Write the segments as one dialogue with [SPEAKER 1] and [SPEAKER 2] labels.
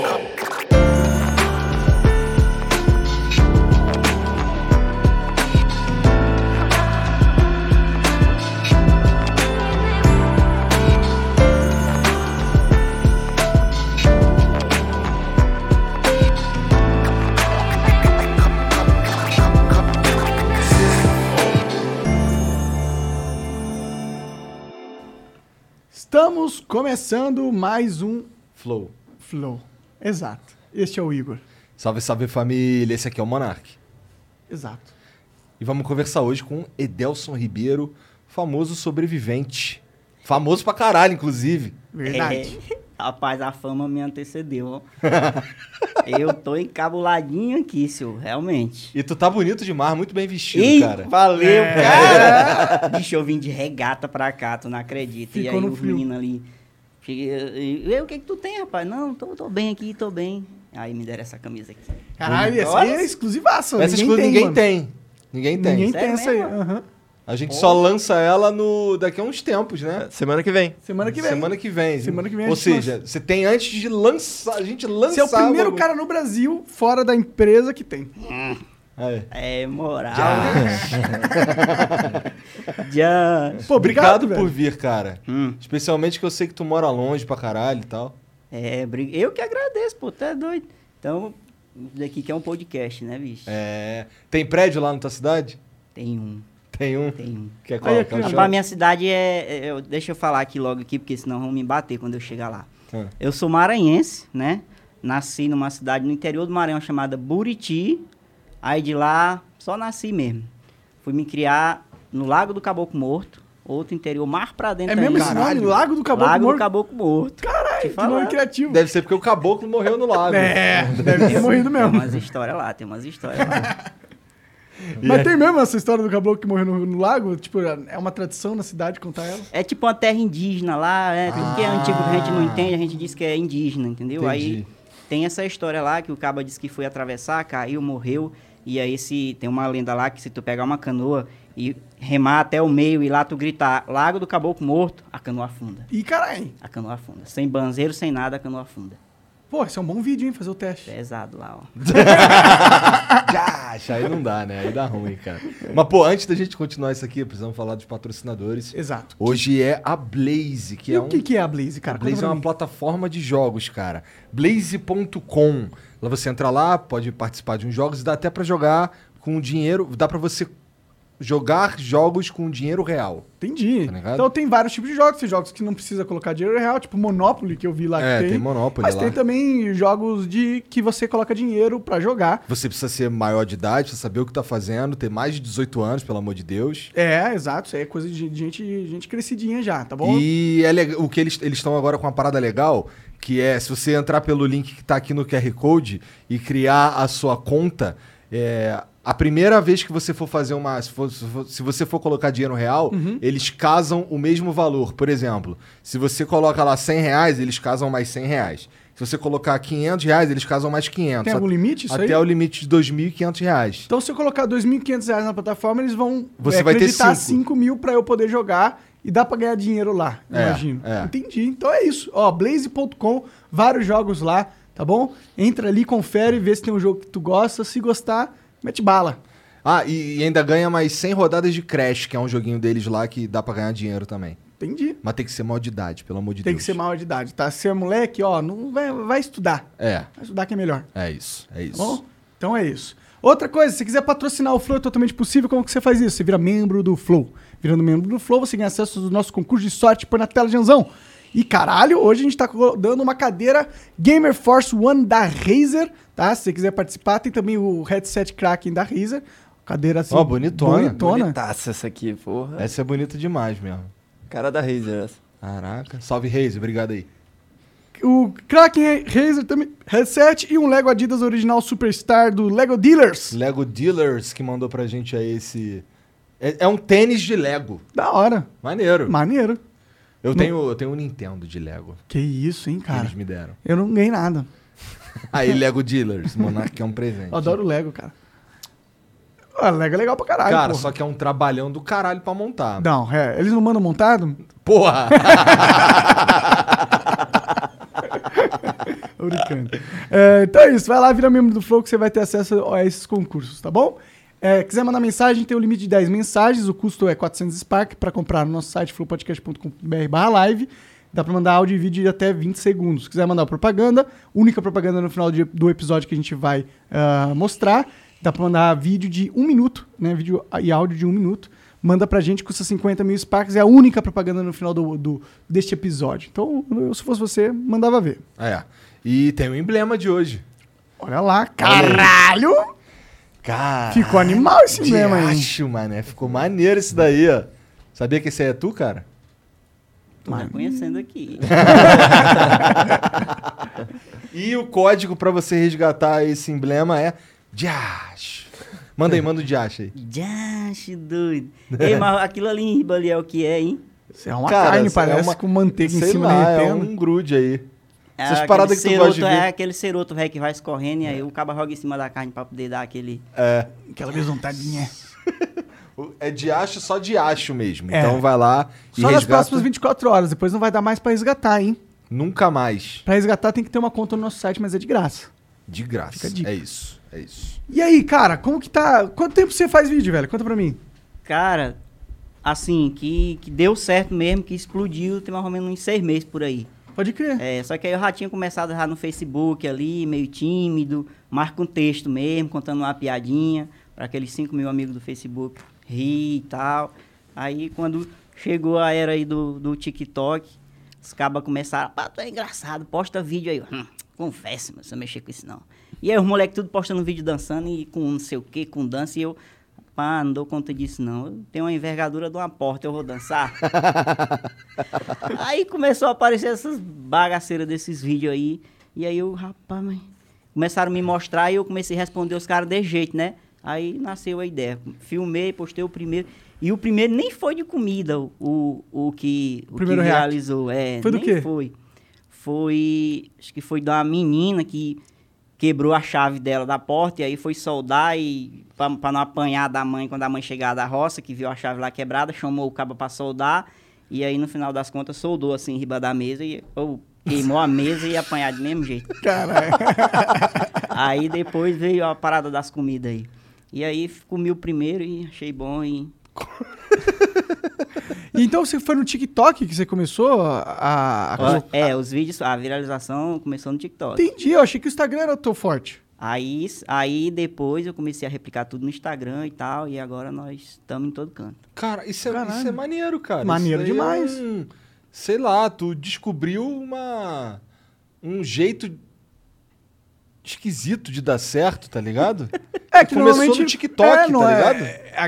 [SPEAKER 1] Successful.
[SPEAKER 2] Estamos começando mais um
[SPEAKER 3] Flow.
[SPEAKER 2] Flow. Exato. Este é o Igor.
[SPEAKER 3] Salve, salve família, esse aqui é o Monark.
[SPEAKER 2] Exato.
[SPEAKER 3] E vamos conversar hoje com Edelson Ribeiro, famoso sobrevivente. Famoso pra caralho, inclusive.
[SPEAKER 2] Verdade.
[SPEAKER 4] É, rapaz, a fama me antecedeu. ó. Eu tô encabuladinho aqui, senhor, realmente.
[SPEAKER 3] E tu tá bonito demais, muito bem vestido,
[SPEAKER 4] Ih,
[SPEAKER 3] cara.
[SPEAKER 4] valeu,
[SPEAKER 2] É.
[SPEAKER 4] cara! Bicho, eu vim de regata pra cá, tu não acredita. e
[SPEAKER 2] Ficou
[SPEAKER 4] aí
[SPEAKER 2] no
[SPEAKER 4] os
[SPEAKER 2] frio.
[SPEAKER 4] meninos ali. Eu, o que que tu tem, rapaz? Não, tô, tô bem aqui, tô bem. Aí me deram essa camisa aqui.
[SPEAKER 2] Caralho, essa aí
[SPEAKER 4] Olha.
[SPEAKER 2] é exclusivaça.
[SPEAKER 3] Essa
[SPEAKER 2] ninguém
[SPEAKER 3] ninguém,
[SPEAKER 2] tem,
[SPEAKER 3] ninguém
[SPEAKER 2] mano.
[SPEAKER 3] tem. Ninguém tem.
[SPEAKER 2] Ninguém
[SPEAKER 4] Sério
[SPEAKER 2] tem essa aí.
[SPEAKER 4] mesmo?
[SPEAKER 2] Aham.
[SPEAKER 3] A gente só lança ela no daqui a uns tempos, né?
[SPEAKER 5] É, Semana que vem.
[SPEAKER 2] Semana que vem.
[SPEAKER 3] Semana que vem.
[SPEAKER 2] Semana que vem a
[SPEAKER 3] Ou
[SPEAKER 2] gente
[SPEAKER 3] seja, você tem antes de lançar. A gente lançar.
[SPEAKER 2] Você é o primeiro
[SPEAKER 3] bagulho.
[SPEAKER 2] cara no Brasil, fora da empresa, que tem.
[SPEAKER 3] Aí.
[SPEAKER 4] É moral. Já.
[SPEAKER 2] Ah, Pô,
[SPEAKER 3] Obrigado, por
[SPEAKER 2] velho.
[SPEAKER 3] vir, cara.
[SPEAKER 4] Hum,
[SPEAKER 3] Especialmente que eu sei que tu mora longe pra caralho e tal.
[SPEAKER 4] é, bri- eu que agradeço, pô, tu é doido. Então, isso daqui que é um podcast, né, bicho?
[SPEAKER 3] É. Tem prédio lá na tua cidade?
[SPEAKER 4] Tem um,
[SPEAKER 3] Tem um.
[SPEAKER 4] tem um.
[SPEAKER 3] Que é
[SPEAKER 2] Aí
[SPEAKER 3] qual?
[SPEAKER 2] é
[SPEAKER 3] Qual
[SPEAKER 2] que-
[SPEAKER 3] chama?
[SPEAKER 4] Rapaz, minha cidade é, é- eu- Deixa eu falar aqui logo aqui, porque senão vão me bater quando eu chegar lá.
[SPEAKER 3] Ah.
[SPEAKER 4] Eu sou maranhense, né? Nasci numa cidade no interior do Maranhão chamada Buriti. Aí de lá, só nasci mesmo. Fui me criar no Lago do Caboclo Morto, outro interior, mar pra dentro
[SPEAKER 2] É mesmo esse
[SPEAKER 4] ainda.
[SPEAKER 2] nome? Lago do Caboclo
[SPEAKER 4] Lago
[SPEAKER 2] Morto?
[SPEAKER 4] do Caboclo Morto. Caralho,
[SPEAKER 2] Que nome criativo.
[SPEAKER 3] Deve ser porque o caboclo morreu no lago.
[SPEAKER 2] É, deve ter morrido
[SPEAKER 4] Tem
[SPEAKER 2] mesmo.
[SPEAKER 4] umas histórias lá, tem umas histórias lá.
[SPEAKER 3] É.
[SPEAKER 2] Mas tem mesmo essa história do caboclo que morreu no, no lago? Tipo, é uma tradição na cidade contar ela?
[SPEAKER 4] É tipo uma terra indígena lá, é, tudo que é
[SPEAKER 3] Ah.
[SPEAKER 4] antigo que a gente não entende, a gente diz que é indígena, entendeu?
[SPEAKER 3] Entendi.
[SPEAKER 4] Aí tem essa história lá que o caba disse que foi atravessar, caiu, morreu, e aí se tem uma lenda lá que se tu pegar uma canoa e remar até o meio e lá tu gritar Lago do Caboclo Morto, a canoa afunda.
[SPEAKER 2] Ih, caralho.
[SPEAKER 4] A canoa afunda. Sem banzeiro, sem nada, a canoa afunda.
[SPEAKER 2] Pô, esse é um bom vídeo, hein? Fazer o
[SPEAKER 3] É.
[SPEAKER 2] teste.
[SPEAKER 4] Pesado lá, ó.
[SPEAKER 3] Gacha, aí não dá, né? Aí dá ruim, cara. Mas, pô, antes da gente continuar isso aqui, precisamos falar dos patrocinadores.
[SPEAKER 2] Exato.
[SPEAKER 3] Hoje é a Blaze, que
[SPEAKER 2] e
[SPEAKER 3] é
[SPEAKER 2] o que,
[SPEAKER 3] um...
[SPEAKER 2] que é a Blaze, cara?
[SPEAKER 3] A Blaze
[SPEAKER 2] Conta
[SPEAKER 3] é
[SPEAKER 2] pra
[SPEAKER 3] uma
[SPEAKER 2] mim.
[SPEAKER 3] plataforma de jogos, cara. Blaze.com. Lá você entra lá, pode participar de uns jogos, dá até pra jogar com dinheiro, dá pra você jogar jogos com dinheiro real.
[SPEAKER 2] Entendi.
[SPEAKER 3] Tá ligado?
[SPEAKER 2] então tem vários tipos de jogos. Tem jogos que não precisa colocar dinheiro real, tipo Monopoly, que eu vi lá
[SPEAKER 3] é,
[SPEAKER 2] que
[SPEAKER 3] tem,
[SPEAKER 2] tem.
[SPEAKER 3] Monopoly
[SPEAKER 2] mas
[SPEAKER 3] lá.
[SPEAKER 2] tem também jogos de que você coloca dinheiro pra jogar.
[SPEAKER 3] Você precisa ser maior de idade, precisa saber o que tá fazendo, ter mais de 18 anos, pelo amor de Deus.
[SPEAKER 2] É, exato. Isso aí é coisa de de gente, gente crescidinha já, tá bom?
[SPEAKER 3] E é lega- o que eles eles estão agora com uma parada legal, que é se você entrar pelo link que tá aqui no QR Code e criar a sua conta, é, a primeira vez que você for fazer uma. Se, for- se for- se você for colocar dinheiro real,
[SPEAKER 2] Uhum.
[SPEAKER 3] eles casam o mesmo valor. Por exemplo, se você coloca lá 100 reais, eles casam mais 100 reais. Se você colocar 500 reais, eles casam mais 500.
[SPEAKER 2] Tem algum
[SPEAKER 3] At-
[SPEAKER 2] limite isso
[SPEAKER 3] até
[SPEAKER 2] aí?
[SPEAKER 3] o limite de 2.500 reais.
[SPEAKER 2] Então, se eu colocar R$ 2.500 reais na plataforma, eles vão é,
[SPEAKER 3] Você vai ter
[SPEAKER 2] acreditar
[SPEAKER 3] cinco.
[SPEAKER 2] 5 mil pra eu poder jogar e dá pra ganhar dinheiro lá,
[SPEAKER 3] É,
[SPEAKER 2] imagino.
[SPEAKER 3] é.
[SPEAKER 2] Entendi. Então é isso. Ó, blaze.com, vários jogos lá, tá bom? Entra ali, confere, vê se tem um jogo que tu gosta. Se gostar, mete bala.
[SPEAKER 3] Ah, e, e ainda ganha mais 100 rodadas de Crash, que é um joguinho deles lá que dá pra ganhar dinheiro também.
[SPEAKER 2] Entendi.
[SPEAKER 3] Mas tem que ser maior de idade, pelo amor de
[SPEAKER 2] Tem que
[SPEAKER 3] Deus.
[SPEAKER 2] ser maior de idade, tá? Se é moleque, ó, não vai, vai estudar.
[SPEAKER 3] É,
[SPEAKER 2] Vai estudar que é melhor,
[SPEAKER 3] é isso, é
[SPEAKER 2] tá
[SPEAKER 3] isso.
[SPEAKER 2] bom? Então é isso. Outra coisa, se quiser patrocinar o Flow, é totalmente possível. Como que você faz isso? Você vira membro do Flow. Virando membro do Flow, você ganha acesso ao nosso concurso de sorte por na tela de Anzão. E caralho, hoje a gente tá co- dando uma cadeira Gamer Force One da Razer, tá? Se você quiser participar, tem também o headset Kraken da Razer. Cadeira assim.
[SPEAKER 3] Ó, bonitona.
[SPEAKER 2] Bonitona.
[SPEAKER 5] Bonitaça essa aqui, porra.
[SPEAKER 3] Essa é bonita demais mesmo.
[SPEAKER 5] Cara da Razer essa.
[SPEAKER 3] Caraca. Salve, Reis, obrigado aí.
[SPEAKER 2] O Kraken Razer também, headset e um Lego Adidas original Superstar do Lego Dealers.
[SPEAKER 3] Lego Dealers que mandou pra gente aí esse. É, é um tênis de Lego.
[SPEAKER 2] Da hora.
[SPEAKER 3] Maneiro.
[SPEAKER 2] Maneiro.
[SPEAKER 3] Eu tenho, eu tenho um Nintendo de Lego.
[SPEAKER 2] Que isso, hein,
[SPEAKER 3] Que
[SPEAKER 2] cara?
[SPEAKER 3] eles me deram.
[SPEAKER 2] Eu não ganhei nada.
[SPEAKER 3] Aí, Lego Dealers. Monark é um presente.
[SPEAKER 2] Eu adoro o Lego, cara. O Lego é legal pra caralho,
[SPEAKER 3] Cara,
[SPEAKER 2] porra.
[SPEAKER 3] só que é um trabalhão do caralho pra montar.
[SPEAKER 2] Não, é, eles não mandam montado?
[SPEAKER 3] Porra!
[SPEAKER 2] Tô brincando. É, então é isso, vai lá, vira membro do Flow que você vai ter acesso a esses concursos, tá bom? É, quiser mandar mensagem, tem o limite de 10 mensagens, o custo é 400 Spark para comprar no nosso site flowpodcast.com.br barra live. Dá para mandar áudio e vídeo de até 20 segundos. Se quiser mandar propaganda, única propaganda no final de- do episódio que a gente vai ah, mostrar. Dá para mandar vídeo de um minuto, né? Vídeo e áudio de um minuto manda pra gente, custa 50 mil Sparks, é a única propaganda no final do, do- deste episódio. Então, eu, se fosse você, mandava ver.
[SPEAKER 3] É. E tem o emblema de hoje.
[SPEAKER 2] Olha lá, caralho!
[SPEAKER 3] Cara.
[SPEAKER 2] Ficou animal esse emblema aí.
[SPEAKER 3] Acho, mané. Ficou maneiro isso daí, ó. Sabia que esse aí é tu, cara?
[SPEAKER 4] Tô reconhecendo aqui.
[SPEAKER 3] E o código pra você resgatar esse emblema é Diacho. Manda aí, manda o Diacho aí.
[SPEAKER 4] Jash, doido. Ei, mas aquilo ali em riba ali é o que é, hein?
[SPEAKER 2] Isso é uma
[SPEAKER 3] Cara,
[SPEAKER 2] carne,
[SPEAKER 3] isso
[SPEAKER 2] parece,
[SPEAKER 3] é uma-
[SPEAKER 2] com manteiga em
[SPEAKER 3] Sei
[SPEAKER 2] cima
[SPEAKER 3] lá,
[SPEAKER 2] da
[SPEAKER 3] é
[SPEAKER 2] Nintendo.
[SPEAKER 3] um grude aí.
[SPEAKER 4] É
[SPEAKER 3] Essas
[SPEAKER 4] aquele
[SPEAKER 3] paradas que tu gosta de
[SPEAKER 4] ceroto,
[SPEAKER 3] ver.
[SPEAKER 4] É aquele ceroto, velho, que vai escorrendo e aí o cabo joga em cima da carne pra poder dar aquele...
[SPEAKER 3] É.
[SPEAKER 2] Aquela horizontadinha.
[SPEAKER 3] O- É Diacho só Diacho mesmo.
[SPEAKER 2] É.
[SPEAKER 3] Então vai lá e
[SPEAKER 2] Só nas
[SPEAKER 3] resgata.
[SPEAKER 2] próximas 24 horas, depois não vai dar mais pra resgatar, hein?
[SPEAKER 3] Nunca mais.
[SPEAKER 2] Pra resgatar tem que ter uma conta no nosso site, mas é de graça.
[SPEAKER 3] De
[SPEAKER 2] Fica
[SPEAKER 3] graça.
[SPEAKER 2] a dica.
[SPEAKER 3] É isso. É isso.
[SPEAKER 2] E aí, cara, como que tá? Quanto tempo você faz vídeo, velho? Conta pra mim.
[SPEAKER 4] Cara, assim, que, que deu certo mesmo, que explodiu, tem mais ou menos uns seis meses por aí.
[SPEAKER 2] Pode crer.
[SPEAKER 4] É, só que aí eu já tinha começado já no Facebook ali, meio tímido, marca um texto mesmo, contando uma piadinha para aqueles 5 mil amigos do Facebook rir e tal. Aí quando chegou a era aí do, do TikTok, os cabas começaram, pá, tu é engraçado, posta vídeo aí. Eu, Hum, confessa, mas eu não mexer com isso não. E aí os moleques tudo postando vídeo dançando e com não sei o que, com dança, e eu, pá, não dou conta disso não. Eu tenho uma envergadura de uma porta, eu vou dançar. Aí começou a aparecer essas bagaceiras desses vídeos aí. E aí eu, rapaz, mas... Começaram a me mostrar e eu comecei a responder os caras de jeito, né? Aí nasceu a ideia. Filmei, postei o primeiro. E o primeiro nem foi de comida o, o, o que, o
[SPEAKER 2] Primeiro
[SPEAKER 4] que
[SPEAKER 2] react.
[SPEAKER 4] viralizou. É,
[SPEAKER 2] Foi do
[SPEAKER 4] nem
[SPEAKER 2] quê?
[SPEAKER 4] Foi. Foi. Acho que foi da menina que quebrou a chave dela da porta e aí foi soldar e pra, pra não apanhar da mãe quando a mãe chegar da roça, que viu a chave lá quebrada, chamou o cabo pra soldar e aí no final das contas soldou assim em riba da mesa e ou, queimou a mesa e ia apanhar do mesmo jeito. aí depois veio a parada das comidas aí. E aí comi o primeiro e achei bom e
[SPEAKER 2] E então você foi no TikTok que você começou a- a, a
[SPEAKER 4] Ó, é, os vídeos, a viralização começou no TikTok.
[SPEAKER 2] Entendi, eu achei que o Instagram era o teu forte.
[SPEAKER 4] Aí, aí depois eu comecei a replicar tudo no Instagram e tal, e agora nós estamos em todo canto.
[SPEAKER 3] Cara, isso é,
[SPEAKER 2] Caralho.
[SPEAKER 3] isso é maneiro, cara.
[SPEAKER 2] Maneiro
[SPEAKER 3] Isso daí é
[SPEAKER 2] demais.
[SPEAKER 3] um- sei lá, tu descobriu uma um jeito esquisito de dar certo, tá ligado?
[SPEAKER 2] É que
[SPEAKER 3] Começou
[SPEAKER 2] normalmente
[SPEAKER 3] no TikTok,
[SPEAKER 2] é, não
[SPEAKER 3] tá
[SPEAKER 2] é-
[SPEAKER 3] ligado?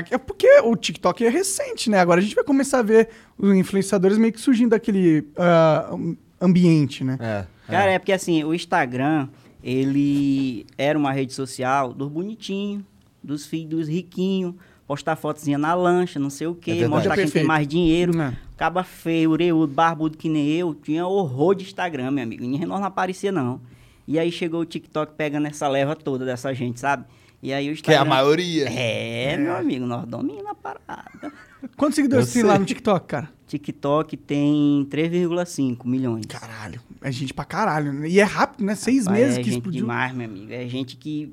[SPEAKER 2] É, é porque o TikTok é recente, né? Agora a gente vai começar a ver os influenciadores meio que surgindo daquele ah, um- ambiente, né?
[SPEAKER 3] É.
[SPEAKER 4] Cara, é porque assim, o Instagram, ele era uma rede social dos bonitinhos, dos filhos dos riquinhos, postar fotozinha na lancha, não sei o
[SPEAKER 3] É
[SPEAKER 4] quê,
[SPEAKER 3] verdade.
[SPEAKER 4] mostrar quem tem
[SPEAKER 2] Perfeito.
[SPEAKER 4] mais dinheiro.
[SPEAKER 2] É.
[SPEAKER 4] Caba feio, ureudo, barbudo que nem eu, tinha horror de Instagram, meu amigo. Ninguém nós não aparecia, não. E aí chegou o TikTok pegando essa leva toda dessa gente, sabe? E aí o
[SPEAKER 3] Que é
[SPEAKER 4] Instagram...
[SPEAKER 3] a maioria.
[SPEAKER 4] É, meu amigo, nós domina a parada.
[SPEAKER 2] Quantos seguidores
[SPEAKER 3] Eu
[SPEAKER 2] tem
[SPEAKER 3] sei.
[SPEAKER 2] lá no TikTok, cara?
[SPEAKER 4] TikTok tem 3,5 milhões.
[SPEAKER 2] Caralho, é gente pra caralho. né? E é rápido, né? Seis
[SPEAKER 4] Rapaz,
[SPEAKER 2] meses
[SPEAKER 4] é
[SPEAKER 2] que
[SPEAKER 4] gente
[SPEAKER 2] explodiu.
[SPEAKER 4] demais, meu amigo. É gente que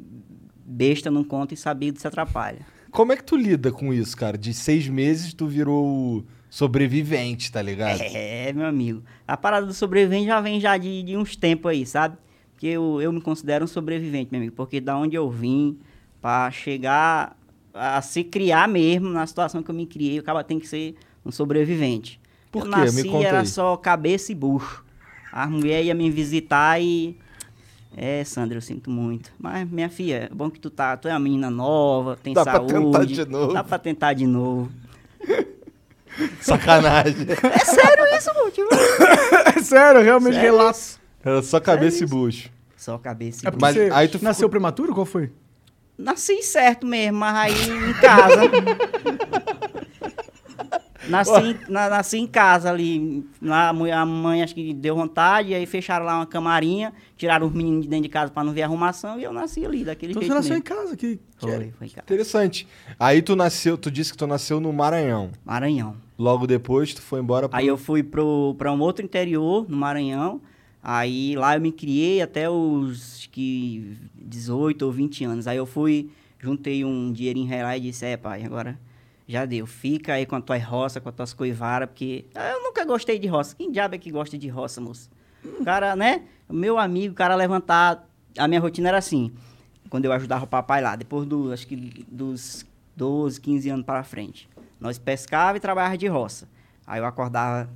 [SPEAKER 4] besta não conta e sabido se atrapalha.
[SPEAKER 3] Como é que tu lida com isso, cara? De seis meses tu virou o sobrevivente, tá ligado?
[SPEAKER 4] É, meu amigo. A parada do sobrevivente já vem já de, de uns tempos aí, sabe? Porque eu, eu me considero um sobrevivente, meu amigo. Porque da onde eu vim, pra chegar a se criar mesmo na situação que eu me criei, o cara tem que ser um sobrevivente.
[SPEAKER 3] Por quê?
[SPEAKER 4] eu
[SPEAKER 3] Me
[SPEAKER 4] nasci,
[SPEAKER 3] conta
[SPEAKER 4] era
[SPEAKER 3] aí.
[SPEAKER 4] só cabeça e bucho. A mulher ia me visitar e... É, Sandra, eu sinto muito. Mas, minha filha, é bom que tu tá... Tu é uma menina nova, tem
[SPEAKER 3] Dá pra
[SPEAKER 4] saúde.
[SPEAKER 3] tentar de novo.
[SPEAKER 4] Dá pra tentar de novo.
[SPEAKER 3] Sacanagem.
[SPEAKER 4] É sério isso, meu tio?
[SPEAKER 2] É sério, realmente relatos.
[SPEAKER 3] Era É só cabeça e bucho.
[SPEAKER 4] Só cabeça e
[SPEAKER 2] É porque
[SPEAKER 3] Mas
[SPEAKER 2] você
[SPEAKER 3] aí tu
[SPEAKER 2] nasceu prematuro? Qual foi?
[SPEAKER 4] Nasci certo mesmo, mas aí em casa. nasci, em- na- nasci em casa ali. Na, mu- a mãe acho que deu vontade, aí fecharam lá uma camarinha, tiraram os meninos de dentro de casa pra não ver arrumação e eu nasci ali, daquele
[SPEAKER 2] Então você
[SPEAKER 4] jeito.
[SPEAKER 2] nasceu em
[SPEAKER 4] mesmo.
[SPEAKER 2] casa. Que, que é-
[SPEAKER 4] Foi, foi em casa.
[SPEAKER 3] Interessante. Aí tu nasceu, tu disse que tu nasceu no Maranhão.
[SPEAKER 4] Maranhão.
[SPEAKER 3] Logo depois tu foi embora pro
[SPEAKER 4] Aí eu fui para um outro interior, no Maranhão. Aí lá eu me criei até os acho que 18 ou 20 anos. Aí eu fui, juntei um dinheirinho real e disse, é pai, agora já deu. Fica aí com as tuas roças, com as tuas coivaras, porque ah, eu nunca gostei de roça. Quem diabo é que gosta de roça, moço? O cara, né? O meu amigo, o cara levantar... A minha rotina era assim, quando eu ajudava o papai lá, depois do, acho que dos 12, 15 anos para frente. Nós pescava e trabalhava de roça. Aí eu acordava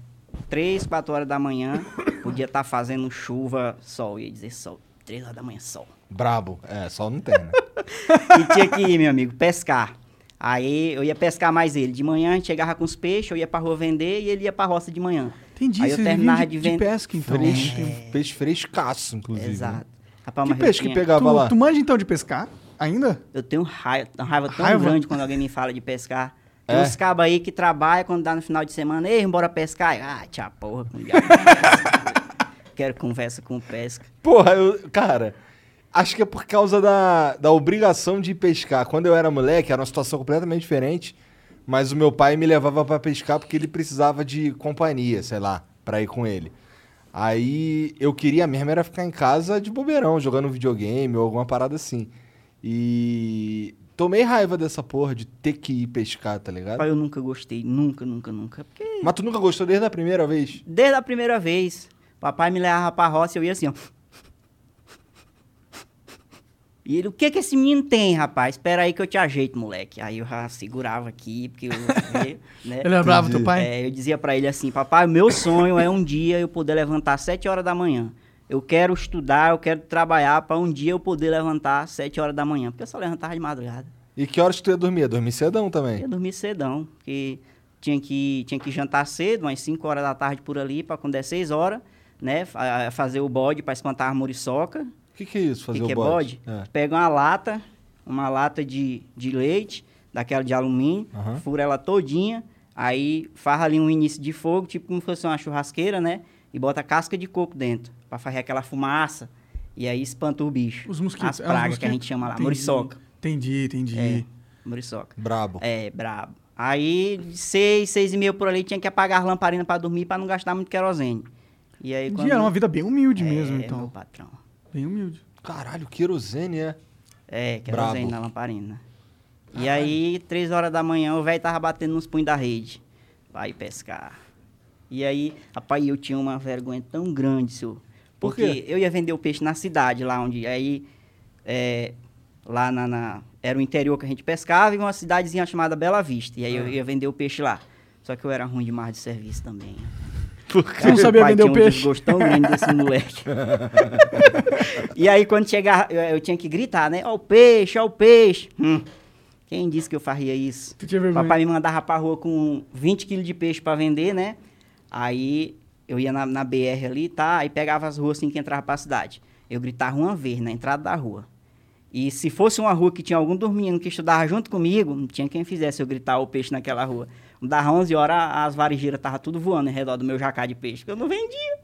[SPEAKER 4] 3, 4 horas da manhã, podia estar fazendo chuva, sol, ia dizer sol. 3 horas da manhã, sol.
[SPEAKER 3] Brabo. É, sol não tem, né?
[SPEAKER 4] E tinha que ir, meu amigo, pescar. Aí eu ia pescar mais ele. De manhã a gente chegava com os peixes, eu ia pra rua vender e ele ia pra roça de manhã.
[SPEAKER 2] Entendi,
[SPEAKER 4] Aí eu
[SPEAKER 2] vocês
[SPEAKER 4] terminava
[SPEAKER 2] viviam
[SPEAKER 4] de
[SPEAKER 2] de
[SPEAKER 4] vender.
[SPEAKER 2] pesca, então.
[SPEAKER 3] Peixe, peixe frescaço, inclusive.
[SPEAKER 4] Exato.
[SPEAKER 3] né?
[SPEAKER 4] Rapaz,
[SPEAKER 3] Que
[SPEAKER 4] mas eu
[SPEAKER 3] peixe que
[SPEAKER 4] tinha-
[SPEAKER 3] pegava lá?
[SPEAKER 2] Tu, tu manja então de pescar? Ainda?
[SPEAKER 4] Eu tenho raiva, uma raiva tão
[SPEAKER 2] Raiva?
[SPEAKER 4] grande quando alguém me fala de pescar. Tem
[SPEAKER 3] É?
[SPEAKER 4] uns cabos aí que trabalham quando dá no final de semana, ei, bora pescar. Eu, Ah, tia porra, com diabo. Quero conversa com pesca.
[SPEAKER 3] Porra, eu, cara, acho que é por causa da, da obrigação de ir pescar. Quando eu era moleque, era uma situação completamente diferente, mas o meu pai me levava pra pescar porque ele precisava de companhia, sei lá, pra ir com ele. Aí eu queria mesmo era ficar em casa de bobeirão, jogando um videogame ou alguma parada assim. E tomei raiva dessa porra de ter que ir pescar, tá ligado?
[SPEAKER 4] Rapaz, eu nunca gostei, nunca, nunca, nunca. Porque
[SPEAKER 3] Mas tu nunca gostou desde a primeira vez?
[SPEAKER 4] desde a primeira vez, papai me levava pra roça e eu ia assim, ó. E ele, o que que esse menino tem, rapaz? Espera aí que eu te ajeito, moleque. Aí eu já segurava aqui, porque eu... né?
[SPEAKER 2] Ele é bravo, teu pai?
[SPEAKER 4] É, eu dizia pra ele assim, papai, o meu sonho é um dia eu poder levantar às 7 horas da manhã. Eu quero estudar, eu quero trabalhar pra um dia eu poder levantar às 7 horas da manhã. Porque eu só levantava de madrugada.
[SPEAKER 3] E que horas que tu ia dormir? Ia dormir cedão também.
[SPEAKER 4] Eu dormia cedão, porque tinha que, tinha que jantar cedo, umas 5 horas da tarde por ali, pra quando é 6 horas, né? fa- Fazer o bode pra espantar a muriçoca.
[SPEAKER 3] O que, que é isso,
[SPEAKER 4] O
[SPEAKER 3] fazer
[SPEAKER 4] que, que é
[SPEAKER 3] o bode?
[SPEAKER 4] bode?
[SPEAKER 3] É.
[SPEAKER 4] Pega uma lata, uma lata de, de leite, daquela de alumínio,
[SPEAKER 3] Aham.
[SPEAKER 4] fura ela todinha, aí farra ali um início de fogo, tipo como se fosse uma churrasqueira, né? E bota casca de coco dentro, pra fazer aquela fumaça. E aí espanta o bicho.
[SPEAKER 2] Os mosquitos.
[SPEAKER 4] As
[SPEAKER 2] é uns
[SPEAKER 4] pragas que a
[SPEAKER 2] mosquitos?
[SPEAKER 4] gente chama lá,
[SPEAKER 2] Entendi.
[SPEAKER 4] muriçoca.
[SPEAKER 2] Entendi, entendi.
[SPEAKER 4] É, muriçoca.
[SPEAKER 3] Brabo.
[SPEAKER 4] É, brabo. Aí, de seis, seis e meia por ali, tinha que apagar as lamparinas pra dormir, pra não gastar muito querosene. E aí,
[SPEAKER 2] Entendi,
[SPEAKER 4] quando...
[SPEAKER 2] era é uma vida bem humilde mesmo,
[SPEAKER 4] É, meu
[SPEAKER 2] então.
[SPEAKER 4] patrão.
[SPEAKER 2] Bem humilde.
[SPEAKER 3] Caralho, querosene é.
[SPEAKER 4] É, querosene
[SPEAKER 3] Brabo.
[SPEAKER 4] na lamparina. E aí, três horas da manhã, o velho tava batendo nos punhos da rede. Vai pescar. E aí, rapaz, eu tinha uma vergonha tão grande, senhor.
[SPEAKER 3] Por
[SPEAKER 4] Porque eu ia vender o peixe na cidade, lá onde. Aí, é, lá na, na- Era o interior que a gente pescava e uma cidadezinha chamada Bela Vista. E aí eu ia vender o peixe lá. Só que eu era ruim demais de serviço também.
[SPEAKER 2] Você não sabia
[SPEAKER 4] Pai,
[SPEAKER 2] vender o
[SPEAKER 4] tinha um
[SPEAKER 2] peixe?
[SPEAKER 4] desgosto tão grande desse moleque. e aí, quando chegava, eu, eu tinha que gritar, né? Ó o peixe, ó o peixe. Hum, Quem disse que eu faria isso?
[SPEAKER 2] Tu tinha vergonha?
[SPEAKER 4] Papai me mandava pra rua com 20 quilos de peixe pra vender, né? Aí, eu ia na, na BR ali, tá? Aí pegava as ruas assim que entrava pra cidade. Eu gritava uma vez na entrada da rua. E se fosse uma rua que tinha algum dormindo que estudava junto comigo, não tinha quem fizesse eu gritar o peixe naquela rua. Das 11 horas, as varejeiras estavam tudo voando em redor do meu jacá de peixe, porque eu não vendia.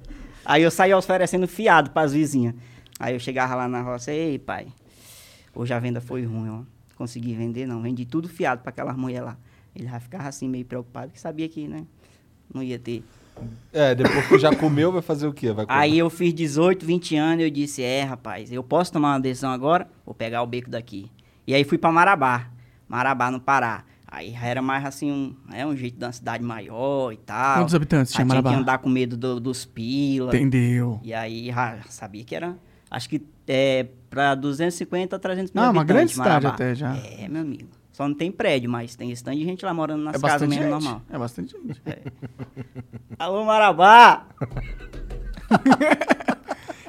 [SPEAKER 4] Aí eu saía oferecendo fiado para as vizinhas. Aí eu chegava lá na roça, ei, pai, hoje a venda foi ruim, ó. Consegui vender, não. Vendi tudo fiado para aquelas mulheres lá. Ele já ficava assim, meio preocupado, que sabia que, né, não ia ter.
[SPEAKER 3] É, depois que já comeu, vai fazer o quê? Vai comer.
[SPEAKER 4] Aí eu fiz 18, 20 anos, eu disse, é, rapaz, eu posso tomar uma decisão agora? Vou pegar o beco daqui. E aí fui pra Marabá, Marabá, no Pará. Aí já era mais assim, um, é um jeito de uma cidade maior e tal.
[SPEAKER 2] Quantos habitantes
[SPEAKER 4] Aí
[SPEAKER 2] tinha Marabá?
[SPEAKER 4] Tinha que andar com medo do- dos pilas.
[SPEAKER 2] Entendeu.
[SPEAKER 4] E aí já sabia que era, acho que é, pra 250, 300 mil
[SPEAKER 2] Ah, uma grande
[SPEAKER 4] habitantes,
[SPEAKER 2] cidade
[SPEAKER 4] Marabá.
[SPEAKER 2] até já.
[SPEAKER 4] É, meu amigo. Só não tem prédio, mas tem stand de gente lá morando nas
[SPEAKER 2] É
[SPEAKER 4] casas
[SPEAKER 2] bastante
[SPEAKER 4] mesmo,
[SPEAKER 2] gente.
[SPEAKER 4] normal.
[SPEAKER 2] É bastante gente.
[SPEAKER 4] Alô, Marabá!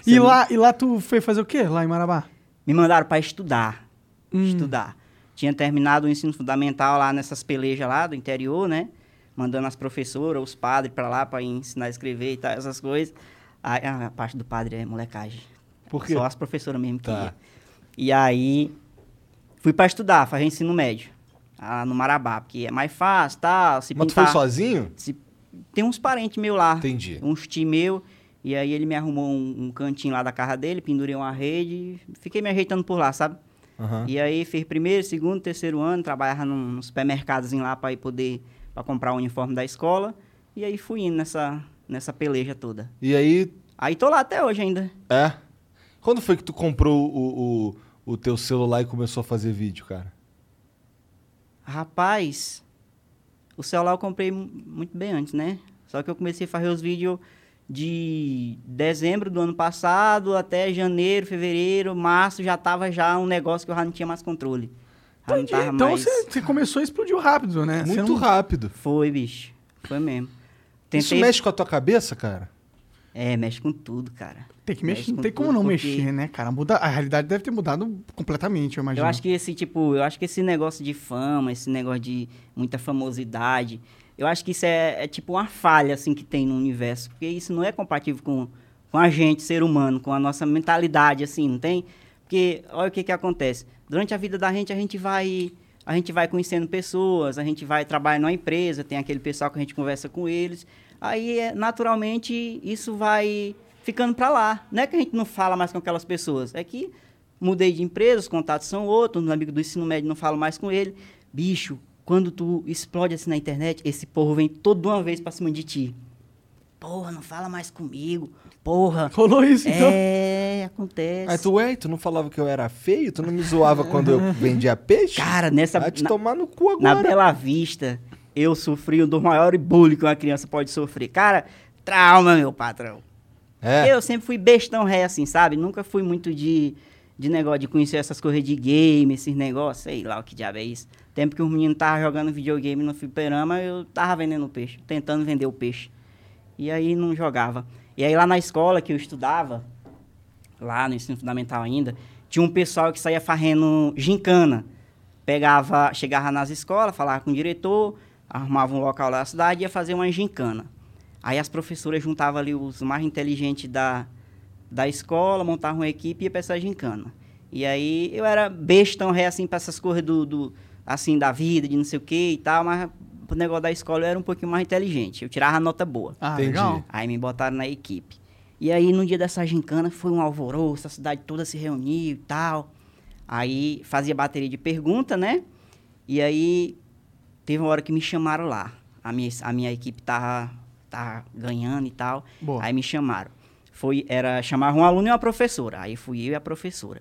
[SPEAKER 2] E lá, e lá tu foi fazer o quê? Lá em Marabá?
[SPEAKER 4] Me mandaram para estudar.
[SPEAKER 2] Hum.
[SPEAKER 4] Estudar. Tinha terminado o ensino fundamental lá nessas pelejas lá do interior, né? Mandando as professoras, os padres para lá para ensinar a escrever e tal, essas coisas. Aí, ah, a parte do padre é molecagem.
[SPEAKER 3] Por quê?
[SPEAKER 4] Só as professoras mesmo que
[SPEAKER 3] Tá.
[SPEAKER 4] ia. E aí, fui para estudar, fazer ensino médio. Ah, no Marabá, porque é mais fácil, tal, se
[SPEAKER 3] Mas tu foi
[SPEAKER 4] pintar.
[SPEAKER 3] sozinho?
[SPEAKER 4] se- Tem uns parentes meus lá
[SPEAKER 3] Entendi.
[SPEAKER 4] uns tio meu. E aí ele me arrumou um, um cantinho lá da casa dele, pendurei uma rede, e fiquei me ajeitando por lá, sabe?
[SPEAKER 3] Aham.
[SPEAKER 4] E aí fiz primeiro, segundo, terceiro ano, trabalhava num, num supermercadozinho lá para poder pra comprar o uniforme da escola. E aí fui indo nessa, nessa peleja toda.
[SPEAKER 3] E aí
[SPEAKER 4] Aí tô lá até hoje ainda.
[SPEAKER 3] É? Quando foi que tu comprou o, o, o teu celular e começou a fazer vídeo, cara?
[SPEAKER 4] Rapaz, o celular eu comprei mu- muito bem antes, né? Só que eu comecei a fazer os vídeos de dezembro do ano passado até janeiro, fevereiro, março, já tava já um negócio que eu já não tinha mais controle. Já não tava
[SPEAKER 2] Então
[SPEAKER 4] mais...
[SPEAKER 2] você você começou e explodiu rápido, né? Você
[SPEAKER 3] Muito
[SPEAKER 2] não-
[SPEAKER 3] rápido.
[SPEAKER 4] Foi, bicho. Foi mesmo.
[SPEAKER 3] Isso mexe com a tua cabeça, cara?
[SPEAKER 4] É, mexe com tudo, cara.
[SPEAKER 2] Tem que
[SPEAKER 4] Mexe
[SPEAKER 2] mexer, não
[SPEAKER 4] com
[SPEAKER 2] tem como
[SPEAKER 4] tudo,
[SPEAKER 2] não
[SPEAKER 4] porque-
[SPEAKER 2] mexer, né, cara? Muda, a realidade deve ter mudado completamente, eu imagino.
[SPEAKER 4] Eu acho que esse tipo, eu acho que esse negócio de fama, esse negócio de muita famosidade, eu acho que isso é, é tipo uma falha assim que tem no universo, porque isso não é compatível com, com a gente, ser humano, com a nossa mentalidade assim, não tem? Porque olha o que que acontece. Durante a vida da gente a gente vai a gente vai conhecendo pessoas, a gente vai trabalhar numa empresa, tem aquele pessoal que a gente conversa com eles. Aí, é, naturalmente, isso vai ficando para lá. Não é que a gente não fala mais com aquelas pessoas, é que mudei de empresa, os contatos são outros, um amigo do ensino médio não falo mais com ele. Bicho, quando tu explode assim na internet, esse povo vem toda uma vez pra cima de ti. Porra, não fala mais comigo. Porra.
[SPEAKER 2] Rolou isso, então.
[SPEAKER 4] É, acontece.
[SPEAKER 3] Aí tu, ué, tu não falava que eu era feio? Tu não me zoava quando eu vendia peixe?
[SPEAKER 4] Cara, nessa.
[SPEAKER 3] Vai te
[SPEAKER 4] na-
[SPEAKER 3] tomar no cu
[SPEAKER 4] Na
[SPEAKER 3] agora.
[SPEAKER 4] Bela Vista, eu sofri um dos maiores bullying que uma criança pode sofrer. Cara, trauma, meu patrão.
[SPEAKER 3] É.
[SPEAKER 4] Eu sempre fui bestão ré, assim, sabe? Nunca fui muito de, de negócio, de conhecer essas coisas de game, esses negócios, sei lá o que diabo é isso. Tempo que os meninos estavam jogando videogame no fliperama, eu tava vendendo peixe, tentando vender o peixe. E aí não jogava. E aí lá na escola que eu estudava, lá no ensino fundamental ainda, tinha um pessoal que saía farrendo gincana. Pegava, chegava nas escolas, falava com o diretor, arrumava um local lá na cidade e ia fazer uma gincana. Aí as professoras juntavam ali os mais inteligentes da, da escola, montavam uma equipe e ia pra essa gincana. E aí eu era bestão ré, assim, pra essas coisas do, do- assim, da vida, de não sei o que e tal, mas pro negócio da escola eu era um pouquinho mais inteligente. Eu tirava nota boa.
[SPEAKER 2] Ah,
[SPEAKER 3] Entendi.
[SPEAKER 2] legal.
[SPEAKER 4] Aí me botaram na equipe. E aí, no dia dessa gincana, foi um alvoroço, a cidade toda se reuniu e tal. Aí fazia bateria de pergunta, né? E aí teve uma hora que me chamaram lá. A minha, a minha equipe tava, tava ganhando e tal.
[SPEAKER 2] Boa.
[SPEAKER 4] Aí me chamaram. Foi, era, chamavam um aluno e uma professora. Aí fui eu e a professora.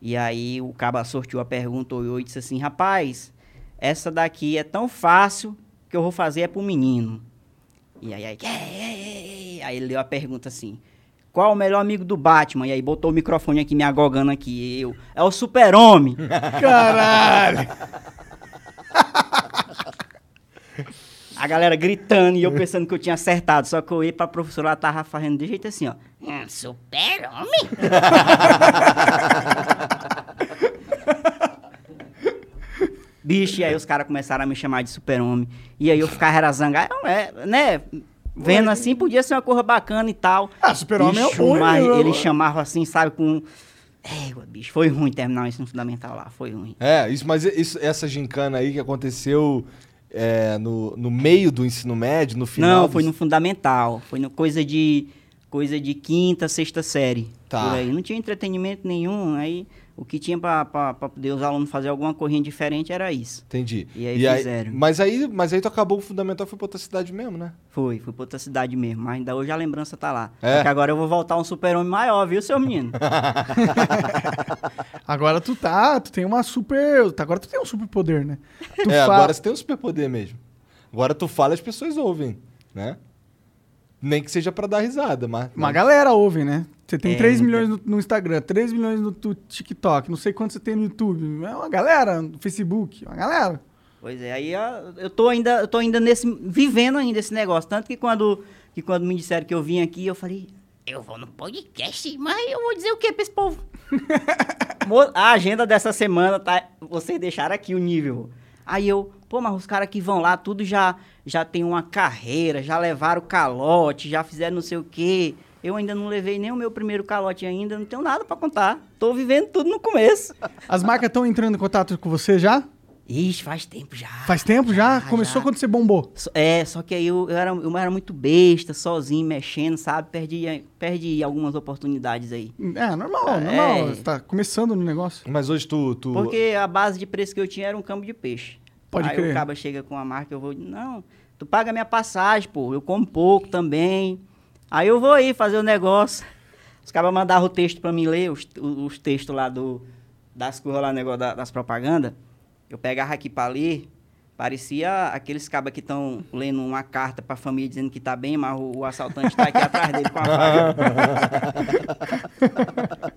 [SPEAKER 4] E aí o caba sorteou a pergunta, olhou e disse assim, rapaz, essa daqui é tão fácil que eu vou fazer é pro menino. E aí, aí, "Ei, ei, ei", aí ele leu a pergunta assim, qual o melhor amigo do Batman? E aí botou o microfone aqui, me agogando aqui, eu, é o super-homem.
[SPEAKER 2] Caralho!
[SPEAKER 4] A galera gritando e eu pensando que eu tinha acertado. Só que eu ia pra professora, ela tava fazendo de jeito assim, ó. Hum, super-homem? Bicho, e aí os caras começaram a me chamar de super-homem. E aí eu ficava era zangado, é, né? Vendo assim, podia ser uma coisa bacana e tal.
[SPEAKER 2] Ah, super-homem é
[SPEAKER 4] Bicho,
[SPEAKER 2] ruim,
[SPEAKER 4] mas
[SPEAKER 2] né?
[SPEAKER 4] Eles chamavam assim, sabe, com... Égua, bicho, foi ruim terminar o ensino fundamental lá, foi ruim.
[SPEAKER 3] É, isso, mas isso, essa gincana aí que aconteceu é, no, no meio do ensino médio, no final.
[SPEAKER 4] Não, foi
[SPEAKER 3] do-
[SPEAKER 4] no fundamental. Foi no coisa de coisa de quinta, sexta série.
[SPEAKER 3] Tá.
[SPEAKER 4] Por aí. Não tinha entretenimento nenhum. Aí o que tinha pra, pra, pra poder os alunos fazer alguma corrinha diferente era isso.
[SPEAKER 3] Entendi.
[SPEAKER 4] E aí fizeram.
[SPEAKER 3] mas aí, mas aí tu acabou o fundamental foi pra outra cidade mesmo, né?
[SPEAKER 4] Foi, foi pra outra cidade mesmo. Mas ainda hoje a lembrança tá lá.
[SPEAKER 3] É?
[SPEAKER 4] Só que agora eu vou voltar um super-homem maior, viu, seu menino?
[SPEAKER 2] Agora tu tá, tu tem uma super. tá- Agora tu tem um super poder, né? Tu
[SPEAKER 3] é,
[SPEAKER 2] fa-
[SPEAKER 3] agora você tem um superpoder mesmo. Agora tu fala e as pessoas ouvem, né? Nem que seja pra dar risada, mas.
[SPEAKER 2] Uma galera ouve, né? Você tem
[SPEAKER 4] É,
[SPEAKER 2] 3
[SPEAKER 4] muita-
[SPEAKER 2] milhões no, no Instagram, 3 milhões no tu- TikTok, não sei quanto você tem no YouTube. É uma galera, no Facebook, uma galera.
[SPEAKER 4] Pois é, aí ó, eu tô ainda, eu tô ainda nesse, vivendo ainda esse negócio. Tanto que quando, que quando me disseram que eu vim aqui, eu falei, eu vou no podcast, mas eu vou dizer o que pra esse povo? Mo- A agenda dessa semana, tá? Vocês deixaram aqui o nível. Aí eu, pô, mas os caras que vão lá, tudo já, já tem uma carreira, já levaram calote, já fizeram não sei o quê. Eu ainda não levei nem o meu primeiro calote ainda, não tenho nada pra contar. Tô vivendo tudo no começo.
[SPEAKER 2] As marcas estão entrando em contato com você já?
[SPEAKER 4] Ixi, faz tempo já.
[SPEAKER 2] Faz tempo já?
[SPEAKER 4] Já,
[SPEAKER 2] Começou
[SPEAKER 4] Ah, já.
[SPEAKER 2] quando você bombou.
[SPEAKER 4] So- É, só que aí eu, eu era, eu era muito besta, sozinho, mexendo, sabe? Perdi, perdi algumas oportunidades aí.
[SPEAKER 2] É, normal,
[SPEAKER 4] Ah,
[SPEAKER 2] normal.
[SPEAKER 4] é.
[SPEAKER 2] Você tá começando no negócio.
[SPEAKER 3] Mas hoje tu. tu...
[SPEAKER 4] Porque a base de preço que eu tinha era um campo de peixe.
[SPEAKER 2] Pode
[SPEAKER 4] aí
[SPEAKER 2] crer.
[SPEAKER 4] o caba chega com a marca, eu vou... Não, tu paga minha passagem, pô. Eu como pouco também. Aí eu vou aí fazer o negócio. Os caras mandavam o texto pra mim ler, os, os textos lá do, das coisas lá, negócio da- das propagandas. Eu pegava aqui pra ler, parecia aqueles cabas que estão lendo uma carta pra família dizendo que tá bem, mas o, o assaltante tá aqui atrás dele com a faca.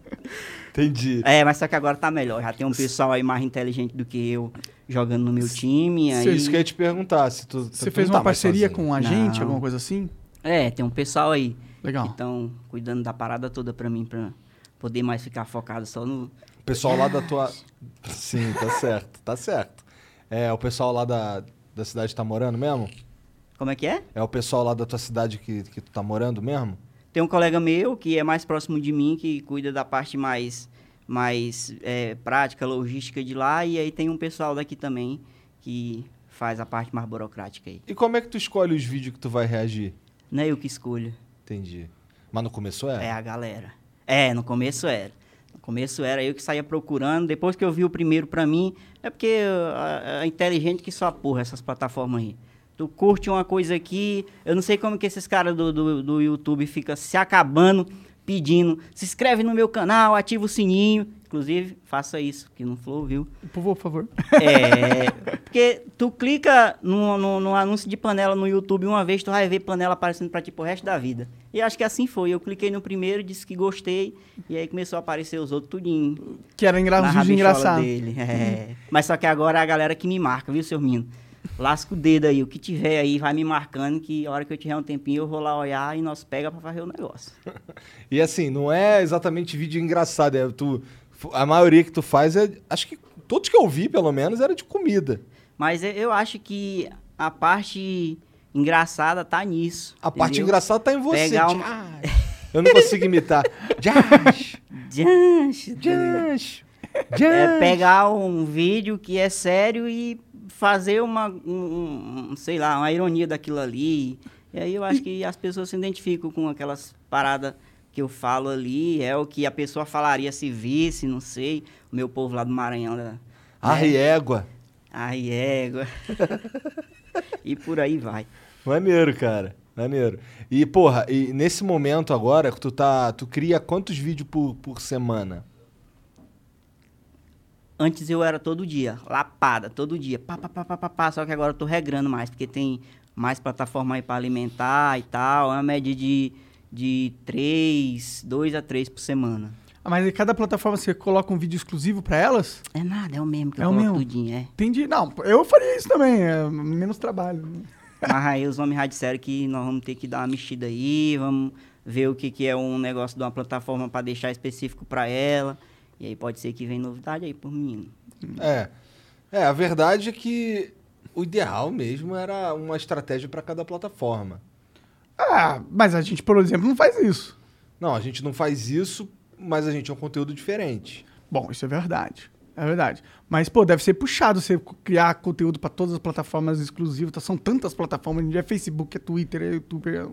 [SPEAKER 3] Entendi.
[SPEAKER 4] É, mas só que agora tá melhor. Já tem um pessoal aí mais inteligente do que eu jogando no meu time. Aí...
[SPEAKER 3] Isso que eu ia te perguntar. Se tu, tu
[SPEAKER 2] Você
[SPEAKER 3] não
[SPEAKER 2] fez
[SPEAKER 3] tá
[SPEAKER 2] uma
[SPEAKER 3] mais
[SPEAKER 2] parceria
[SPEAKER 3] sozinho.
[SPEAKER 2] com um agente,
[SPEAKER 4] Não. Então.
[SPEAKER 2] alguma coisa assim?
[SPEAKER 4] É, tem um pessoal aí que
[SPEAKER 2] Legal.
[SPEAKER 4] estão cuidando da parada toda pra mim, pra poder mais ficar focado só no.
[SPEAKER 3] O pessoal lá da tua. Sim, tá certo, tá certo. É o pessoal lá da, da cidade que tá morando mesmo?
[SPEAKER 4] Como é que é?
[SPEAKER 3] É o pessoal lá da tua cidade que, que tu tá morando mesmo?
[SPEAKER 4] Tem um colega meu que é mais próximo de mim, que cuida da parte mais, mais é, prática, logística de lá, e aí tem um pessoal daqui também que faz a parte mais burocrática aí.
[SPEAKER 3] E como é que tu escolhe os vídeos que tu vai reagir?
[SPEAKER 4] Não é eu que escolho,
[SPEAKER 3] Entendi. Mas no começo
[SPEAKER 4] é,
[SPEAKER 3] é?
[SPEAKER 4] a galera. É, no começo era. No começo era eu que saía procurando, depois que eu vi o primeiro pra mim, é porque é inteligente que só a porra essas plataformas aí. Tu curte uma coisa aqui, eu não sei como que esses caras do, do, do YouTube ficam se acabando, pedindo, se inscreve no meu canal, ativa o sininho. Inclusive, faça isso, que não flow, viu?
[SPEAKER 2] Por favor, por favor.
[SPEAKER 4] É, porque tu clica num, num- num anúncio de panela no YouTube uma vez, tu vai ver panela aparecendo pra ti pro resto da vida. E acho que assim foi. Eu cliquei no primeiro, disse que gostei, e aí começou a aparecer os outros tudinho.
[SPEAKER 2] Que era engra...
[SPEAKER 4] na
[SPEAKER 2] um vídeo
[SPEAKER 4] rabichola
[SPEAKER 2] engraçado.
[SPEAKER 4] Dele. É. Mas só que agora é a galera que me marca, viu, seu menino? Lasca o dedo aí, o que tiver aí, vai me marcando, que a hora que eu tiver um tempinho, eu vou lá olhar e nós pega pra fazer o negócio.
[SPEAKER 3] E assim, não é exatamente vídeo engraçado. É tu, a maioria que tu faz é. Acho que todos que eu vi, pelo menos, era de comida.
[SPEAKER 4] Mas eu- eu acho que a parte engraçada tá nisso.
[SPEAKER 3] A parte
[SPEAKER 4] entendeu?
[SPEAKER 3] engraçada tá em você.
[SPEAKER 4] Pegar uma-
[SPEAKER 3] Josh. Eu não consigo imitar. Josh!
[SPEAKER 4] Diante,
[SPEAKER 3] Josh!
[SPEAKER 4] É
[SPEAKER 3] Josh!
[SPEAKER 4] pegar um vídeo que é sério e fazer uma, um- um- sei lá, uma ironia daquilo ali. E aí eu acho que as pessoas se identificam com aquelas paradas que eu falo ali, é o que a pessoa falaria se visse, não sei. O meu povo lá do Maranhão, né?
[SPEAKER 3] Ai, égua.
[SPEAKER 4] ai égua. e por aí vai.
[SPEAKER 3] Maneiro, cara. Maneiro. E, porra, e nesse momento agora, que tu tá. Tu cria quantos vídeos por, por semana?
[SPEAKER 4] Antes eu era todo dia, lapada, todo dia, pá, pá, pá, pá, pá, pá, só que agora eu tô regrando mais, porque tem mais plataforma aí pra alimentar e tal, é uma média de, de três, dois a três por semana.
[SPEAKER 2] Ah, Mas em cada plataforma você coloca um vídeo exclusivo pra elas?
[SPEAKER 4] É nada, é o mesmo que
[SPEAKER 2] É
[SPEAKER 4] eu
[SPEAKER 2] o
[SPEAKER 4] coloco
[SPEAKER 2] mesmo?
[SPEAKER 4] tudinho, é.
[SPEAKER 2] Entendi. Não, eu faria isso também. É menos trabalho. né?
[SPEAKER 4] Mas aí os homens já disseram que nós vamos ter que dar uma mexida aí, vamos ver o que, que é um negócio de uma plataforma pra deixar específico pra ela, e aí pode ser que venha novidade aí pro menino.
[SPEAKER 3] É. É, a verdade é que o ideal mesmo era uma estratégia pra cada plataforma.
[SPEAKER 2] Ah, mas a gente, por exemplo, não faz isso.
[SPEAKER 3] Não, a gente não faz isso, mas a gente é um conteúdo diferente.
[SPEAKER 2] Bom, isso é verdade. É verdade. Mas, pô, deve ser puxado você c- criar conteúdo pra todas as plataformas exclusivas. tá? São tantas plataformas. É Facebook, é Twitter, é YouTube. é-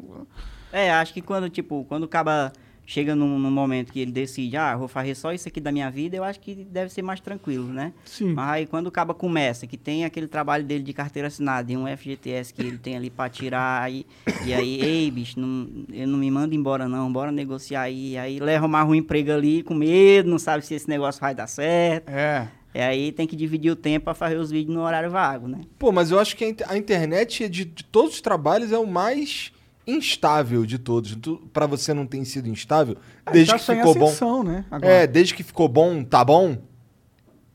[SPEAKER 4] É, acho que quando, tipo, quando o cara chega num, num momento que ele decide, ah, eu vou fazer só isso aqui da minha vida, eu acho que deve ser mais tranquilo, né?
[SPEAKER 2] Sim.
[SPEAKER 4] Mas aí quando o caba começa, que tem aquele trabalho dele de carteira assinada e um FGTS que ele tem ali pra tirar, aí, e aí, ei, bicho, não, eu não me mando embora não, bora negociar aí. Aí leva mais um emprego ali com medo, não sabe se esse negócio vai dar certo.
[SPEAKER 2] É.
[SPEAKER 4] E aí tem que dividir o tempo pra fazer os vídeos no horário vago, né?
[SPEAKER 3] Pô, mas eu acho que a in- a internet, é de, de todos os trabalhos, é o mais instável de todos. Tu, pra você não tem sido instável, desde
[SPEAKER 2] Tá
[SPEAKER 3] que
[SPEAKER 2] só em
[SPEAKER 3] ficou bom.
[SPEAKER 2] ascensão, né? Agora.
[SPEAKER 3] É, desde que ficou bom, tá bom?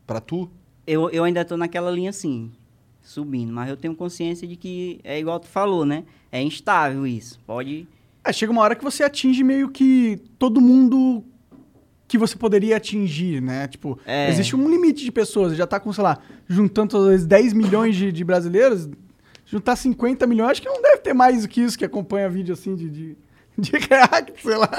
[SPEAKER 3] Pra tu?
[SPEAKER 4] eu, eu ainda tô naquela linha assim, subindo, mas eu tenho consciência de que é igual tu falou, né? É instável isso. Pode.
[SPEAKER 2] É, chega uma hora que você atinge meio que todo mundo que você poderia atingir, né? Tipo,
[SPEAKER 4] É.
[SPEAKER 2] existe um limite de pessoas. Já tá com, sei lá, juntando às vezes, 10 milhões de, de brasileiros, juntar 50 milhões, acho que não deve ter mais do que isso que acompanha vídeo assim de, de, de react, sei lá.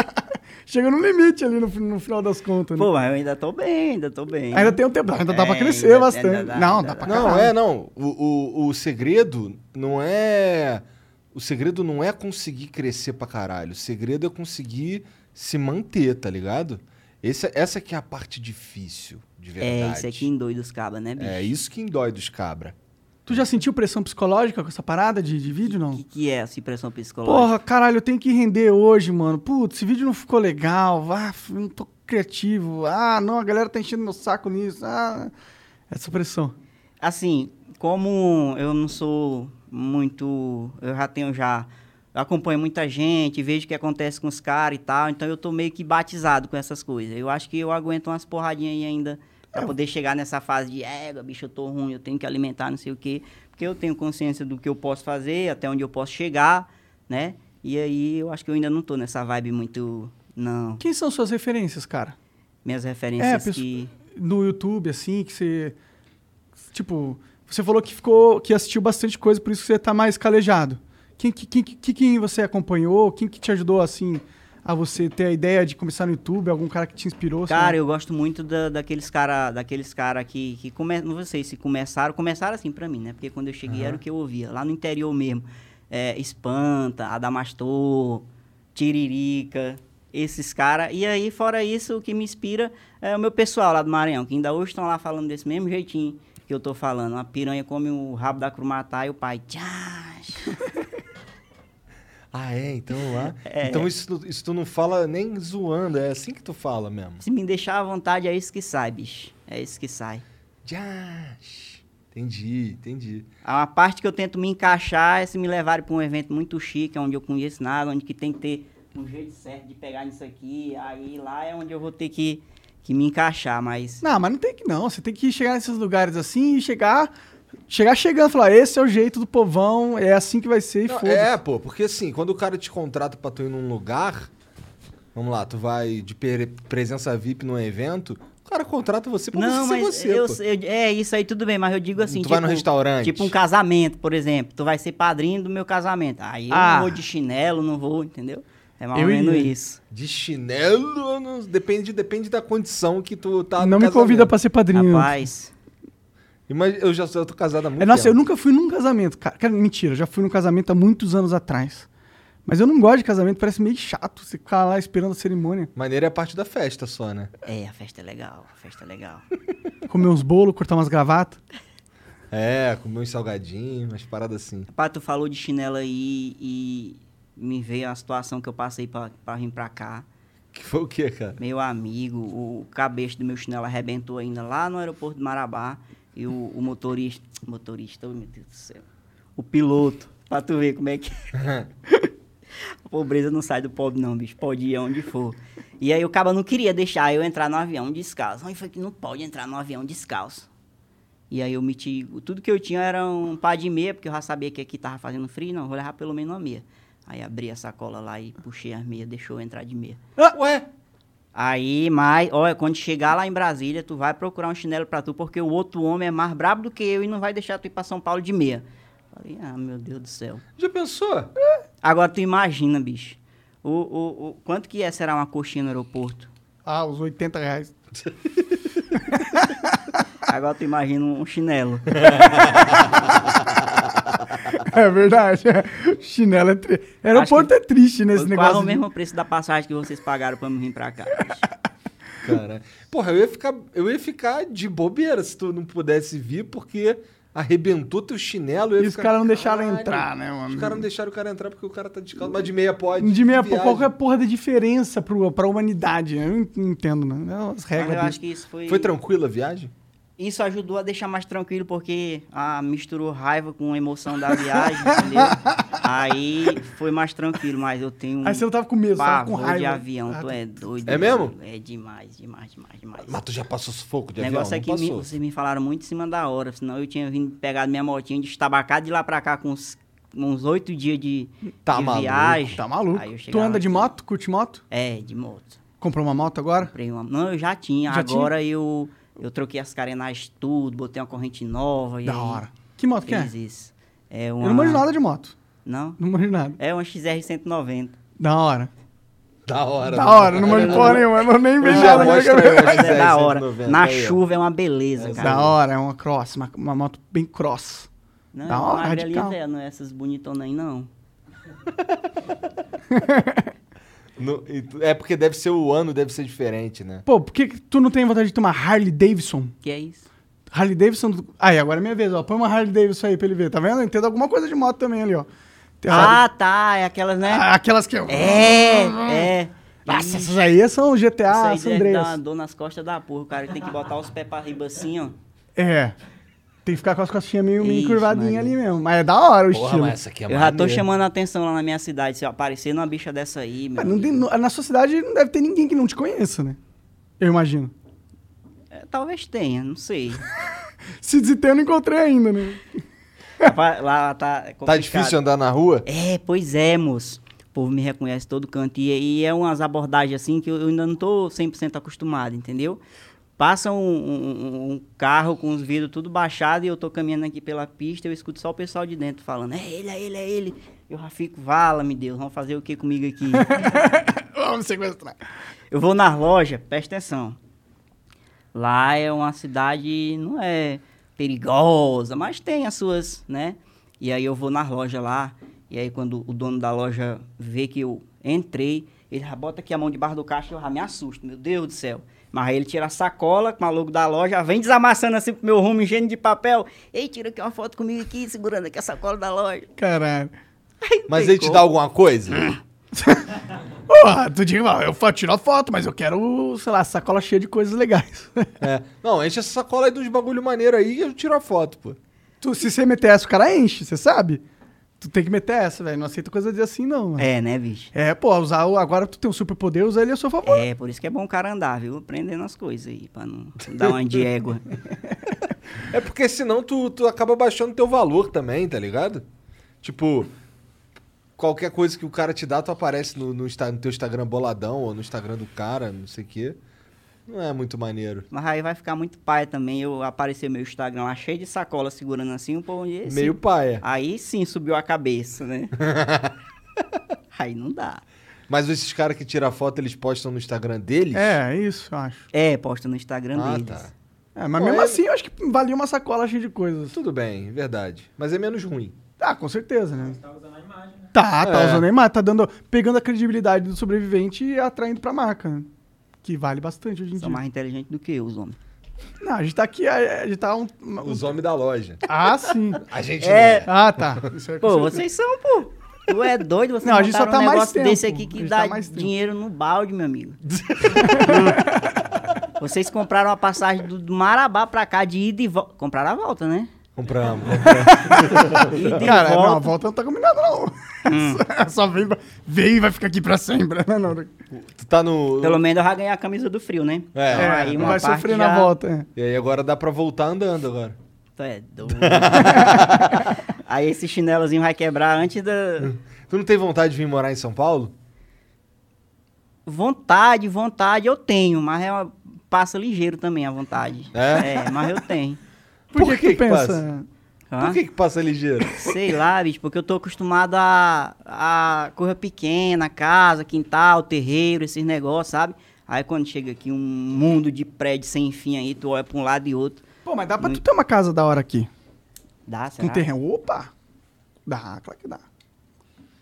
[SPEAKER 2] Chega no limite ali no, fi- no final das contas, né?
[SPEAKER 4] Pô, mas eu ainda tô bem, ainda tô bem.
[SPEAKER 2] Ainda tem um tempo, ainda dá pra
[SPEAKER 4] É,
[SPEAKER 2] crescer
[SPEAKER 4] ainda-
[SPEAKER 2] bastante.
[SPEAKER 4] ainda dá,
[SPEAKER 2] não,
[SPEAKER 4] ainda
[SPEAKER 2] dá
[SPEAKER 4] dá.
[SPEAKER 2] pra
[SPEAKER 3] Não,
[SPEAKER 2] caralho.
[SPEAKER 3] é, não. O, o, o segredo não é. O segredo não é conseguir crescer pra caralho. O segredo é conseguir se manter, tá ligado? Esse, essa que é a parte difícil, de verdade.
[SPEAKER 4] É, isso aqui endoida os cabas, né, bicho?
[SPEAKER 3] É isso que indói dos cabra.
[SPEAKER 2] Tu já sentiu pressão psicológica com essa parada de, de vídeo,
[SPEAKER 4] O
[SPEAKER 2] não?
[SPEAKER 4] que, que é essa pressão psicológica?
[SPEAKER 2] Porra, caralho, eu tenho que render hoje, mano. Putz, esse vídeo não ficou legal. Ah, f- não tô criativo. Ah, não, a galera tá enchendo meu saco nisso. Ah, essa pressão.
[SPEAKER 4] Assim, como eu não sou muito. Eu já tenho já. Eu acompanho muita gente, vejo o que acontece com os caras e tal, então eu tô meio que batizado com essas coisas. Eu acho que eu aguento umas porradinhas aí ainda pra poder chegar nessa fase de égua, bicho, eu tô ruim, eu tenho que alimentar, não sei o quê. Porque eu tenho consciência do que eu posso fazer, até onde eu posso chegar, né? E aí eu acho que eu ainda não tô nessa vibe muito. Não.
[SPEAKER 2] Quem são suas referências, cara?
[SPEAKER 4] Minhas referências
[SPEAKER 2] pessoa-
[SPEAKER 4] que.
[SPEAKER 2] No YouTube, assim, que você. Tipo, você falou que ficou. que assistiu bastante coisa, por isso que você tá mais calejado. Quem, que- quem, que- que- quem você acompanhou? Quem que te ajudou, assim, a você ter a ideia de começar no YouTube? Algum cara que te inspirou? assim? sei lá?
[SPEAKER 4] Cara, eu gosto muito da- daqueles cara, daqueles cara que, que come, não sei se começaram, começaram assim pra mim, né? Porque quando eu cheguei era o que eu ouvia, lá no interior mesmo. É, Espanta, Adamastor, Tiririca, esses caras. E aí, fora isso, o que me inspira é o meu pessoal lá do Maranhão, que ainda hoje estão lá falando desse mesmo jeitinho que eu tô falando. A piranha come o rabo da crumatá e o pai... Tchás.
[SPEAKER 3] Ah, é? Então lá. Então isso, tu- isso tu não fala nem zoando, é assim que tu fala mesmo.
[SPEAKER 4] Se me deixar à vontade, é isso que sai, bicho. É isso que sai.
[SPEAKER 3] Josh. Entendi, entendi.
[SPEAKER 4] A parte que eu tento me encaixar é se me levarem para um evento muito chique, onde eu conheço nada, onde que tem que ter um jeito certo de pegar nisso aqui. Aí lá é onde eu vou ter que, que me encaixar, mas.
[SPEAKER 2] Não, mas não tem que não. Você tem que chegar nesses lugares assim e chegar. Chegar chegando, falar, esse é o jeito do povão, é assim que vai ser e
[SPEAKER 3] Não,
[SPEAKER 2] foda-se.
[SPEAKER 3] é, pô, porque assim, quando o cara te contrata pra tu ir num lugar, vamos lá, tu vai de pere- presença VIP num evento, o cara contrata você pra
[SPEAKER 4] não,
[SPEAKER 3] você ser
[SPEAKER 4] mas
[SPEAKER 3] você,
[SPEAKER 4] eu,
[SPEAKER 3] pô.
[SPEAKER 4] eu- é isso aí, tudo bem, mas eu digo assim.
[SPEAKER 3] Tu vai no restaurante.
[SPEAKER 4] Tipo um casamento, por exemplo. Tu vai ser padrinho do meu casamento. Aí eu
[SPEAKER 2] Ah.
[SPEAKER 4] não vou de chinelo, não vou, entendeu? É mais
[SPEAKER 2] Eu
[SPEAKER 4] ou menos
[SPEAKER 2] iria.
[SPEAKER 4] isso.
[SPEAKER 3] De chinelo, não- depende, depende da condição que tu tá no
[SPEAKER 2] não me
[SPEAKER 3] casamento.
[SPEAKER 2] convida pra ser padrinho.
[SPEAKER 4] Rapaz.
[SPEAKER 3] Imag- eu já eu tô casado há muito
[SPEAKER 2] É, nossa, eu
[SPEAKER 3] tempo.
[SPEAKER 2] nunca fui num casamento, cara. Cara, Mentira, eu já fui num casamento há muitos anos atrás. Mas eu não gosto de casamento, parece meio chato você ficar lá esperando a cerimônia.
[SPEAKER 3] Maneira é parte da festa só, né?
[SPEAKER 4] É, a festa é legal, a festa é legal.
[SPEAKER 2] Comer uns bolos, cortar umas gravatas.
[SPEAKER 3] É, comer uns salgadinhos, umas paradas assim.
[SPEAKER 4] Rapaz, tu falou de chinelo aí e me veio a situação que eu passei pra, pra vir pra cá.
[SPEAKER 3] Que foi o quê, cara?
[SPEAKER 4] Meu amigo, o cabeça do meu chinelo arrebentou ainda lá no aeroporto de Marabá. E o, o motorista, motorista, oh, meu Deus do céu. O piloto, pra tu ver como é que a pobreza não sai do pobre não, bicho. Pode ir aonde for. E aí o cara não queria deixar eu entrar no avião descalço. Aí foi que não pode entrar no avião descalço. E aí eu meti. Tudo que eu tinha era um par de meia, porque eu já sabia que aqui tava fazendo frio, não, vou levar pelo menos uma meia. Aí abri a sacola lá e puxei as meias, deixou eu entrar de meia.
[SPEAKER 3] Ué?
[SPEAKER 4] Aí, mas, olha, quando chegar lá em Brasília, tu vai procurar um chinelo pra tu, porque o outro homem é mais brabo do que eu e não vai deixar tu ir pra São Paulo de meia. Falei, ah, meu Deus do céu.
[SPEAKER 3] Já pensou?
[SPEAKER 4] Agora tu imagina, bicho. O, o, o- quanto que é, será uma coxinha no aeroporto?
[SPEAKER 2] Ah, os 80 reais.
[SPEAKER 4] Agora tu imagina um chinelo.
[SPEAKER 2] É verdade. Chinelo é triste. Aeroporto é triste nesse
[SPEAKER 4] Foi
[SPEAKER 2] negócio.
[SPEAKER 4] quase o
[SPEAKER 2] de-
[SPEAKER 4] mesmo preço da passagem que vocês pagaram pra mim vir pra cá. bicho.
[SPEAKER 3] Cara, porra, eu ia ficar, eu ia ficar de bobeira se tu não pudesse vir porque arrebentou teu chinelo. eu ia
[SPEAKER 2] E os
[SPEAKER 3] ficar,
[SPEAKER 2] caras não deixaram
[SPEAKER 3] "Caralho,
[SPEAKER 2] entrar, né, mano?"
[SPEAKER 3] Os caras não deixaram o cara entrar porque o cara tá descalço, mas de meia pode.
[SPEAKER 2] De meia,
[SPEAKER 3] que
[SPEAKER 2] pô, qual
[SPEAKER 3] viagem.
[SPEAKER 2] que é a porra da diferença pro, pra humanidade? Eu não não entendo, né? As
[SPEAKER 4] Mas
[SPEAKER 2] regras.
[SPEAKER 4] eu acho
[SPEAKER 2] deles.
[SPEAKER 4] que isso foi...
[SPEAKER 3] Foi tranquila a viagem?
[SPEAKER 4] Isso ajudou a deixar mais tranquilo, porque ah, misturou raiva com a emoção da viagem, entendeu? Aí foi mais tranquilo, mas eu tenho um
[SPEAKER 2] Aí você não tava com medo, você tava com
[SPEAKER 4] pavor
[SPEAKER 2] raiva.
[SPEAKER 4] de avião,
[SPEAKER 2] Ah,
[SPEAKER 4] tu
[SPEAKER 2] tá.
[SPEAKER 4] é doido.
[SPEAKER 3] É mesmo?
[SPEAKER 4] velho. É demais, demais, demais, demais.
[SPEAKER 3] Mas tu já passou sufoco de
[SPEAKER 4] o negócio é
[SPEAKER 3] avião?
[SPEAKER 4] que
[SPEAKER 3] Não
[SPEAKER 4] me-
[SPEAKER 3] passou.
[SPEAKER 4] vocês me falaram muito em cima da hora, senão eu tinha vindo pegar minha motinha destabacada de lá pra cá com uns uns oito dias de,
[SPEAKER 3] Tá
[SPEAKER 4] de
[SPEAKER 3] maluco,
[SPEAKER 4] viagem.
[SPEAKER 2] Tá maluco.
[SPEAKER 4] Aí eu chegava
[SPEAKER 2] Tu anda de
[SPEAKER 4] aqui-
[SPEAKER 2] moto? Curte moto?
[SPEAKER 4] É, de moto.
[SPEAKER 2] Comprou uma moto agora?
[SPEAKER 4] Comprei uma. Não, eu já tinha.
[SPEAKER 2] Já
[SPEAKER 4] Agora eu eu troquei as carenagens tudo, botei uma corrente nova. e
[SPEAKER 2] Da
[SPEAKER 4] aí-
[SPEAKER 2] hora. Que moto que é?
[SPEAKER 4] Fez isso. É uma...
[SPEAKER 2] Eu não manjo nada de moto.
[SPEAKER 4] Não?
[SPEAKER 2] Não manjo nada.
[SPEAKER 4] É uma XR190.
[SPEAKER 2] Da hora.
[SPEAKER 3] Da hora.
[SPEAKER 2] Da
[SPEAKER 3] né?
[SPEAKER 2] hora, não manjo porra nenhuma. Eu nem vejo
[SPEAKER 3] já
[SPEAKER 2] nada na minha
[SPEAKER 3] mostro
[SPEAKER 2] cabeça.
[SPEAKER 3] eu.
[SPEAKER 4] Mas é da hora.
[SPEAKER 3] 190,
[SPEAKER 4] Na
[SPEAKER 3] aí, ó.
[SPEAKER 4] chuva é uma beleza, cara.
[SPEAKER 2] Da hora, é uma cross, uma, uma moto bem cross.
[SPEAKER 4] Não,
[SPEAKER 2] Da
[SPEAKER 4] é uma
[SPEAKER 2] hora,
[SPEAKER 4] magrelinha
[SPEAKER 2] radical.
[SPEAKER 4] velha, não é essas bonitonas aí, não.
[SPEAKER 3] No- e tu- é porque deve ser o ano, deve ser diferente, né?
[SPEAKER 2] Pô, por que que tu não tem vontade de tomar Harley Davidson?
[SPEAKER 4] Que é isso?
[SPEAKER 2] Harley Davidson. do- Aí, agora é minha vez, ó. Põe uma Harley Davidson aí pra ele ver, tá vendo? Eu Entendo alguma coisa de moto também ali, ó. Tem-
[SPEAKER 4] Ah, tá. É aquelas, né?
[SPEAKER 2] Ah, Aquelas que.
[SPEAKER 4] É, é.
[SPEAKER 2] Nossa, essas aí são
[SPEAKER 4] Isso
[SPEAKER 2] GTA,
[SPEAKER 4] aí é
[SPEAKER 2] San
[SPEAKER 4] deve dar
[SPEAKER 2] Andreas.
[SPEAKER 4] uma dor nas costas da porra. O cara tem que botar os pés pra riba assim, ó.
[SPEAKER 2] É. Tem que ficar com as costinhas meio, meio
[SPEAKER 4] Ixi,
[SPEAKER 2] curvadinhas
[SPEAKER 4] Maria.
[SPEAKER 2] ali mesmo. Mas é da hora o
[SPEAKER 3] Porra,
[SPEAKER 2] estilo.
[SPEAKER 3] mas essa aqui é
[SPEAKER 4] eu já tô
[SPEAKER 3] maneira.
[SPEAKER 4] chamando a atenção lá na minha cidade. Se eu aparecer numa bicha dessa aí, meu.
[SPEAKER 2] Ah, não tem-
[SPEAKER 4] amigo.
[SPEAKER 2] não- na sua cidade não deve ter ninguém que não te conheça, né? Eu imagino.
[SPEAKER 4] É, talvez tenha, não sei.
[SPEAKER 2] Se desitei, eu não encontrei ainda, né?
[SPEAKER 4] Rapaz, lá tá. é
[SPEAKER 3] Tá
[SPEAKER 4] complicado.
[SPEAKER 3] difícil andar na rua?
[SPEAKER 4] É, pois é, moço. O povo me reconhece todo canto. E, e é umas abordagens assim que eu, eu ainda não tô 100% acostumado, entendeu? Passa um, um- um carro com os vidros tudo baixado e eu tô caminhando aqui pela pista, eu escuto só o pessoal de dentro falando, é ele, é ele, é ele. Eu já fico, vala, me Deus, vão fazer o que comigo aqui?
[SPEAKER 2] Vamos sequestrar.
[SPEAKER 4] Eu vou na loja, presta atenção. Lá é uma cidade, não é perigosa, mas tem as suas, né? E aí eu vou na loja lá, e aí quando o dono da loja vê que eu entrei, ele já bota aqui a mão debaixo do caixa e eu já me assusto, meu Deus do céu. Mas aí ele tira a sacola com a logo da loja, vem desamassando assim pro meu rumo, engenho de papel. Ei, tira aqui uma foto comigo aqui, segurando aqui a sacola da loja.
[SPEAKER 2] Caralho.
[SPEAKER 3] Mas
[SPEAKER 4] tem
[SPEAKER 3] ele te
[SPEAKER 4] como.
[SPEAKER 3] dá alguma coisa?
[SPEAKER 2] Porra, tu diz, "Ah, eu fa- tiro a foto, mas eu quero, sei lá, sacola cheia de coisas legais.
[SPEAKER 3] É. Não, enche essa sacola aí de uns bagulho maneiro aí e eu tiro a foto, pô.
[SPEAKER 2] tu, se você meter essa, o cara enche, você sabe? Tu tem que meter essa, velho. Não aceita coisa de assim, não,
[SPEAKER 3] um-
[SPEAKER 2] mano. É,
[SPEAKER 4] É, né, bicho?
[SPEAKER 2] pô, usar o, agora tu tem um superpoder, usa ele a seu favor.
[SPEAKER 4] É, por isso que é bom o cara andar, viu? Aprendendo as coisas aí, pra não dar uma de égua.
[SPEAKER 3] É porque senão tu, tu acaba baixando teu valor também, tá ligado? Tipo, qualquer coisa que o cara te dá, tu aparece no, no, Insta- no teu Instagram boladão ou no Instagram do cara, não sei o quê. Não é muito maneiro.
[SPEAKER 4] Mas aí vai ficar muito pai também. Eu aparecer meu Instagram lá cheio de sacola segurando assim, um pouco de.
[SPEAKER 3] Meio paia.
[SPEAKER 4] Aí sim subiu a cabeça, né? aí não dá.
[SPEAKER 3] Mas esses caras que tiram foto, eles postam no Instagram deles?
[SPEAKER 2] É, isso, eu acho.
[SPEAKER 4] É, posta no Instagram
[SPEAKER 3] Ah,
[SPEAKER 4] deles.
[SPEAKER 3] tá.
[SPEAKER 2] É, mas
[SPEAKER 3] Pô,
[SPEAKER 2] mesmo
[SPEAKER 3] é-
[SPEAKER 2] assim, eu acho que valia uma sacola cheia de coisas.
[SPEAKER 3] Tudo bem, verdade. Mas é menos ruim.
[SPEAKER 2] Ah, com certeza, né? Tá usando a imagem, né? Tá, tá
[SPEAKER 3] É.
[SPEAKER 2] usando a imagem, tá dando, pegando a credibilidade do sobrevivente e atraindo pra marca, né? Que vale bastante hoje em
[SPEAKER 4] São
[SPEAKER 2] dia.
[SPEAKER 4] mais inteligentes do que eu, os homens.
[SPEAKER 2] Não, a gente tá aqui, a, a gente tá um. um-
[SPEAKER 3] Os homens da loja.
[SPEAKER 2] Ah, sim.
[SPEAKER 3] A gente
[SPEAKER 4] É.
[SPEAKER 3] não
[SPEAKER 2] Ah, tá. Isso é com
[SPEAKER 4] Pô,
[SPEAKER 2] certeza.
[SPEAKER 4] vocês são, pô. Tu é doido, você
[SPEAKER 2] Não, a gente só tá
[SPEAKER 4] um
[SPEAKER 2] mais
[SPEAKER 4] negócio
[SPEAKER 2] tempo.
[SPEAKER 4] desse aqui
[SPEAKER 2] A
[SPEAKER 4] que
[SPEAKER 2] gente
[SPEAKER 4] dá
[SPEAKER 2] tá mais tempo.
[SPEAKER 4] dinheiro no balde, meu amigo. Hum. Vocês compraram a passagem do do Marabá pra cá de ida e volta. Compraram a volta, né?
[SPEAKER 3] Compramos.
[SPEAKER 4] Ida e
[SPEAKER 2] Cara,
[SPEAKER 4] volta.
[SPEAKER 2] não, a volta não tá combinada, não. Só vem, pra- vem e vai ficar aqui pra sempre. Não, não.
[SPEAKER 3] tu tá no.
[SPEAKER 4] Pelo menos eu já ganhei a camisa do frio, né?
[SPEAKER 3] É.
[SPEAKER 2] É,
[SPEAKER 4] Aí
[SPEAKER 2] não
[SPEAKER 4] uma
[SPEAKER 2] vai
[SPEAKER 4] parte
[SPEAKER 2] sofrer
[SPEAKER 4] já-
[SPEAKER 2] na volta. é.
[SPEAKER 3] E aí agora dá pra voltar andando agora.
[SPEAKER 4] Tu é doido. Aí esse chinelozinho vai quebrar antes da.
[SPEAKER 3] Tu não tem vontade de vir morar em São Paulo?
[SPEAKER 4] Vontade, vontade eu tenho, mas é uma- passa ligeiro também a vontade.
[SPEAKER 3] É?
[SPEAKER 4] mas eu tenho.
[SPEAKER 2] Por,
[SPEAKER 3] Por
[SPEAKER 2] que,
[SPEAKER 3] que
[SPEAKER 2] que,
[SPEAKER 3] que
[SPEAKER 2] tu pensa?
[SPEAKER 3] passa?
[SPEAKER 4] Hã?
[SPEAKER 3] Por que que passa ligeiro?
[SPEAKER 4] Sei lá, bicho, porque eu tô acostumado a, a coisa pequena, casa, quintal, terreiro, esses negócios, sabe? Aí quando chega aqui um mundo de prédio sem fim aí, tu olha pra um lado e outro.
[SPEAKER 2] Pô, mas dá pra tu ter uma casa da hora aqui.
[SPEAKER 4] Dá,
[SPEAKER 2] Com
[SPEAKER 4] será?
[SPEAKER 2] terreno. Opa! Dá, claro que dá.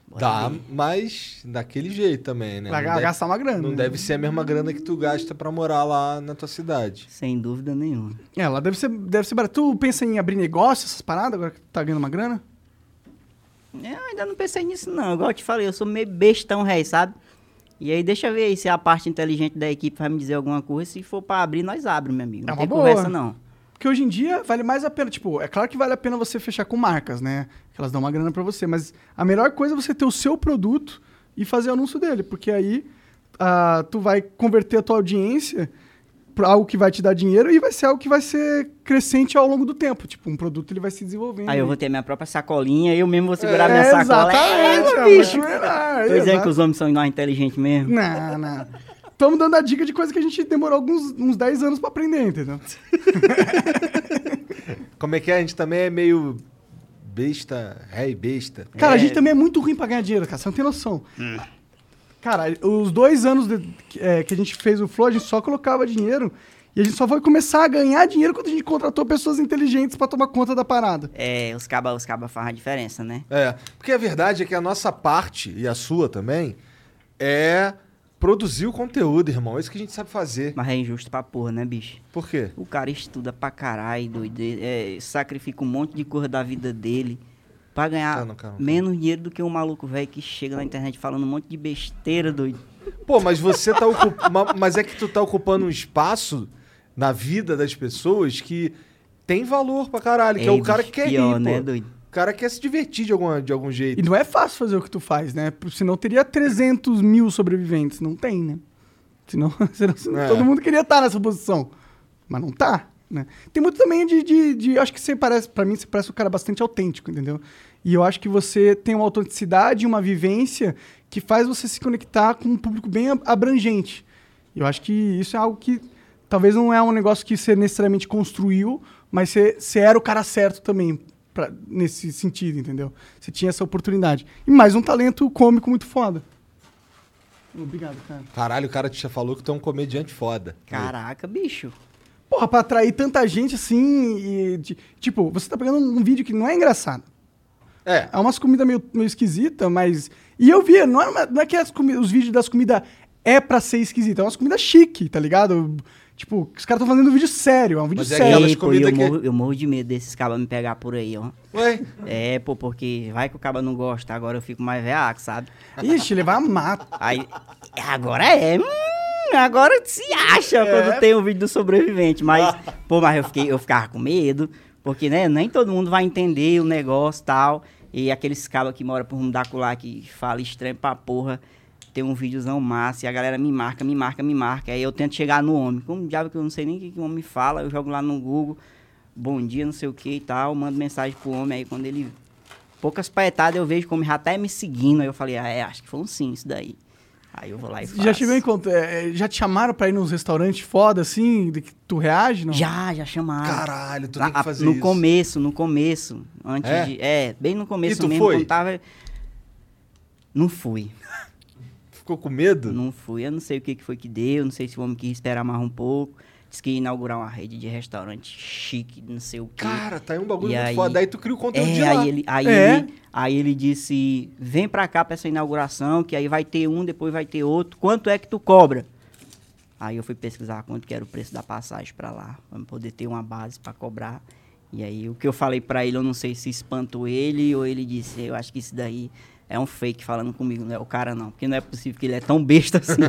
[SPEAKER 4] Bora
[SPEAKER 3] Dá,
[SPEAKER 4] ver.
[SPEAKER 3] mas daquele jeito também, né?
[SPEAKER 2] Vai
[SPEAKER 3] não deve,
[SPEAKER 2] gastar uma grana.
[SPEAKER 3] não
[SPEAKER 2] né?
[SPEAKER 3] deve ser a mesma grana que tu gasta pra morar lá na tua cidade.
[SPEAKER 4] Sem dúvida nenhuma.
[SPEAKER 2] É, lá deve ser, deve ser barato. Tu pensa em abrir negócio, essas paradas, agora que tu tá ganhando uma grana?
[SPEAKER 4] Eu ainda não pensei nisso, não. Igual eu te falei, eu sou meio bestão, rei, sabe? E aí, deixa eu ver aí se a parte inteligente da equipe vai me dizer alguma coisa. Se for pra abrir, nós abrimos, meu amigo.
[SPEAKER 2] É
[SPEAKER 4] Não
[SPEAKER 2] uma
[SPEAKER 4] tem
[SPEAKER 2] boa.
[SPEAKER 4] conversa, não.
[SPEAKER 2] Porque hoje em dia vale mais a pena, tipo, é claro que vale a pena você fechar com marcas, né? Que elas dão uma grana pra você, mas a melhor coisa é você ter o seu produto e fazer o anúncio dele, porque aí ah, tu vai converter a tua audiência para algo que vai te dar dinheiro e vai ser algo que vai ser crescente ao longo do tempo. Tipo, um produto ele vai se desenvolvendo.
[SPEAKER 4] Aí eu vou ter minha própria sacolinha, eu mesmo vou segurar
[SPEAKER 2] É,
[SPEAKER 4] minha sacola. É,
[SPEAKER 2] Exatamente,
[SPEAKER 4] meu
[SPEAKER 2] é,
[SPEAKER 4] bicho.
[SPEAKER 2] é,
[SPEAKER 4] Tô dizendo
[SPEAKER 2] exato.
[SPEAKER 4] que os homens são nós inteligentes mesmo.
[SPEAKER 2] Não, não. Estamos dando a dica de coisa que a gente demorou alguns, uns 10 anos pra aprender, entendeu?
[SPEAKER 3] Como é que é? A gente também é meio besta, rei besta.
[SPEAKER 2] Cara, a
[SPEAKER 4] É.
[SPEAKER 2] gente também é muito ruim pra ganhar dinheiro, cara. Você não tem noção. Cara, os dois anos de- que, é, que a gente fez o Flow, a gente só colocava dinheiro e a gente só foi começar a ganhar dinheiro quando a gente contratou pessoas inteligentes pra tomar conta da parada.
[SPEAKER 4] É, os cabas os caba fazem a diferença, né?
[SPEAKER 3] É, porque a verdade é que a nossa parte, e a sua também, é Produzir o conteúdo, irmão. É isso que a gente sabe fazer.
[SPEAKER 4] Mas é injusto pra porra, né, bicho?
[SPEAKER 3] Por quê?
[SPEAKER 4] O cara estuda pra caralho, doido. é, sacrifica um monte de coisa da vida dele pra
[SPEAKER 2] Tá,
[SPEAKER 4] ganhar
[SPEAKER 3] Calma, calma, calma.
[SPEAKER 4] Ah, menos dinheiro do que um maluco velho que chega na internet falando um monte de besteira, doido.
[SPEAKER 3] Pô, mas você tá ocupando. Mas é que tu tá ocupando um espaço na vida das pessoas que tem valor pra caralho. Que é,
[SPEAKER 4] Ei,
[SPEAKER 3] o cara que
[SPEAKER 4] bicho,
[SPEAKER 3] quer
[SPEAKER 4] pior,
[SPEAKER 3] rir,
[SPEAKER 4] né,
[SPEAKER 3] pô.
[SPEAKER 4] doido?
[SPEAKER 3] O cara quer se divertir de, alguma, de algum jeito.
[SPEAKER 2] E não é fácil fazer o que tu faz, né? Por- Senão teria 300 mil sobreviventes. Não tem, né? Senão, senão, senão
[SPEAKER 3] É.
[SPEAKER 2] todo mundo queria estar nessa posição. Mas não tá, né? Tem muito também de... de, de- acho que você parece... Pra mim, você parece um cara bastante autêntico, entendeu? E eu acho que você tem uma autenticidade e uma vivência que faz você se conectar com um público bem ab- abrangente. Eu acho que isso é algo que talvez não é um negócio que você necessariamente construiu, mas você, você era o cara certo também pra- nesse sentido, entendeu? Você tinha essa oportunidade. E mais um talento cômico muito foda. Obrigado, cara.
[SPEAKER 3] Caralho, o cara te falou que tu é um comediante foda.
[SPEAKER 4] Caraca, bicho.
[SPEAKER 2] Porra, pra atrair tanta gente assim e. de- tipo, você tá pegando um vídeo que não é engraçado.
[SPEAKER 3] É.
[SPEAKER 2] É umas comidas meio, meio esquisitas, mas. E eu via, não, era uma- não é que as comi- os vídeos das comidas é pra ser esquisito, é umas comidas chique, tá ligado? Tipo, os caras estão fazendo um vídeo sério, é um vídeo
[SPEAKER 3] Mas é
[SPEAKER 2] sério.
[SPEAKER 3] aquelas
[SPEAKER 4] Ei, pô,
[SPEAKER 3] comidas
[SPEAKER 4] eu,
[SPEAKER 3] que- é-
[SPEAKER 4] morro, eu morro de medo desses cabas me pegar por aí, ó.
[SPEAKER 3] Ué?
[SPEAKER 4] É, pô, porque vai que o caba não gosta, agora eu fico mais veaco, sabe?
[SPEAKER 2] Ixi, levar a mata.
[SPEAKER 4] Aí, agora é, hum, agora se acha quando tem um vídeo do sobrevivente, mas, pô, mas eu, fiquei, eu ficava com medo, porque, né, nem todo mundo vai entender o negócio e tal, e aqueles cabas que mora por Rundacular, que fala estranho pra porra, tem um videozão massa, e a galera me marca, me marca, me marca, aí eu tento chegar no homem, como diabo que eu não sei nem o que, que o homem fala, eu jogo lá no Google, bom dia, não sei o que e tal, mando mensagem pro homem, aí quando ele... Poucas paetadas eu vejo como ele já tá me seguindo. Aí eu falei, ah, é, acho que foi um sim isso daí. Aí eu vou lá e faço.
[SPEAKER 2] Já tive em conta, é, é, já te chamaram pra ir nos restaurantes foda assim, de que tu reage, não?
[SPEAKER 4] Já, já chamaram.
[SPEAKER 3] Caralho, tu
[SPEAKER 4] Lá-
[SPEAKER 3] tem que fazer
[SPEAKER 4] Ah. No
[SPEAKER 3] isso.
[SPEAKER 4] começo, no começo. Antes
[SPEAKER 3] É?
[SPEAKER 4] de. É, bem no começo
[SPEAKER 3] tu
[SPEAKER 4] mesmo,
[SPEAKER 3] foi?
[SPEAKER 4] quando tava. Não fui.
[SPEAKER 3] Ficou com medo?
[SPEAKER 4] Não fui. Eu não sei o que, que foi que deu. Não sei se o homem quis esperar mais um pouco. Diz que ia inaugurar uma rede de restaurante chique, não sei o que.
[SPEAKER 3] Cara, tá aí um bagulho
[SPEAKER 4] E
[SPEAKER 3] muito
[SPEAKER 4] aí-
[SPEAKER 3] foda. Aí tu cria o conteúdo de
[SPEAKER 4] É,
[SPEAKER 3] lá.
[SPEAKER 4] aí ele, aí,
[SPEAKER 2] É.
[SPEAKER 4] ele, aí ele disse: vem pra cá pra essa inauguração, que aí vai ter um, depois vai ter outro. Quanto é que tu cobra? Aí eu fui pesquisar quanto que era o preço da passagem pra lá, pra eu poder ter uma base pra cobrar. E aí o que eu falei pra ele, eu não sei se espantou ele ou ele disse: eu acho que isso daí é um fake falando comigo, não é o cara não, porque não é possível que ele é tão besta assim.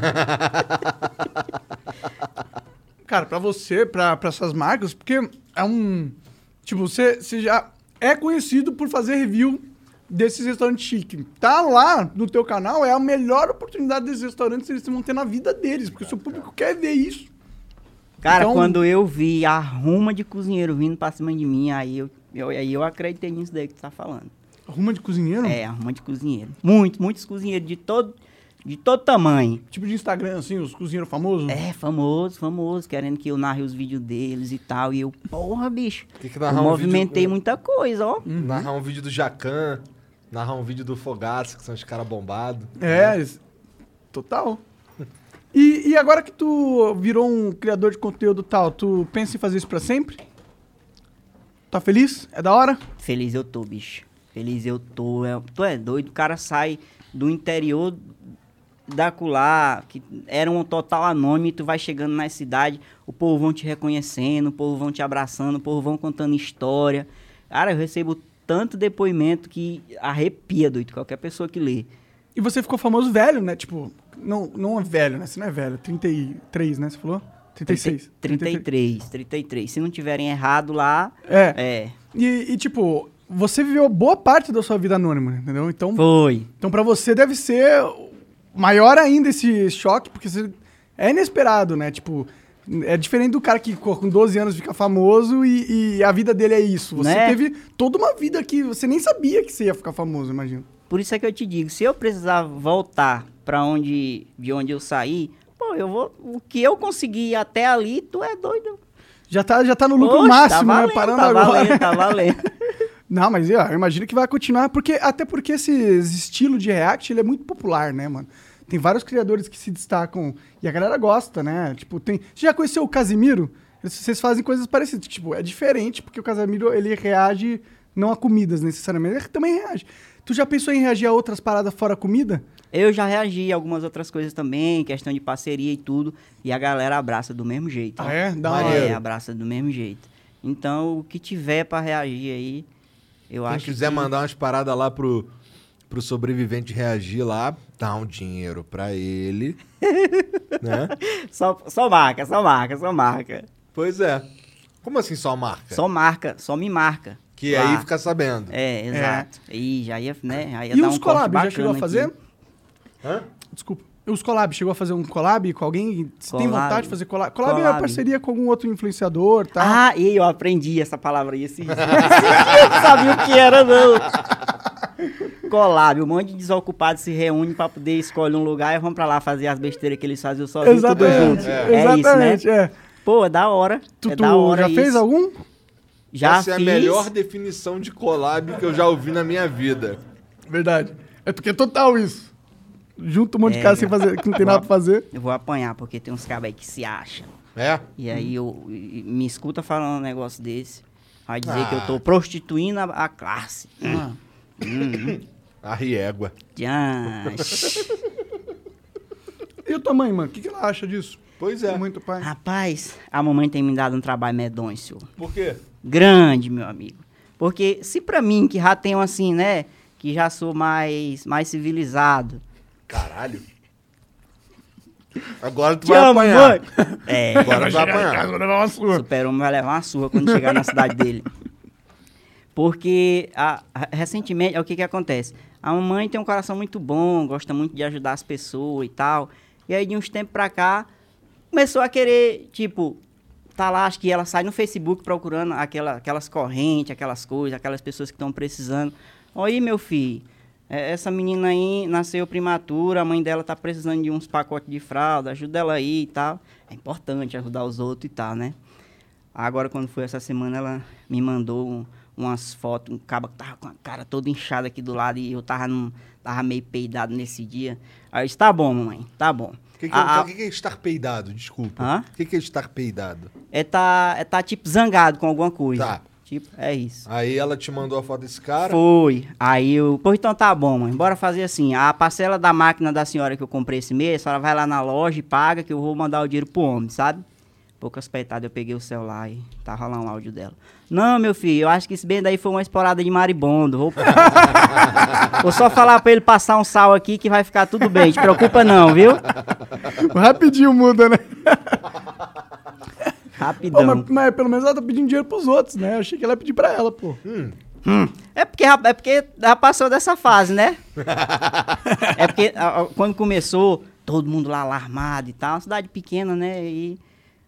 [SPEAKER 2] Cara, pra você, pra, pra essas marcas, porque é um. Tipo, você, você já é conhecido por fazer review desses restaurantes chique. Tá lá no teu canal, é a melhor oportunidade desses restaurantes eles vão ter na vida deles, porque o seu público quer ver isso.
[SPEAKER 4] Cara,
[SPEAKER 2] Então-
[SPEAKER 4] quando eu vi a ruma de cozinheiro vindo pra cima de mim, aí eu, eu, aí eu acreditei nisso daí que tu tá falando.
[SPEAKER 2] Arruma de cozinheiro?
[SPEAKER 3] Hum.
[SPEAKER 4] É, arruma de cozinheiro. Muito, muitos cozinheiros de todo, de todo tamanho.
[SPEAKER 2] Tipo de Instagram, assim, os cozinheiros famosos.
[SPEAKER 4] É, famoso, famoso, querendo que eu narre os vídeos deles e tal. E eu, porra, bicho.
[SPEAKER 3] Tem que
[SPEAKER 4] Eu
[SPEAKER 3] narrar um
[SPEAKER 4] movimentei
[SPEAKER 3] vídeo,
[SPEAKER 4] muita coisa, ó.
[SPEAKER 3] Narrar um vídeo do Jacan, narrar um vídeo do Fogaça, que são os caras bombados.
[SPEAKER 2] É, es- total. E, e agora que tu virou um criador de conteúdo tal, tu pensa em fazer isso pra sempre? Tá feliz? É da hora?
[SPEAKER 4] Feliz eu tô, bicho. Feliz eu tô. É, tu é doido, o cara sai do interior da Culá, que era um total anônimo, e tu vai chegando na cidade, o povo vão te reconhecendo, o povo vão te abraçando, o povo vão contando história. Cara, eu recebo tanto depoimento que arrepia, doido, qualquer pessoa que lê.
[SPEAKER 2] E você ficou famoso velho, né? Tipo, não, não é velho, né? Você não é velho, 33, né? Você falou? 36.
[SPEAKER 4] 33, 33. Se não tiverem errado lá,
[SPEAKER 2] É.
[SPEAKER 4] é.
[SPEAKER 2] E, e, tipo, você viveu boa parte da sua vida anônima, né? entendeu? Então,
[SPEAKER 4] Foi.
[SPEAKER 2] então para você deve ser maior ainda esse choque, porque você é inesperado, né? Tipo, é diferente do cara que co- com 12 anos fica famoso e, e a vida dele é isso. Você
[SPEAKER 4] Né?
[SPEAKER 2] teve toda uma vida que você nem sabia que você ia ficar famoso, imagino.
[SPEAKER 4] Por isso é que eu te digo, se eu precisar voltar pra onde de onde eu saí, pô, eu vou o que eu consegui até ali, tu é doido.
[SPEAKER 2] Já tá, já tá no lucro
[SPEAKER 4] Oxe,
[SPEAKER 2] máximo,
[SPEAKER 4] tá
[SPEAKER 2] né?
[SPEAKER 4] valendo,
[SPEAKER 2] Parando
[SPEAKER 4] tá
[SPEAKER 2] agora.
[SPEAKER 4] valendo, tá valendo.
[SPEAKER 2] Não, mas ó, eu imagino que vai continuar, porque até porque esse estilo de react ele é muito popular, né, mano? Tem vários criadores que se destacam e a galera gosta, né? Tipo, tem. Você já conheceu o Casimiro? Eles- Vocês fazem coisas parecidas. Tipo, é diferente, porque o Casimiro ele reage não a comidas necessariamente, ele também reage. Tu já pensou em reagir a outras paradas fora comida?
[SPEAKER 4] Eu já reagi a algumas outras coisas também, questão de parceria e tudo, e a galera abraça do mesmo jeito. ó.
[SPEAKER 2] Ah, é? Da
[SPEAKER 3] hora.
[SPEAKER 4] É, abraça do mesmo jeito. Então, o que tiver pra reagir aí, eu
[SPEAKER 3] Quem
[SPEAKER 4] acho
[SPEAKER 3] quiser
[SPEAKER 4] que...
[SPEAKER 3] mandar umas paradas lá pro, pro sobrevivente reagir lá, dá um dinheiro pra ele. né?
[SPEAKER 4] Só, só marca, só marca, só marca.
[SPEAKER 3] Pois é. Como assim só marca?
[SPEAKER 4] Só marca, só me marca.
[SPEAKER 3] Que
[SPEAKER 4] Lá.
[SPEAKER 3] aí fica sabendo.
[SPEAKER 4] É, exato. E já ia, né? Aí ia
[SPEAKER 2] E
[SPEAKER 4] dar
[SPEAKER 2] os
[SPEAKER 4] um corte
[SPEAKER 2] collabs, já
[SPEAKER 4] bacana
[SPEAKER 2] chegou a
[SPEAKER 4] aqui.
[SPEAKER 2] fazer?
[SPEAKER 3] Hã?
[SPEAKER 2] Desculpa. E os collabs, chegou a fazer um collab com alguém? Você tem
[SPEAKER 4] Collab.
[SPEAKER 2] vontade de fazer collab? Collab, é uma
[SPEAKER 4] Collab.
[SPEAKER 2] parceria com algum outro influenciador, tá?
[SPEAKER 4] Ah, e eu aprendi essa palavra aí esses dias. Esses dias eu não sabia o que era, não. Collab, um monte de desocupados se reúne pra poder escolher um lugar e vão pra lá fazer as besteiras que eles faziam sozinhos, tudo junto. É, isso,
[SPEAKER 2] Exatamente,
[SPEAKER 4] né?
[SPEAKER 2] é.
[SPEAKER 4] Pô, é da hora.
[SPEAKER 2] Tu,
[SPEAKER 4] é
[SPEAKER 2] tu
[SPEAKER 4] da hora
[SPEAKER 2] já
[SPEAKER 4] isso.
[SPEAKER 2] fez algum?
[SPEAKER 4] Já
[SPEAKER 3] Essa é a
[SPEAKER 4] fiz.
[SPEAKER 3] melhor definição de collab que eu já ouvi na minha vida.
[SPEAKER 2] Verdade. É porque é total isso. Junta um monte
[SPEAKER 4] É.
[SPEAKER 2] de cara sem fazer, que não tem nada pra fazer.
[SPEAKER 4] Eu vou apanhar, porque tem uns cabos aí que se acham.
[SPEAKER 3] É?
[SPEAKER 4] E aí
[SPEAKER 2] Hum.
[SPEAKER 4] eu, e- e me escuta falando um negócio desse. Vai dizer que
[SPEAKER 3] Ah.
[SPEAKER 4] eu tô prostituindo a, a classe.
[SPEAKER 2] Ah.
[SPEAKER 3] A riégua.
[SPEAKER 4] Tchan.
[SPEAKER 2] E a tua mãe, mano? O que, que ela acha disso?
[SPEAKER 3] Pois é.
[SPEAKER 2] Muito pai.
[SPEAKER 4] Rapaz, a mamãe tem me dado um trabalho medonho, senhor.
[SPEAKER 3] Por quê?
[SPEAKER 4] Grande, meu amigo. Porque se pra mim, que já tenho assim, né? Que já sou mais, mais civilizado.
[SPEAKER 3] Caralho. Agora tu
[SPEAKER 4] Te
[SPEAKER 3] vai
[SPEAKER 4] amo,
[SPEAKER 3] apanhar.
[SPEAKER 4] mãe. É,
[SPEAKER 3] Agora tu vai apanhar.
[SPEAKER 4] o
[SPEAKER 2] Nossa,
[SPEAKER 4] super-homem vai levar uma surra quando chegar na cidade dele. Porque a- a- recentemente, é o que que acontece? A mamãe tem um coração muito bom, gosta muito de ajudar as pessoas e tal. E aí, de uns tempos pra cá, começou a querer, tipo, tá lá, acho que ela sai no Facebook procurando aquela, aquelas correntes, aquelas coisas, aquelas pessoas que estão precisando. Oi, meu filho, é, essa menina aí nasceu prematura, a mãe dela tá precisando de uns pacotes de fralda, ajuda ela aí e tal. É importante ajudar os outros e tal, né? Agora, quando foi essa semana, ela me mandou um- umas fotos, um cabo que tava com a cara toda inchada aqui do lado e eu tava, num, tava meio peidado nesse dia. Aí eu disse, tá bom, mamãe, tá bom.
[SPEAKER 3] O que, que,
[SPEAKER 4] A- a-
[SPEAKER 3] o que que é estar peidado? Desculpa.
[SPEAKER 4] Hã?
[SPEAKER 3] O que, que é estar peidado?
[SPEAKER 4] é tá, é tá tipo zangado com alguma coisa.
[SPEAKER 3] Tá.
[SPEAKER 4] Tipo, é isso.
[SPEAKER 3] Aí ela te mandou a foto desse cara.
[SPEAKER 4] Foi. Aí eu, pô, então tá bom, mãe. Bora fazer assim. A parcela da máquina da senhora que eu comprei esse mês, a senhora vai lá na loja e paga que eu vou mandar o dinheiro pro homem, sabe? Poucas peitadas, eu peguei o celular e tava lá um áudio dela. Não, meu filho, eu acho que esse bem daí foi uma esporada de maribondo. Vou, vou só falar pra ele passar um sal aqui que vai ficar tudo bem. Te preocupa não, viu?
[SPEAKER 2] Rapidinho muda, né? Pô,
[SPEAKER 4] Rapidão.
[SPEAKER 2] mas, mas pelo menos ela tá pedindo dinheiro pros outros, né? Eu achei que ela ia pedir pra ela, pô.
[SPEAKER 4] É porque, já- é porque já passou dessa fase, né? é porque a- a- quando começou, todo mundo lá alarmado e tal, uma cidade pequena, né? E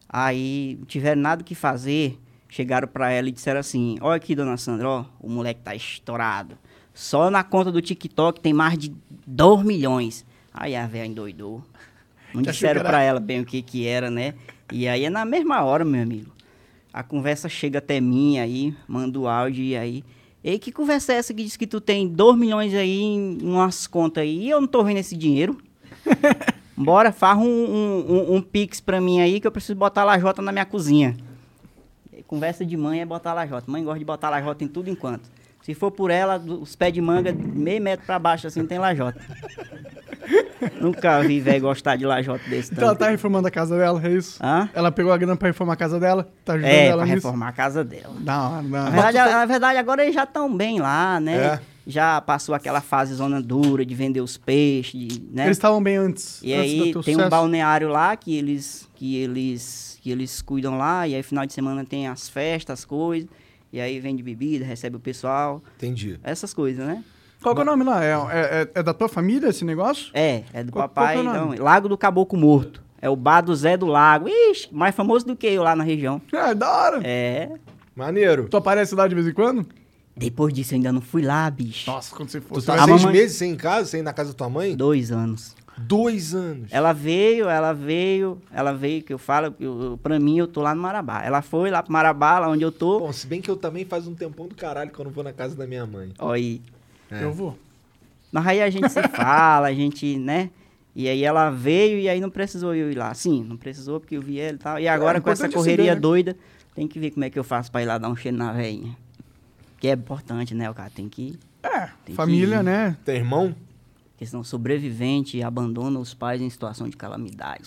[SPEAKER 4] aí não tiveram nada o que fazer, chegaram pra ela e disseram assim: Olha aqui, dona Sandra, ó, o moleque tá estourado. Só na conta do TikTok tem mais de 2 milhões. Aí a velha endoidou. Não
[SPEAKER 2] Que achou
[SPEAKER 4] disseram
[SPEAKER 2] que era-
[SPEAKER 4] pra ela bem o que que era, né? E aí é na mesma hora, meu amigo. A conversa chega até mim aí, manda o áudio e aí. Ei, que conversa é essa que diz que tu tem 2 milhões aí em umas contas aí e eu não tô vendo esse dinheiro? Bora, farra um, um, um- um pix pra mim aí que eu preciso botar lajota na minha cozinha. E Conversa de mãe é botar lajota. Mãe gosta de botar lajota em tudo enquanto. Se for por ela, do- os pés de manga, meio metro pra baixo assim, tem lajota. Nunca vi velho gostar de lajota desse
[SPEAKER 2] Então ela
[SPEAKER 4] tanto.
[SPEAKER 2] tá reformando a casa dela, é isso?
[SPEAKER 4] Hã?
[SPEAKER 2] Ela pegou a grana pra reformar a casa dela, tá ajudando
[SPEAKER 4] Ah. É,
[SPEAKER 2] ela
[SPEAKER 4] pra
[SPEAKER 2] nisso.
[SPEAKER 4] reformar a casa dela.
[SPEAKER 2] Da hora, da
[SPEAKER 4] Na
[SPEAKER 2] hora.
[SPEAKER 4] verdade, na verdade, agora eles já estão bem lá, né?
[SPEAKER 3] É.
[SPEAKER 4] Já passou aquela fase zona dura de vender os peixes, de- né?
[SPEAKER 2] Eles estavam bem antes.
[SPEAKER 4] E
[SPEAKER 2] antes
[SPEAKER 4] aí
[SPEAKER 2] do teu
[SPEAKER 4] tem um
[SPEAKER 2] sucesso.
[SPEAKER 4] balneário lá que eles que eles que eles cuidam lá e aí final de semana tem as festas, as coisas. E aí vende bebida, recebe o pessoal,
[SPEAKER 3] Entendi.
[SPEAKER 4] essas coisas, né?
[SPEAKER 2] Qual que é o nome lá? É, é- é- é da tua família esse negócio?
[SPEAKER 4] É, é do
[SPEAKER 2] Qual-
[SPEAKER 4] papai,
[SPEAKER 2] qual que é o
[SPEAKER 4] então,
[SPEAKER 2] nome?
[SPEAKER 4] Lago do Caboclo Morto. É o bar do Zé do Lago. Ixi, mais famoso do que eu lá na região.
[SPEAKER 2] É, da hora.
[SPEAKER 4] É.
[SPEAKER 3] Maneiro.
[SPEAKER 2] Tu aparece lá de vez em quando?
[SPEAKER 4] Depois disso eu ainda não fui lá, bicho.
[SPEAKER 2] Nossa, quando você for.
[SPEAKER 3] Tu
[SPEAKER 2] você
[SPEAKER 3] tá
[SPEAKER 2] vai-
[SPEAKER 4] A
[SPEAKER 3] seis
[SPEAKER 4] mamãe-
[SPEAKER 3] meses sem em casa, sem ir na casa da tua mãe?
[SPEAKER 4] Dois anos.
[SPEAKER 3] Dois anos.
[SPEAKER 4] Ela veio, ela veio, ela veio, que eu falo, eu, eu- pra mim eu tô lá no Marabá. Ela foi lá pro Marabá, lá onde eu tô.
[SPEAKER 3] Bom, se bem que eu também faz um tempão do caralho que eu não vou na casa da minha mãe.
[SPEAKER 4] Ó, aí.
[SPEAKER 2] Eu vou.
[SPEAKER 4] Mas aí a gente se fala, a gente, né? E aí ela veio e aí não precisou eu ir lá. Sim, não precisou porque eu vi ela e tal. E agora
[SPEAKER 2] É,
[SPEAKER 4] com essa
[SPEAKER 2] importante se
[SPEAKER 4] correria
[SPEAKER 2] ver, né?
[SPEAKER 4] doida, tem que ver como é que eu faço pra ir lá dar um cheiro na veinha. Que é importante, né, o cara tem que...
[SPEAKER 2] É,
[SPEAKER 4] Tem
[SPEAKER 2] família,
[SPEAKER 4] que ir.
[SPEAKER 2] né?
[SPEAKER 3] Tem irmão?
[SPEAKER 4] Porque senão sobrevivente abandona os pais em situação de calamidade.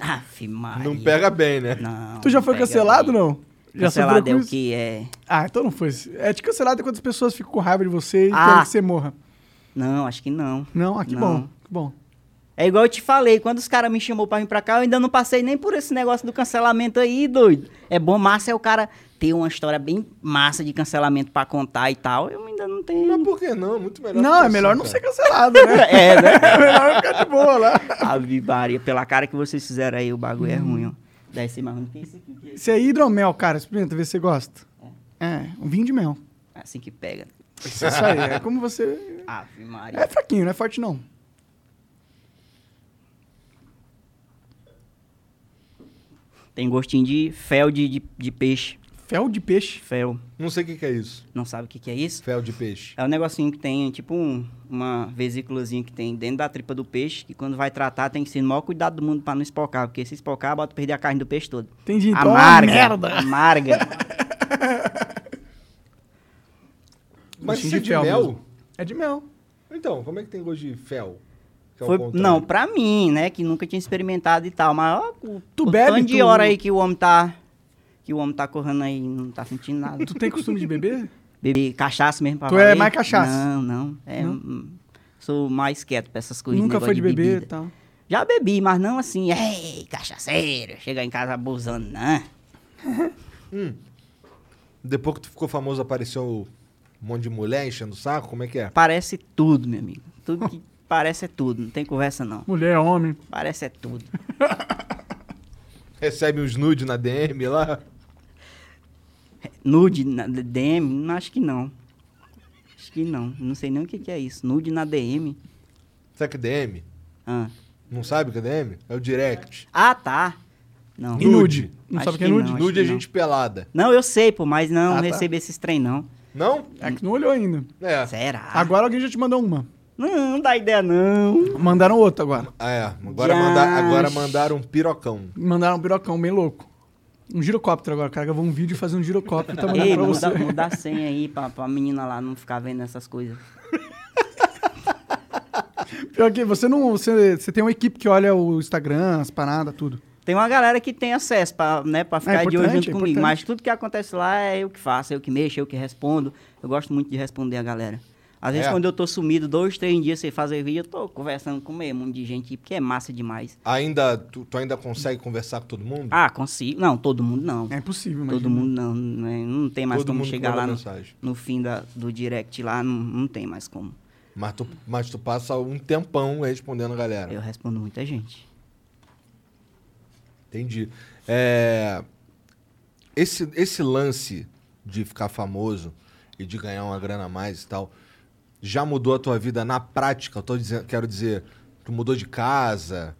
[SPEAKER 4] Aff, Maria.
[SPEAKER 3] Não pega bem, né?
[SPEAKER 4] é Não,
[SPEAKER 2] Tu já
[SPEAKER 4] não
[SPEAKER 2] foi
[SPEAKER 4] pega
[SPEAKER 2] cancelado,
[SPEAKER 4] bem.
[SPEAKER 2] não? Já sofreu
[SPEAKER 4] Cancelado
[SPEAKER 2] com
[SPEAKER 4] é o
[SPEAKER 2] isso?
[SPEAKER 4] que é.
[SPEAKER 2] Ah, então não foi. É de cancelado é quando as pessoas ficam com raiva de você e
[SPEAKER 4] Ah.
[SPEAKER 2] querem que você morra.
[SPEAKER 4] Não, acho que não.
[SPEAKER 2] Não, ah, que
[SPEAKER 4] Não.
[SPEAKER 2] bom. Que bom.
[SPEAKER 4] É igual eu te falei, quando os caras me chamou pra vir pra cá, eu ainda não passei nem por esse negócio do cancelamento aí, doido. É bom, massa é o cara ter uma história bem massa de cancelamento pra contar e tal. Eu ainda não
[SPEAKER 3] Mas
[SPEAKER 4] tenho.
[SPEAKER 3] por que não? Muito melhor.
[SPEAKER 2] Não,
[SPEAKER 3] ficar
[SPEAKER 2] é melhor
[SPEAKER 3] assim,
[SPEAKER 2] não
[SPEAKER 3] cara.
[SPEAKER 2] ser cancelado, né?
[SPEAKER 4] É, né?
[SPEAKER 2] É melhor ficar de boa lá.
[SPEAKER 4] Ave Maria, pela cara que vocês fizeram aí, o bagulho é ruim, ó. Deve ser mais ruim que esse aqui. que é
[SPEAKER 2] Isso é hidromel, cara. Experimenta, vê se você gosta. É, um vinho de mel.
[SPEAKER 4] Assim que pega.
[SPEAKER 2] Isso aí. É como você.
[SPEAKER 4] Ave Maria.
[SPEAKER 2] É fraquinho, não é forte, não.
[SPEAKER 4] Tem gostinho de fel de, de, de peixe.
[SPEAKER 2] Fel de peixe.
[SPEAKER 4] Fel.
[SPEAKER 3] Não sei o que, que é isso.
[SPEAKER 4] Não sabe o que, que é isso?
[SPEAKER 3] Fel de peixe.
[SPEAKER 4] É um negocinho que tem, tipo um- uma vesículazinha que tem dentro da tripa do peixe, que quando vai tratar tem que ser o maior cuidado do mundo pra não espocar, porque se espocar, bota perder a carne do peixe todo.
[SPEAKER 2] Entendi. Então, é uma
[SPEAKER 4] amarga.
[SPEAKER 2] merda.
[SPEAKER 4] Amarga.
[SPEAKER 3] Mas
[SPEAKER 2] um Gostinho
[SPEAKER 3] isso é
[SPEAKER 2] de
[SPEAKER 3] de
[SPEAKER 2] fel
[SPEAKER 3] mel?
[SPEAKER 2] mesmo. É de mel.
[SPEAKER 3] Então, como é que tem gosto de fel? Que é o
[SPEAKER 4] Foi,
[SPEAKER 3] contrário.
[SPEAKER 4] não, pra mim, né, que nunca tinha experimentado e tal, mas ó, o,
[SPEAKER 2] Tu
[SPEAKER 4] o
[SPEAKER 2] bebe,
[SPEAKER 4] tanto de
[SPEAKER 2] tu-
[SPEAKER 4] hora aí que o homem tá que o homem tá correndo aí, não tá sentindo nada.
[SPEAKER 2] Tu tem costume de beber?
[SPEAKER 4] Beber cachaça mesmo pra
[SPEAKER 2] Tu é
[SPEAKER 4] valer?
[SPEAKER 2] mais cachaça?
[SPEAKER 4] Não, não. É,
[SPEAKER 2] Não?
[SPEAKER 4] hum, Sou mais quieto pra essas coisas.
[SPEAKER 2] Nunca
[SPEAKER 4] negócio
[SPEAKER 2] foi de beber tá?
[SPEAKER 4] bebida.
[SPEAKER 2] e tal.
[SPEAKER 4] Já bebi, mas não assim, ei, cachaceiro, chegar em casa abusando, né?
[SPEAKER 3] Depois que tu ficou famoso, apareceu um monte de mulher enchendo o saco? Como é que é?
[SPEAKER 4] Parece tudo, meu amigo. Tudo que parece é tudo, não tem conversa não.
[SPEAKER 2] Mulher, homem.
[SPEAKER 4] Parece é tudo.
[SPEAKER 3] Recebe uns nude na DM lá?
[SPEAKER 4] Nude na D- DM? Não, Acho que não. Acho que não. Não sei nem o que, que é isso. Nude na DM?
[SPEAKER 3] Será que é DM?
[SPEAKER 4] Ah,
[SPEAKER 3] Não sabe o que é DM? É o direct.
[SPEAKER 4] Ah, tá. Não.
[SPEAKER 2] E nude. Não
[SPEAKER 4] Acho
[SPEAKER 2] sabe o que é
[SPEAKER 4] que
[SPEAKER 2] nude?
[SPEAKER 4] não. acho
[SPEAKER 3] nude é
[SPEAKER 4] que
[SPEAKER 3] gente pelada.
[SPEAKER 4] Não, eu sei, pô, mas não
[SPEAKER 2] Ah, tá.
[SPEAKER 4] recebi esses trem, não.
[SPEAKER 3] Não?
[SPEAKER 2] É que não olhou ainda.
[SPEAKER 3] É.
[SPEAKER 4] Será?
[SPEAKER 2] Agora Então alguém já te mandou uma.
[SPEAKER 4] Não, não dá ideia, não.
[SPEAKER 2] Mandaram outra agora.
[SPEAKER 3] Ah, é. Agora, manda, agora mandaram um pirocão.
[SPEAKER 2] Mandaram um pirocão bem louco. Um girocóptero agora, cara. Gravou um vídeo fazendo um girocóptero e tá mandando
[SPEAKER 4] Ei,
[SPEAKER 2] pra
[SPEAKER 4] muda,
[SPEAKER 2] você.
[SPEAKER 4] muda a senha aí pra, pra menina lá não ficar vendo essas coisas.
[SPEAKER 2] Pior que você não. Você, você tem uma equipe que olha o Instagram, as paradas, tudo.
[SPEAKER 4] Tem uma galera que tem acesso pra, né, pra ficar de olho
[SPEAKER 2] importante,
[SPEAKER 4] junto
[SPEAKER 2] é
[SPEAKER 4] comigo,
[SPEAKER 2] importante.
[SPEAKER 4] mas tudo que acontece lá é eu que faço, é eu que mexo, é eu que respondo. Eu gosto muito de responder a galera. Às vezes,
[SPEAKER 3] É?
[SPEAKER 4] quando eu tô sumido, dois, três dias sem fazer vídeo, eu tô conversando com meio mundo de gente, porque é massa demais.
[SPEAKER 3] Ainda, tu, tu ainda consegue conversar com todo mundo?
[SPEAKER 4] Ah, consigo. Não, todo mundo não.
[SPEAKER 2] É impossível, mas.
[SPEAKER 4] todo mundo não. né, Não tem mais
[SPEAKER 3] todo
[SPEAKER 4] como
[SPEAKER 3] mundo que
[SPEAKER 4] chegar
[SPEAKER 3] manda
[SPEAKER 4] lá no,
[SPEAKER 3] mensagem.
[SPEAKER 4] no fim da- do direct lá, não, não tem mais como.
[SPEAKER 3] Mas tu, mas tu passa um tempão respondendo a galera.
[SPEAKER 4] Eu respondo muita gente.
[SPEAKER 3] Entendi. É, esse, esse lance de ficar famoso e de ganhar uma grana a mais e tal, já mudou a tua vida na prática? Eu tô dizendo, quero dizer, tu mudou de casa,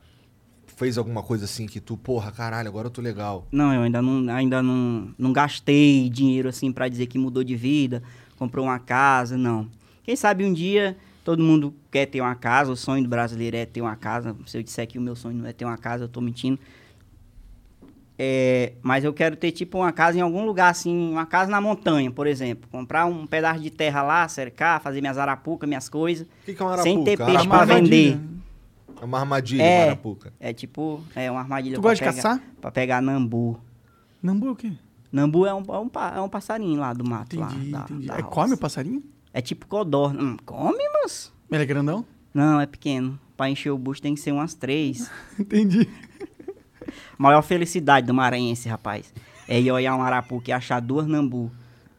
[SPEAKER 3] fez alguma coisa assim que tu, porra, caralho, agora eu tô legal.
[SPEAKER 4] Não, eu ainda não, ainda não, não gastei dinheiro assim pra dizer que mudou de vida, comprou uma casa, não. Quem sabe um dia todo mundo quer ter uma casa, o sonho do brasileiro é ter uma casa. Se eu disser que o meu sonho não é ter uma casa, eu tô mentindo. É, mas eu quero ter tipo uma casa em algum lugar assim, uma casa na montanha, por exemplo, comprar um pedaço de terra lá, cercar, fazer minhas arapucas, minhas coisas,
[SPEAKER 3] O que, que é uma arapuca?
[SPEAKER 4] sem ter
[SPEAKER 3] É
[SPEAKER 2] tipo
[SPEAKER 4] peixe
[SPEAKER 3] uma
[SPEAKER 4] pra
[SPEAKER 3] armadilha,
[SPEAKER 4] vender.
[SPEAKER 3] É uma armadilha,
[SPEAKER 4] É.
[SPEAKER 3] uma arapuca.
[SPEAKER 4] É tipo, é uma armadilha
[SPEAKER 2] Tu
[SPEAKER 4] pra
[SPEAKER 2] gosta de
[SPEAKER 4] pegar-
[SPEAKER 2] caçar?
[SPEAKER 4] Pra pegar nambu.
[SPEAKER 2] Nambu o quê?
[SPEAKER 4] Nambu é um, é um, pa- é um passarinho lá do mato.
[SPEAKER 2] Entendi,
[SPEAKER 4] lá, da-
[SPEAKER 2] entendi.
[SPEAKER 4] da
[SPEAKER 2] Aí
[SPEAKER 4] roça.
[SPEAKER 2] come o passarinho?
[SPEAKER 4] É tipo codorna. Hum, come, moço?
[SPEAKER 2] Ele é grandão?
[SPEAKER 4] Não, é pequeno. Pra encher o bucho tem que ser umas três.
[SPEAKER 2] Entendi.
[SPEAKER 4] Maior felicidade do maranhense, rapaz. É ir olhar um arapuca e achar duas nambu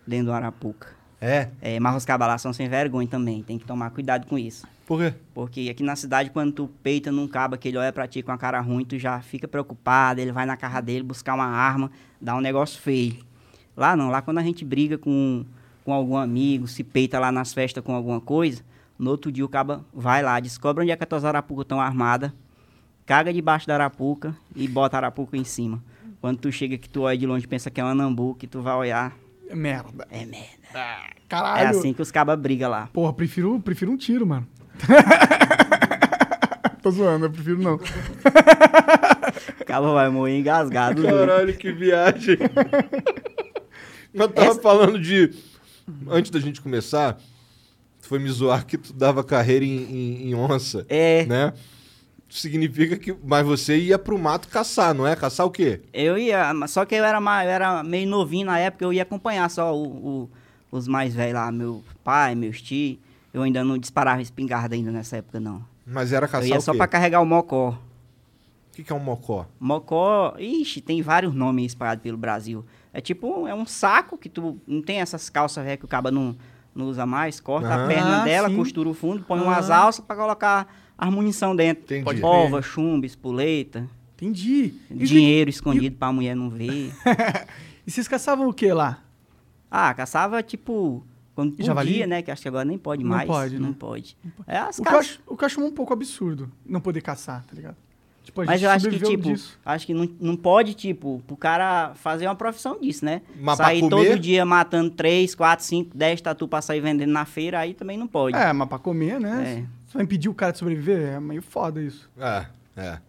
[SPEAKER 4] dentro do arapuca.
[SPEAKER 3] É?
[SPEAKER 4] É, mas os cabalá são sem vergonha também. Tem que tomar cuidado com isso.
[SPEAKER 3] Por quê?
[SPEAKER 4] Porque aqui na cidade, quando tu peita num caba que ele olha pra ti com a cara ruim, tu já fica preocupado, ele vai na cara dele buscar uma arma, dá um negócio feio. Lá não, lá quando a gente briga com, com algum amigo, se peita lá nas festas com alguma coisa, no outro dia o caba vai lá, descobre onde é que as tuas arapucas estão armadas, caga debaixo da arapuca e bota a arapuca em cima. Quando tu chega que tu olha de longe pensa que é um anambu, que tu vai olhar,
[SPEAKER 2] É merda.
[SPEAKER 4] é merda. É
[SPEAKER 2] Caralho.
[SPEAKER 4] assim que os cabas brigam lá.
[SPEAKER 2] Porra, prefiro, prefiro um tiro, mano. Tô zoando, eu prefiro não.
[SPEAKER 4] O caba vai morrer engasgado. doido.
[SPEAKER 3] Caralho, que viagem. Eu tava falando de. Antes da gente começar, foi me zoar que tu dava carreira em, em- em onça,
[SPEAKER 4] É,
[SPEAKER 3] né? Significa que. Mas você ia pro mato caçar, não é? Caçar o quê?
[SPEAKER 4] eu ia, mas só que eu era, ma- eu era meio novinho na época, eu ia acompanhar só o- o- os mais velhos lá, meu pai, meus tios. Eu ainda não disparava espingarda ainda nessa época, não.
[SPEAKER 3] Mas era
[SPEAKER 4] eu
[SPEAKER 3] caçar
[SPEAKER 4] ia
[SPEAKER 3] o
[SPEAKER 4] só
[SPEAKER 3] quê?
[SPEAKER 4] pra carregar o mocó.
[SPEAKER 3] O que, que é um mocó?
[SPEAKER 4] Mocó, ixi, tem vários nomes espalhados pelo Brasil. É tipo, é um saco que tu não tem essas calças velhas que o caba não, não usa mais, corta
[SPEAKER 3] Ah,
[SPEAKER 4] a perna dela,
[SPEAKER 2] sim.
[SPEAKER 4] costura o fundo, põe
[SPEAKER 2] Ah.
[SPEAKER 4] umas alças pra colocar as munição dentro.
[SPEAKER 3] Entendi. Pode
[SPEAKER 4] Pova, chumbo, espoleta,
[SPEAKER 2] Entendi. E,
[SPEAKER 4] dinheiro escondido pra mulher não ver.
[SPEAKER 2] e vocês caçavam o que lá?
[SPEAKER 4] ah, caçava tipo quando podia,
[SPEAKER 2] Javali?
[SPEAKER 4] né, que acho que agora nem pode
[SPEAKER 2] Não
[SPEAKER 4] mais.
[SPEAKER 2] pode, né?
[SPEAKER 4] Não pode. É as
[SPEAKER 2] O que, eu
[SPEAKER 4] caças.
[SPEAKER 2] acho, o que eu acho um pouco absurdo não poder caçar, tá ligado? Tipo, a
[SPEAKER 4] Mas
[SPEAKER 2] gente
[SPEAKER 4] eu acho que,
[SPEAKER 2] sobreviveu
[SPEAKER 4] tipo,
[SPEAKER 2] disso.
[SPEAKER 4] acho que não, não pode, tipo, pro cara fazer uma profissão disso, né?
[SPEAKER 3] Mas pra
[SPEAKER 4] sair
[SPEAKER 3] comer?
[SPEAKER 4] todo dia matando 3, 4, 5, 10 tatu pra sair vendendo na feira, aí também não pode.
[SPEAKER 2] É, mas pra comer, né?
[SPEAKER 4] É.
[SPEAKER 2] Só impedir o cara de sobreviver é meio foda isso.
[SPEAKER 3] É, é.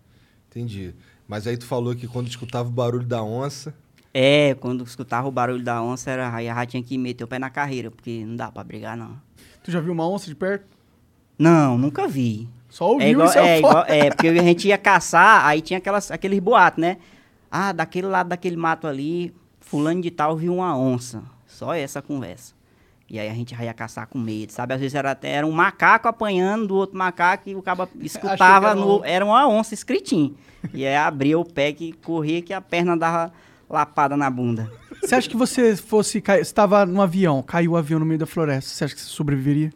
[SPEAKER 3] Entendi. Mas aí tu falou que quando escutava o barulho da onça.
[SPEAKER 4] É, quando escutava o barulho da onça, era, aí já tinha que meter o pé na carreira, porque não dá pra brigar, não.
[SPEAKER 2] Tu já viu uma onça de perto?
[SPEAKER 4] Não, nunca vi.
[SPEAKER 2] Só ouviu
[SPEAKER 4] é, igual,
[SPEAKER 2] isso é,
[SPEAKER 4] é,
[SPEAKER 2] foda.
[SPEAKER 4] igual- é, porque a gente ia caçar, aí tinha aquelas, aqueles boatos, né? Ah, daquele lado daquele mato ali, fulano de tal viu uma onça. Só essa conversa. E aí a gente já ia caçar com medo, sabe? Às vezes era até era um macaco apanhando do outro macaco e o cara
[SPEAKER 2] Achou que
[SPEAKER 4] escutava,
[SPEAKER 2] era
[SPEAKER 4] era,
[SPEAKER 2] uma-
[SPEAKER 4] no, era uma onça escritinho. E aí abria o pé que corria que a perna dava lapada na bunda.
[SPEAKER 2] Você acha que você fosse. Cai... Estava num avião, caiu o avião no meio da floresta. Você acha que você sobreviveria?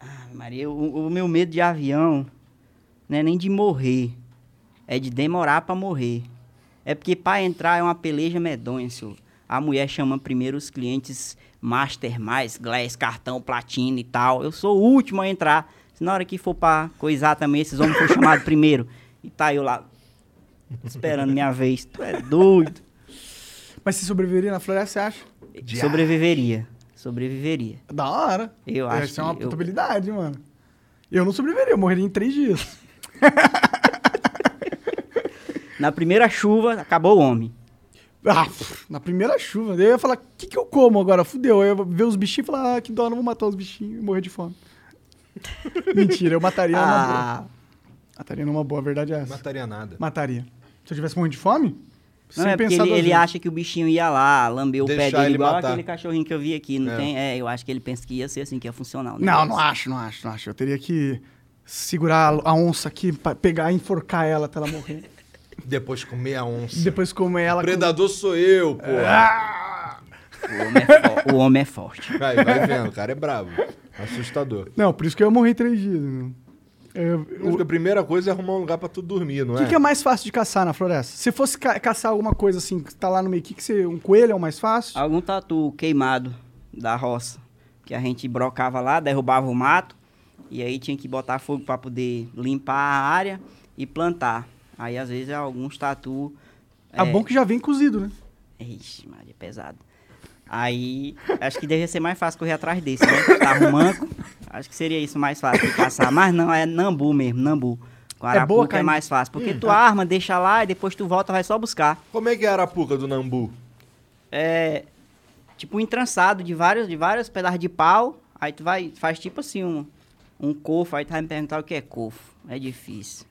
[SPEAKER 4] Ave Maria, o, o meu medo de avião não é nem de morrer, é de demorar pra morrer. É porque pra entrar é uma peleja medonha, senhor. A mulher chama primeiro os clientes Master, mais, Glass, cartão, platina e tal. Eu sou o último a entrar. Se na hora que for pra coisar também, esses homens foram chamados primeiro. E tá eu lá, esperando minha vez. Tu é doido.
[SPEAKER 2] Mas você sobreviveria na floresta, você acha?
[SPEAKER 4] Sobreviveria. Sobreviveria.
[SPEAKER 2] Da hora.
[SPEAKER 4] Eu acho
[SPEAKER 2] Essa é uma
[SPEAKER 4] que eu-
[SPEAKER 2] probabilidade, mano. Eu não sobreviveria, eu morreria em três dias.
[SPEAKER 4] Na primeira chuva, acabou o homem.
[SPEAKER 2] Ah, pff, na primeira chuva. Daí Eu ia falar, o que, que eu como agora? Fudeu. Eu ia ver os bichinhos e falar, ah, que dó, não vou matar os bichinhos e morrer de fome. Mentira, eu mataria numa boa.
[SPEAKER 4] Ah,
[SPEAKER 2] Mataria numa boa, a verdade é essa.
[SPEAKER 3] Mataria nada.
[SPEAKER 2] Mataria. Se eu tivesse morrendo de fome?
[SPEAKER 4] Não, é porque ele,
[SPEAKER 2] duas
[SPEAKER 4] ele
[SPEAKER 2] vezes.
[SPEAKER 4] acha que o bichinho ia lá, lamber o pé
[SPEAKER 3] Deixar
[SPEAKER 4] dele,
[SPEAKER 3] ele
[SPEAKER 4] igual
[SPEAKER 3] matar.
[SPEAKER 4] aquele cachorrinho que eu vi aqui, não
[SPEAKER 3] É.
[SPEAKER 4] tem? É, eu acho que ele pensa que ia ser assim, que ia funcionar. o
[SPEAKER 2] Não,
[SPEAKER 4] negócio.
[SPEAKER 2] não acho, não acho, não acho. Eu teria que segurar a- a onça aqui, pra pegar e enforcar ela até ela morrer.
[SPEAKER 3] Depois comer a onça.
[SPEAKER 2] E depois comer ela. com-
[SPEAKER 3] Predador sou eu, pô.
[SPEAKER 4] É. O homem é, fo- o homem é forte.
[SPEAKER 3] Vai, vai vendo, o cara é brabo. Assustador.
[SPEAKER 2] Não, por isso que eu ia morrer em três dias. né? Eu- eu-
[SPEAKER 3] Acho que a primeira coisa é arrumar um lugar pra tu dormir, não
[SPEAKER 2] O
[SPEAKER 3] é?
[SPEAKER 2] que, que é mais fácil de caçar na floresta? Se fosse ca- caçar alguma coisa assim, que tá lá no meio, o que, que você. Um coelho é o mais fácil?
[SPEAKER 4] Algum tatu queimado da roça, que a gente brocava lá, derrubava o mato, e aí tinha que botar fogo pra poder limpar a área e plantar. Aí, às vezes, alguns tatu...
[SPEAKER 2] É bom que já vem cozido, né?
[SPEAKER 4] Ixi, Maria, pesado. Aí, acho que deveria ser mais fácil correr atrás desse, né? Tá um manco. Acho que seria isso mais fácil de caçar. Mas não, é nambu mesmo, nambu.
[SPEAKER 2] É boa, Hum. Ah.
[SPEAKER 4] Com arapuca é,
[SPEAKER 2] cara?
[SPEAKER 4] mais fácil. Porque tu arma, deixa lá e depois tu volta, vai só buscar.
[SPEAKER 3] Como é que é a arapuca do Nambu?
[SPEAKER 4] É tipo um entrançado de vários, de vários pedaços de pau. Aí tu vai, faz tipo assim um, um cofo. Aí tu vai me perguntar o que é cofo. É difícil.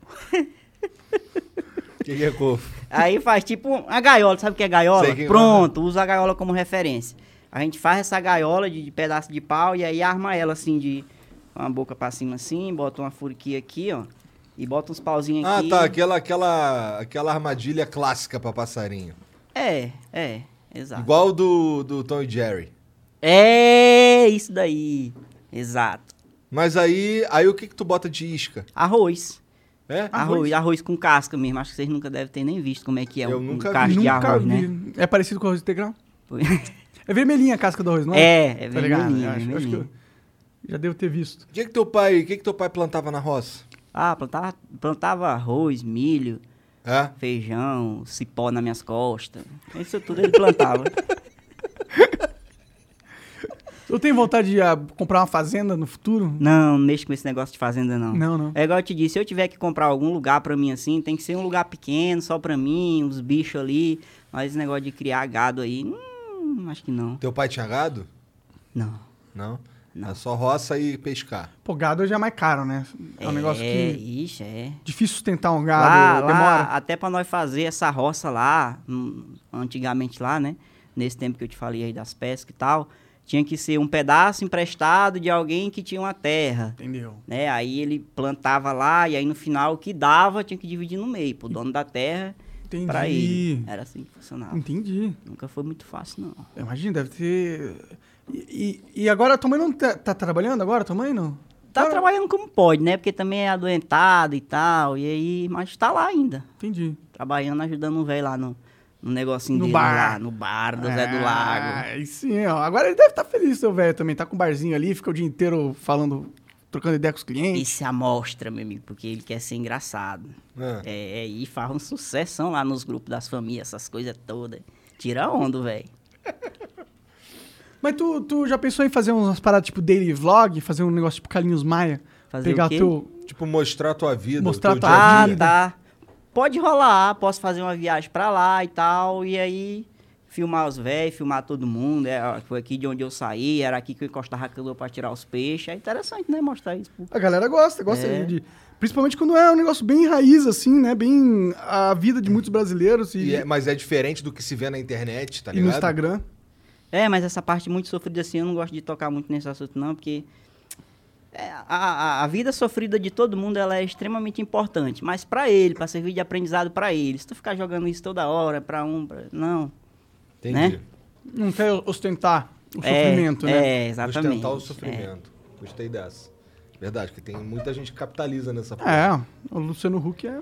[SPEAKER 3] O que, que é cofo?
[SPEAKER 4] Aí faz tipo uma gaiola, sabe o que é gaiola?
[SPEAKER 3] Sei que-
[SPEAKER 4] Pronto, usa a gaiola como referência. A gente faz essa gaiola de, de pedaço de pau e aí arma ela assim de uma boca pra cima assim, bota uma furquinha aqui, ó, e bota uns pauzinhos
[SPEAKER 3] Ah,
[SPEAKER 4] aqui.
[SPEAKER 3] tá. Aquela, aquela, aquela armadilha clássica pra passarinho.
[SPEAKER 4] É, é, exato.
[SPEAKER 3] Igual do, do Tom e Jerry.
[SPEAKER 4] É isso daí. Exato.
[SPEAKER 3] Mas aí, aí o que que tu bota de isca?
[SPEAKER 4] Arroz.
[SPEAKER 3] É?
[SPEAKER 4] Arroz, arroz, com casca mesmo. Acho que vocês nunca devem ter nem visto como é que é
[SPEAKER 3] Eu
[SPEAKER 4] um, um
[SPEAKER 3] nunca vi.
[SPEAKER 4] cacho de arroz, né?
[SPEAKER 2] É parecido com arroz integral? É vermelhinha a casca do arroz, não é?
[SPEAKER 4] É, é
[SPEAKER 2] Tá ligado?
[SPEAKER 4] vermelhinho,
[SPEAKER 2] Eu acho- eu acho que eu
[SPEAKER 4] vermelhinho.
[SPEAKER 2] já devo ter visto.
[SPEAKER 3] O que que teu pai, o que que teu pai plantava na roça?
[SPEAKER 4] Ah, plantava, plantava arroz, milho,
[SPEAKER 3] É?
[SPEAKER 4] feijão, cipó nas minhas costas. Isso tudo ele plantava.
[SPEAKER 2] Eu tenho vontade de ah, comprar uma fazenda no futuro?
[SPEAKER 4] não, não mexo com esse negócio de fazenda, não.
[SPEAKER 2] Não, não.
[SPEAKER 4] É igual eu te disse, se eu tiver que comprar algum lugar pra mim assim, tem que ser um lugar pequeno, só pra mim, uns bichos ali. Mas esse negócio de criar gado aí, hum, acho que não.
[SPEAKER 3] Teu pai tinha gado?
[SPEAKER 4] Não.
[SPEAKER 3] Não.
[SPEAKER 4] Não.
[SPEAKER 3] É só roça e pescar.
[SPEAKER 2] Pô, gado hoje é mais caro, né? É um negócio
[SPEAKER 4] É,
[SPEAKER 2] que.
[SPEAKER 4] Ixi, é.
[SPEAKER 2] Difícil sustentar um
[SPEAKER 4] Lá,
[SPEAKER 2] gado,
[SPEAKER 4] lá,
[SPEAKER 2] demora.
[SPEAKER 4] até pra nós fazer essa roça lá, hum, antigamente lá, né? Nesse tempo que eu te falei aí das pescas e tal, tinha que ser um pedaço emprestado de alguém que tinha uma terra.
[SPEAKER 2] Entendeu?
[SPEAKER 4] né? Aí ele plantava lá e aí no final o que dava tinha que dividir no meio, pro dono da terra,
[SPEAKER 2] Entendi. Hum.
[SPEAKER 4] pra ele. Era assim que funcionava.
[SPEAKER 2] Entendi.
[SPEAKER 4] Nunca foi muito fácil, não.
[SPEAKER 2] Imagina, deve ter. E, e- e agora a tua mãe não tá, tá trabalhando agora? Tua mãe não?
[SPEAKER 4] Tá
[SPEAKER 2] Cara,
[SPEAKER 4] trabalhando como pode, né? Porque também é adoentado e tal, e aí, mas tá lá ainda,
[SPEAKER 2] Entendi.
[SPEAKER 4] trabalhando, ajudando o velho lá no, no negocinho
[SPEAKER 2] No
[SPEAKER 4] dele
[SPEAKER 2] bar. Ah,
[SPEAKER 4] lá, no bar do Zé do Lago.
[SPEAKER 2] Aí sim, ó. Agora ele deve estar feliz, seu velho, também. Tá com um barzinho ali, fica o dia inteiro falando, trocando ideia com os clientes.
[SPEAKER 4] Isso é amostra, meu amigo, porque ele quer ser engraçado.
[SPEAKER 3] É.
[SPEAKER 4] É, é, e faz um sucessão lá nos grupos das famílias, essas coisas todas. Tira onda, velho.
[SPEAKER 2] Mas tu, tu já pensou em fazer umas paradas tipo daily vlog, fazer um negócio tipo Carlinhos Maia?
[SPEAKER 4] Fazer
[SPEAKER 2] pegar
[SPEAKER 4] o quê?
[SPEAKER 2] teu.
[SPEAKER 3] Tipo, mostrar a tua vida. o
[SPEAKER 2] Mostrar
[SPEAKER 3] teu
[SPEAKER 2] a tua
[SPEAKER 3] dia
[SPEAKER 4] Ah,
[SPEAKER 3] a dia.
[SPEAKER 4] tá. Pode rolar, posso fazer uma viagem pra lá e tal, e aí filmar os velhos, filmar todo mundo. é, ó, foi aqui de onde eu saí, era aqui que eu encostava a canoa pra tirar os peixes. É interessante, né? Mostrar isso. pro-
[SPEAKER 2] A galera gosta, gosta
[SPEAKER 4] É.
[SPEAKER 2] de. Principalmente quando é um negócio bem raiz, assim, né? Bem a vida de muitos brasileiros e,
[SPEAKER 3] E é- mas é diferente do que se vê na internet, tá
[SPEAKER 2] e no
[SPEAKER 3] ligado?
[SPEAKER 2] Instagram.
[SPEAKER 4] É, mas essa parte muito sofrida assim, eu não gosto de tocar muito nesse assunto, não, porque. é, a, a- a vida sofrida de todo mundo ela é extremamente importante, mas pra ele, pra servir de aprendizado pra ele. Se tu ficar jogando isso toda hora, pra um, pra... não.
[SPEAKER 3] Entendi.
[SPEAKER 4] né?
[SPEAKER 2] Não quer ostentar o
[SPEAKER 4] É,
[SPEAKER 2] sofrimento, né?
[SPEAKER 4] É, exatamente.
[SPEAKER 3] Sustentar o
[SPEAKER 4] é.
[SPEAKER 3] sofrimento. Gostei dessa. Verdade, que tem muita gente que capitaliza nessa
[SPEAKER 2] É,
[SPEAKER 3] porra.
[SPEAKER 2] o Luciano Huck é...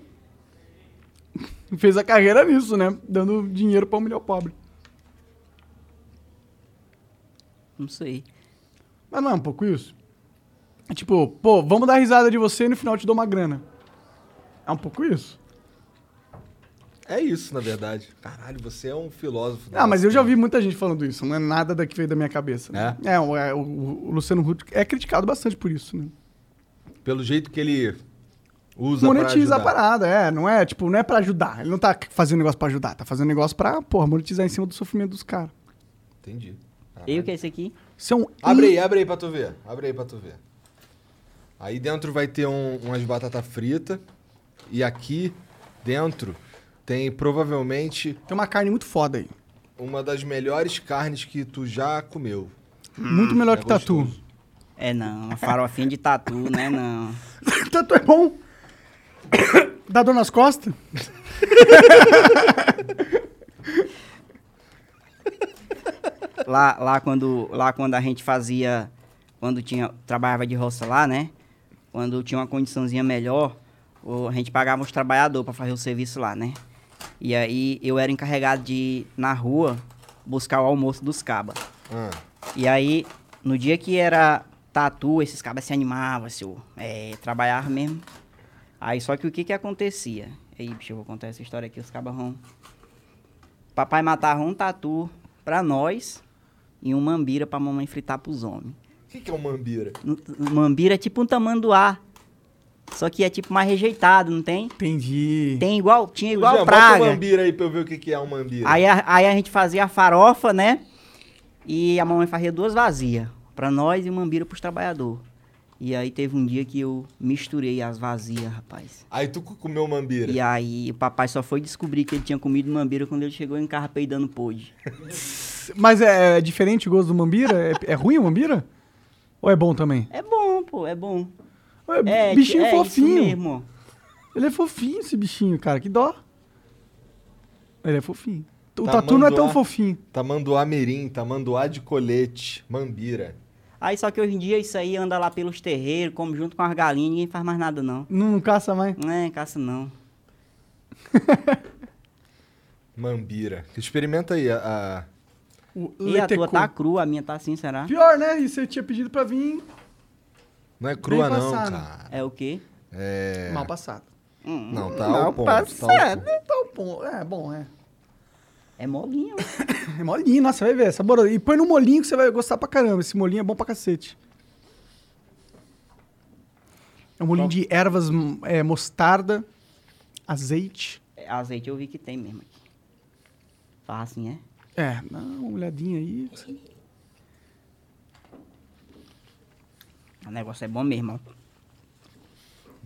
[SPEAKER 2] fez a carreira nisso, né? Dando dinheiro pra humilhar o pobre.
[SPEAKER 4] Não sei.
[SPEAKER 2] Mas não é um pouco isso? É tipo, pô, vamos dar risada de você e no final eu te dou uma grana. É um pouco isso?
[SPEAKER 3] É isso, na verdade. Caralho, você é um filósofo.
[SPEAKER 2] Ah, mas eu já
[SPEAKER 3] vi.
[SPEAKER 2] ouvi muita gente falando isso, não é nada da que veio da minha cabeça. né? É, o, é, o- o Luciano Huck é criticado bastante por isso, né?
[SPEAKER 3] Pelo jeito que ele usa
[SPEAKER 2] Monetiza a
[SPEAKER 3] pra ajudar.
[SPEAKER 2] parada, é, não é, tipo, não é pra ajudar. Ele não tá fazendo negócio pra ajudar, tá fazendo negócio pra, porra, monetizar em cima do sofrimento dos caras.
[SPEAKER 3] Entendi.
[SPEAKER 4] E o que é esse aqui?
[SPEAKER 2] Isso é um
[SPEAKER 3] Abre aí, abre aí pra tu ver. Abre aí pra tu ver. Aí dentro vai ter um- umas batata frita. E aqui dentro tem provavelmente
[SPEAKER 2] Tem uma carne muito foda aí.
[SPEAKER 3] uma das melhores carnes que tu já comeu.
[SPEAKER 2] Muito melhor
[SPEAKER 3] é
[SPEAKER 2] que tatu.
[SPEAKER 3] gostoso.
[SPEAKER 4] É não, uma farofinha de tatu, né? Não.
[SPEAKER 2] tatu é bom. Dá dor nas costas?
[SPEAKER 4] Lá, lá, quando, lá quando a gente fazia, quando tinha, trabalhava de roça lá, né? Quando tinha uma condiçãozinha melhor, o- a gente pagava os trabalhadores para fazer o serviço lá, né? E aí eu era encarregado de ir na rua buscar o almoço dos cabas.
[SPEAKER 3] Ah,
[SPEAKER 4] E aí, no dia que era tatu, esses cabas se animavam, assim, ó, é, trabalhar mesmo. Aí, só que o que que acontecia? Aí, bicho, eu vou contar essa história aqui, os cabas vão... Papai matava um tatu pra nós e um mambira pra mamãe fritar pros homens.
[SPEAKER 3] o que, que é um mambira?
[SPEAKER 4] No- o Mambira é tipo um tamanduá, só que é tipo mais rejeitado, não tem?
[SPEAKER 2] Entendi.
[SPEAKER 4] Tem igual, tinha igual
[SPEAKER 3] Jean, Bota um
[SPEAKER 4] praga.
[SPEAKER 3] mambira aí pra eu ver o que, que é um mambira.
[SPEAKER 4] Aí a, aí a gente fazia a farofa, né? E a mamãe fazia duas vazias. Pra nós e o mambira pros trabalhadores. E aí teve um dia que eu misturei as vazias, rapaz.
[SPEAKER 3] Aí tu co- comeu mambira.
[SPEAKER 4] E aí o papai só foi descobrir que ele tinha comido mambira quando ele chegou em casa peidando pôde.
[SPEAKER 2] Mas é, é diferente o gosto do mambira? É, é ruim o mambira? Ou é bom também?
[SPEAKER 4] É bom, pô, é bom.
[SPEAKER 2] É,
[SPEAKER 4] É,
[SPEAKER 2] bichinho
[SPEAKER 4] é isso
[SPEAKER 2] fofinho.
[SPEAKER 4] mesmo.
[SPEAKER 2] Ele é fofinho esse bichinho, cara. Que dó. Ele é fofinho. O
[SPEAKER 3] Tamanduá.
[SPEAKER 2] tatu não é tão fofinho.
[SPEAKER 3] Tamanduá Tá mirim, tamanduá de colete, mambira.
[SPEAKER 4] Aí só que hoje em dia isso aí anda lá pelos terreiros, come junto com as galinhas, ninguém faz mais nada não.
[SPEAKER 2] Não, não caça mais.
[SPEAKER 4] Não é caça não.
[SPEAKER 3] Mambira. Experimenta aí a- a...
[SPEAKER 2] O
[SPEAKER 4] E a tua
[SPEAKER 2] leitecu.
[SPEAKER 4] tá crua, a minha tá assim, será?
[SPEAKER 2] Pior, né? E você tinha pedido pra vir
[SPEAKER 3] Não é crua não,
[SPEAKER 2] passado.
[SPEAKER 3] cara.
[SPEAKER 4] É o quê?
[SPEAKER 3] É...
[SPEAKER 2] mal passado.
[SPEAKER 4] Hum,
[SPEAKER 3] Não, tá
[SPEAKER 2] Mal
[SPEAKER 3] ao ponto. Tá ao
[SPEAKER 2] passado.
[SPEAKER 3] ponto.
[SPEAKER 2] Então, bom, é bom, é.
[SPEAKER 4] É molinho.
[SPEAKER 2] É molinho, nossa, você vai ver. Saboroso. E põe no molinho que você vai gostar pra caramba. Esse molinho é bom pra cacete. É um molinho de ervas, hum, é, mostarda, azeite.
[SPEAKER 4] É, Azeite eu vi que tem mesmo aqui. Faz assim, é?
[SPEAKER 2] É, dá uma olhadinha aí.
[SPEAKER 4] O negócio é bom mesmo, ó.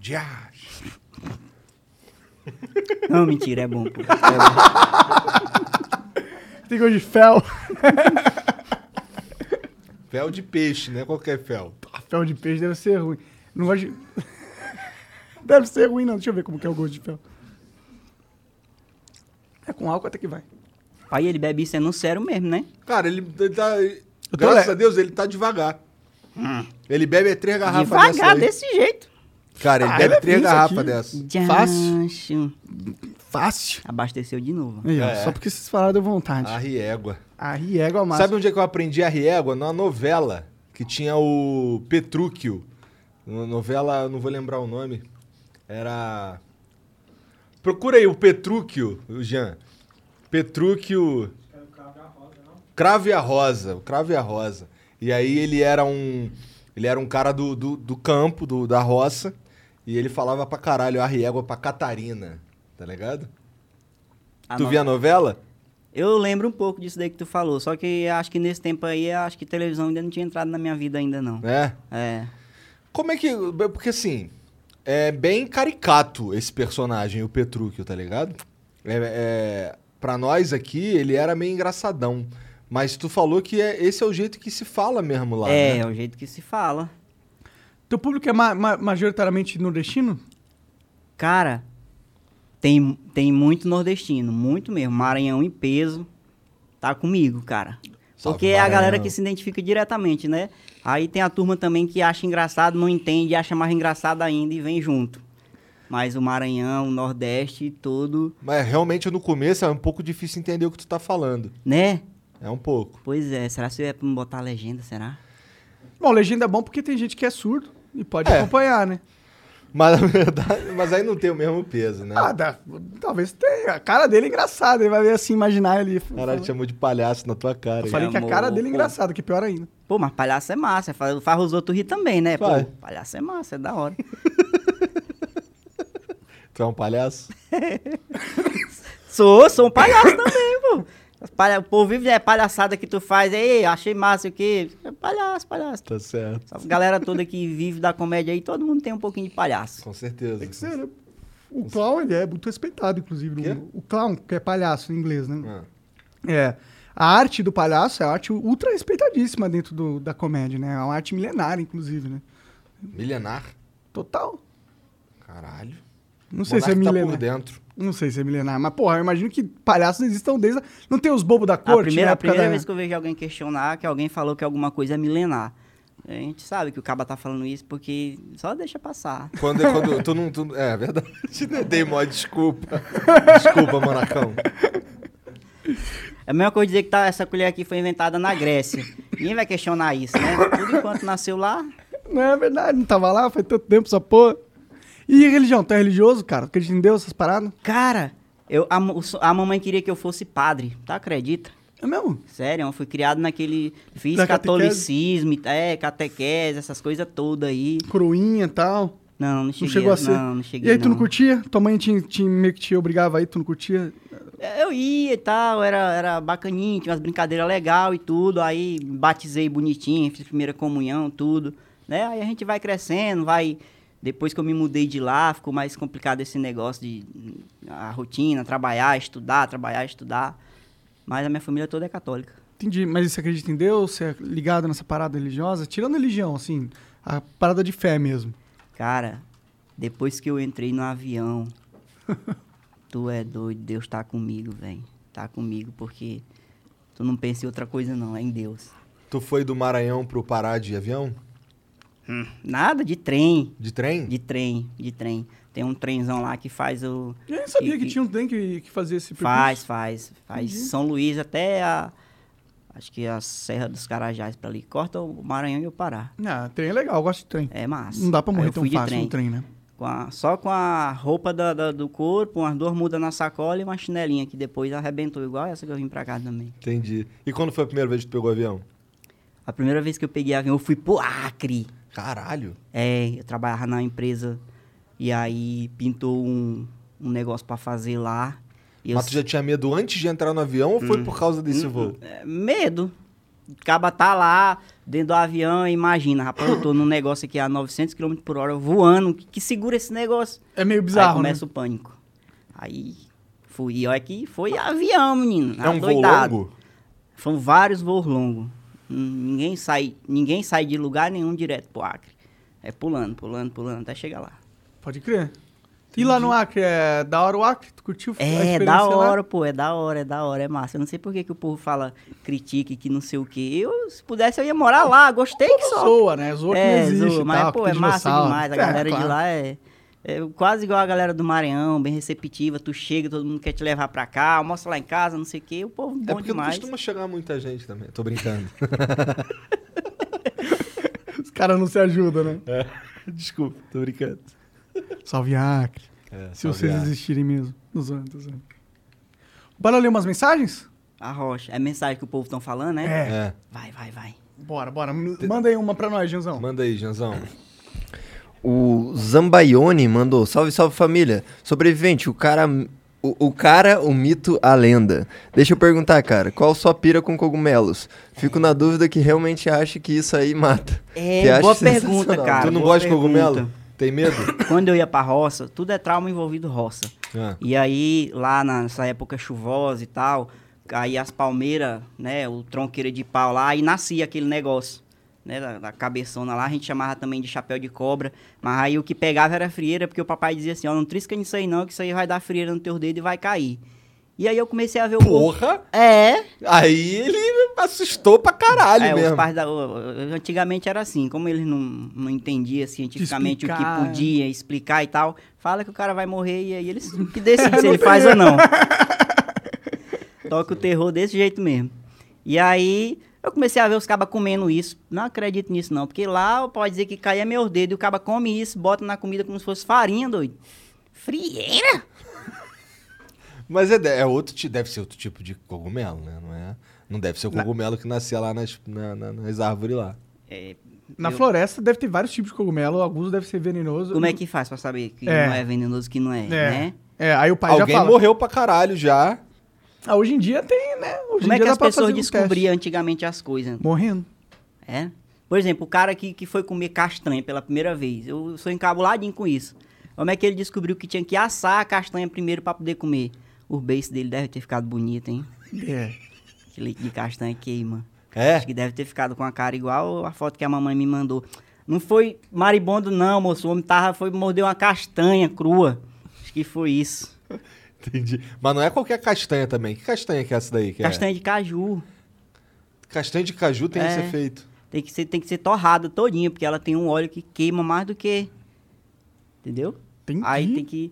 [SPEAKER 3] Já.
[SPEAKER 4] Não, mentira, é bom, pô.
[SPEAKER 2] Tem gosto de fel.
[SPEAKER 3] Fel de peixe, né? Qualquer fel.
[SPEAKER 2] Ah, Fel de peixe deve ser ruim. Não gosto de... Deve ser ruim, não. Deixa eu ver como que é o gosto de fel. É com álcool até que vai.
[SPEAKER 4] Pai, ele bebe isso é no sério mesmo, né?
[SPEAKER 3] Cara, ele, ele tá.
[SPEAKER 2] tô
[SPEAKER 3] Graças
[SPEAKER 2] le-
[SPEAKER 3] a Deus, ele tá devagar.
[SPEAKER 2] Hum.
[SPEAKER 3] Ele bebe três garrafas dessa.
[SPEAKER 4] Devagar,
[SPEAKER 3] aí.
[SPEAKER 4] desse jeito.
[SPEAKER 3] Cara, ele
[SPEAKER 2] Ah,
[SPEAKER 3] bebe
[SPEAKER 2] ele é
[SPEAKER 3] três
[SPEAKER 2] isso
[SPEAKER 3] garrafas
[SPEAKER 2] aqui.
[SPEAKER 3] dessa.
[SPEAKER 2] Fácil.
[SPEAKER 4] Jancho.
[SPEAKER 2] Fácil.
[SPEAKER 4] Abasteceu de novo.
[SPEAKER 2] Aí, ó,
[SPEAKER 3] É.
[SPEAKER 2] Só porque vocês falaram deu vontade.
[SPEAKER 3] A riégua.
[SPEAKER 2] A riega ao máximo.
[SPEAKER 3] Sabe onde é que eu aprendi a riégua? Numa novela que tinha o Petrúquio. Uma novela, eu não vou lembrar o nome. Era. Procura aí o Petrúquio, o Jean. Petrúquio. Crave a Rosa, o Crave a Rosa. E aí ele era um. Ele era um cara do, do, do campo, do, da roça. E ele falava pra caralho, a riégua pra Catarina. Tá ligado?
[SPEAKER 4] Ah,
[SPEAKER 3] tu
[SPEAKER 4] não.
[SPEAKER 3] via a novela?
[SPEAKER 4] Eu lembro um pouco disso daí que tu falou, só que acho que nesse tempo aí, acho que televisão ainda não tinha entrado na minha vida ainda, não.
[SPEAKER 3] É.
[SPEAKER 4] É.
[SPEAKER 3] Como é que. Porque assim. É bem caricato esse personagem, o Petrúquio, tá ligado? É, é, pra nós aqui, ele era meio engraçadão. Mas tu falou que é- esse é o jeito que se fala mesmo lá.
[SPEAKER 4] é,
[SPEAKER 3] né?
[SPEAKER 4] é o jeito que se fala.
[SPEAKER 2] Teu público é ma- ma- majoritariamente nordestino?
[SPEAKER 4] Cara, tem, tem muito nordestino, muito mesmo. Maranhão em peso, tá comigo, cara.
[SPEAKER 3] Salve,
[SPEAKER 4] Porque é a
[SPEAKER 3] Maranhão.
[SPEAKER 4] galera que se identifica diretamente, né? Aí tem a turma também que acha engraçado, não entende, acha mais engraçado ainda e vem junto. Mas o Maranhão, o Nordeste todo,
[SPEAKER 3] Mas realmente no começo é um pouco difícil entender o que tu tá falando.
[SPEAKER 4] né?
[SPEAKER 3] É um pouco.
[SPEAKER 4] Pois é, será se eu é pra me botar a legenda, será?
[SPEAKER 2] Bom, legenda é bom porque tem gente que é surdo e pode
[SPEAKER 3] É.
[SPEAKER 2] acompanhar, né?
[SPEAKER 3] Mas, na verdade, mas aí não tem o mesmo peso, né?
[SPEAKER 2] Ah, dá- talvez tenha. A cara dele é engraçada. Ele vai ver assim, imaginar ele.
[SPEAKER 3] Caralho, te chamou de palhaço na tua cara.
[SPEAKER 2] Eu
[SPEAKER 3] hein?
[SPEAKER 2] falei que a cara
[SPEAKER 4] Amor.
[SPEAKER 2] dele é engraçada, que é pior ainda.
[SPEAKER 4] Pô, mas palhaço é massa, faz, faz os outros rir também, né? Pô,
[SPEAKER 3] Faz.
[SPEAKER 4] palhaço é massa, é da hora.
[SPEAKER 3] Tu é um palhaço?
[SPEAKER 4] Sou, sou um palhaço também, pô. As Palha, o povo vive, é palhaçada que tu faz, ei, achei massa o quê? É Palhaço, palhaço.
[SPEAKER 3] Tá certo.
[SPEAKER 4] Essa galera toda que vive da comédia aí, todo mundo tem um pouquinho de palhaço.
[SPEAKER 3] Com certeza.
[SPEAKER 2] Tem que ser, né? O clown, ele é muito respeitado, inclusive. no
[SPEAKER 3] Quê?
[SPEAKER 2] mundo. O clown, que é palhaço em inglês, né?
[SPEAKER 3] Ah.
[SPEAKER 2] É. A arte do palhaço é a arte ultra respeitadíssima dentro do- da comédia, né? É uma arte milenária, inclusive, né?
[SPEAKER 3] Milenar?
[SPEAKER 2] Total.
[SPEAKER 3] Caralho.
[SPEAKER 2] Não sei se é
[SPEAKER 3] Monark tá por
[SPEAKER 2] milenar.
[SPEAKER 3] dentro.
[SPEAKER 2] não sei se é milenar, mas, porra, eu imagino que palhaços existam desde. a- Não tem os bobos da corte,
[SPEAKER 4] a primeira,
[SPEAKER 2] na
[SPEAKER 4] a
[SPEAKER 2] época
[SPEAKER 4] primeira
[SPEAKER 2] da-
[SPEAKER 4] vez que eu vejo alguém questionar, que alguém falou que alguma coisa é milenar. A gente sabe que o caba tá falando isso porque só deixa passar.
[SPEAKER 3] Quando, quando tu não. Tu, é verdade, né? Dei mó desculpa. Desculpa, Monacão.
[SPEAKER 4] É a mesma coisa dizer que tá, essa colher aqui foi inventada na Grécia. Ninguém vai questionar isso, né? Tudo enquanto nasceu lá,
[SPEAKER 2] Não é verdade, não tava lá, faz tanto tempo essa porra. E religião? Tu é religioso, cara? Acredita em Deus, essas paradas?
[SPEAKER 4] Cara, eu, a, mo- o so- a mamãe queria que eu fosse padre, tá? Acredita?
[SPEAKER 2] É mesmo?
[SPEAKER 4] Sério, eu fui criado naquele. Fiz
[SPEAKER 2] Na
[SPEAKER 4] catolicismo, é, catequese, essas coisas todas aí.
[SPEAKER 2] Coroinha e tal.
[SPEAKER 4] Não, não
[SPEAKER 2] Não
[SPEAKER 4] cheguei.
[SPEAKER 2] chegou a ser.
[SPEAKER 4] Não, não cheguei.
[SPEAKER 2] e aí tu não
[SPEAKER 4] não.
[SPEAKER 2] curtia? Tua mãe te, te, meio que te obrigava aí, tu não curtia?
[SPEAKER 4] Eu ia e tal, era, era bacaninho, tinha umas brincadeiras legais e tudo. Aí batizei bonitinho, fiz primeira comunhão, tudo. Né? Aí a gente vai crescendo, vai. Depois que eu me mudei de lá, ficou mais complicado esse negócio de hum, a rotina, trabalhar, estudar, trabalhar, estudar. Mas a minha família toda é católica.
[SPEAKER 2] Entendi, mas você acredita em Deus? Você é ligado nessa parada religiosa? Tirando a religião, assim, a parada de fé mesmo.
[SPEAKER 4] Cara, depois que eu entrei no avião, tu é doido, Deus tá comigo, velho. Tá comigo, porque tu não pensa em outra coisa, não, é em Deus.
[SPEAKER 3] Tu foi do Maranhão pro Pará de avião?
[SPEAKER 4] Nada de trem,
[SPEAKER 3] De trem?
[SPEAKER 4] de trem, de trem. Tem um trenzão lá que faz o.
[SPEAKER 2] Eu nem sabia que,
[SPEAKER 4] E-
[SPEAKER 2] tinha um trem que, que Uhum. fazia esse percurso.
[SPEAKER 4] Faz, faz. Faz
[SPEAKER 2] Entendi.
[SPEAKER 4] São Luís até a. Acho que a Serra dos Carajás pra ali. Corta o Maranhão e o Pará.
[SPEAKER 2] Ah, trem é legal, eu gosto de trem.
[SPEAKER 4] É massa.
[SPEAKER 2] Não dá pra
[SPEAKER 4] Aí
[SPEAKER 2] morrer
[SPEAKER 4] eu
[SPEAKER 2] tão
[SPEAKER 4] fui de
[SPEAKER 2] fácil no trem, né?
[SPEAKER 4] Com a- só com a roupa da- da- do corpo, umas duas mudas na sacola e uma chinelinha que depois arrebentou, igual essa que eu vim pra cá também.
[SPEAKER 3] Entendi. E quando foi a primeira vez que tu pegou o avião?
[SPEAKER 4] A primeira vez que eu peguei avião, eu fui pro Acre.
[SPEAKER 3] Caralho.
[SPEAKER 4] É, eu trabalhava na empresa e aí pintou um, um negócio pra fazer lá. E eu Hum.
[SPEAKER 3] Mas tu já tinha medo antes de entrar no avião ou foi por causa desse voo?
[SPEAKER 4] É, medo. acaba tá lá dentro do avião, imagina, rapaz, eu tô num negócio aqui a 900 km por hora voando, que, que segura esse negócio?
[SPEAKER 2] É meio
[SPEAKER 4] Aí
[SPEAKER 2] bizarro, né?
[SPEAKER 4] começa o pânico. Aí fui, olha que foi avião, menino.
[SPEAKER 3] É um voo
[SPEAKER 4] adoidado.
[SPEAKER 3] longo?
[SPEAKER 4] Foram vários voos longos. Hum, Ninguém sai, ninguém sai de lugar nenhum direto pro Acre. É pulando, pulando, pulando, até chegar lá.
[SPEAKER 2] Pode crer. E lá no Acre, é da hora o Acre? Tu curtiu a
[SPEAKER 4] É,
[SPEAKER 2] experiência
[SPEAKER 4] da
[SPEAKER 2] lá?
[SPEAKER 4] hora, pô, é da hora, é da hora, é massa. Eu não sei por que, que o povo fala, critique, que não sei o quê. Eu, se pudesse, eu ia morar lá, gostei que só.
[SPEAKER 2] Zoa, né? Zoa que não
[SPEAKER 4] é,
[SPEAKER 2] existe
[SPEAKER 4] zoa,
[SPEAKER 2] e
[SPEAKER 4] mas,
[SPEAKER 2] tal, que
[SPEAKER 4] pô, é
[SPEAKER 2] tem
[SPEAKER 4] massa
[SPEAKER 2] dinossauro.
[SPEAKER 4] demais. A
[SPEAKER 2] É,
[SPEAKER 4] galera
[SPEAKER 2] claro.
[SPEAKER 4] de lá é, é quase igual a galera do Maranhão, bem receptiva. Tu chega, todo mundo quer te levar pra cá, almoça lá em casa, não sei o quê. O povo
[SPEAKER 3] É
[SPEAKER 4] bom
[SPEAKER 3] porque
[SPEAKER 4] demais.
[SPEAKER 3] não costuma chegar muita gente também. Tô brincando.
[SPEAKER 2] Os caras não se ajudam, né?
[SPEAKER 3] Desculpa, tô brincando.
[SPEAKER 2] Salve Acre.
[SPEAKER 3] É,
[SPEAKER 2] Se
[SPEAKER 3] salve
[SPEAKER 2] vocês
[SPEAKER 3] a-
[SPEAKER 2] existirem mesmo. Nos anos, nos anos. Bora ler umas mensagens?
[SPEAKER 4] A rocha. É mensagem que o povo tão falando, né?
[SPEAKER 2] É.
[SPEAKER 3] É.
[SPEAKER 4] Vai, vai, vai.
[SPEAKER 2] Bora, bora. M- Manda aí uma pra nós, Janzão.
[SPEAKER 3] Manda aí, Janzão.
[SPEAKER 5] O Zambaione mandou, salve, salve família. Sobrevivente, o cara. O, o cara, o mito, a lenda. Deixa eu perguntar, cara, qual sua pira com cogumelos? Fico na dúvida que realmente acha que isso aí mata.
[SPEAKER 4] É,
[SPEAKER 5] Que acho
[SPEAKER 4] boa
[SPEAKER 5] sensacional.
[SPEAKER 4] pergunta, cara.
[SPEAKER 3] tu não
[SPEAKER 4] boa
[SPEAKER 3] gosta de cogumelo?
[SPEAKER 4] pergunta.
[SPEAKER 3] Tem medo?
[SPEAKER 4] Quando eu ia pra roça, tudo é trauma envolvido roça.
[SPEAKER 3] Ah,
[SPEAKER 4] E aí, lá na- nessa época chuvosa e tal, aí as palmeiras, né, o tronqueira de pau lá, aí nascia aquele negócio, né, da, da cabeçona lá, a gente chamava também de chapéu de cobra, mas aí o que pegava era frieira, porque o papai dizia assim, ó, não trisca nisso aí não, que isso aí vai dar frieira no teu dedo e vai cair. E aí eu comecei a ver o povo...
[SPEAKER 3] Porra!
[SPEAKER 4] É,
[SPEAKER 3] Aí ele assustou pra caralho
[SPEAKER 4] é, os
[SPEAKER 3] mesmo.
[SPEAKER 4] pais da- o- o- antigamente era assim, como eles não, não entendiam cientificamente o
[SPEAKER 2] Explicar.
[SPEAKER 4] que podia explicar e tal, fala que o cara vai morrer e aí eles que decidem se
[SPEAKER 2] Não
[SPEAKER 4] ele
[SPEAKER 2] tem
[SPEAKER 4] faz
[SPEAKER 2] jeito.
[SPEAKER 4] ou não. Toca o terror desse jeito mesmo. E aí eu comecei a ver os cabas comendo isso. Não acredito nisso não, porque lá pode dizer que cai é meus dedos e o caba come isso, bota na comida como se fosse farinha, doido. Frieira?
[SPEAKER 3] Mas é, de- é outro, ti- deve ser outro tipo de cogumelo, né? Não, é, não deve ser o cogumelo que nascia lá nas, na- na- nas árvores lá.
[SPEAKER 4] É,
[SPEAKER 2] Na
[SPEAKER 4] eu-
[SPEAKER 2] floresta deve ter vários tipos de cogumelo, alguns devem ser venenosos.
[SPEAKER 4] Como é que faz pra saber que
[SPEAKER 2] É.
[SPEAKER 4] não é venenoso, que não é, né?
[SPEAKER 2] É, aí o pai
[SPEAKER 3] Alguém
[SPEAKER 2] já fala.
[SPEAKER 3] morreu pra caralho já.
[SPEAKER 2] Ah, hoje em dia tem, né? Hoje
[SPEAKER 4] Como
[SPEAKER 2] em
[SPEAKER 4] é
[SPEAKER 2] dia
[SPEAKER 4] que
[SPEAKER 2] dá
[SPEAKER 4] as
[SPEAKER 2] pra
[SPEAKER 4] pessoas
[SPEAKER 2] fazer um teste.
[SPEAKER 4] descobriam antigamente as coisas?
[SPEAKER 2] Morrendo.
[SPEAKER 4] É? Por exemplo, o cara que, que foi comer castanha pela primeira vez. Eu sou encabuladinho com isso. Como é que ele descobriu que tinha que assar a castanha primeiro pra poder comer? O beijo dele deve ter ficado bonito, hein?
[SPEAKER 2] É.
[SPEAKER 4] Que leite de castanha queima.
[SPEAKER 3] É?
[SPEAKER 4] Acho que deve ter ficado com a cara igual a foto que a mamãe me mandou. Não foi maribondo, não, moço. O homem tava, foi, mordeu uma castanha crua. Acho que foi isso.
[SPEAKER 3] Entendi. Mas não é qualquer castanha também. Que castanha que é essa daí? Que é?
[SPEAKER 4] Castanha de caju.
[SPEAKER 3] Castanha de caju tem
[SPEAKER 4] É.
[SPEAKER 3] esse efeito.
[SPEAKER 4] Tem que, ser, tem que ser torrada todinha, porque ela tem um óleo que queima mais do que. Entendeu?
[SPEAKER 2] Entendi.
[SPEAKER 4] Aí tem que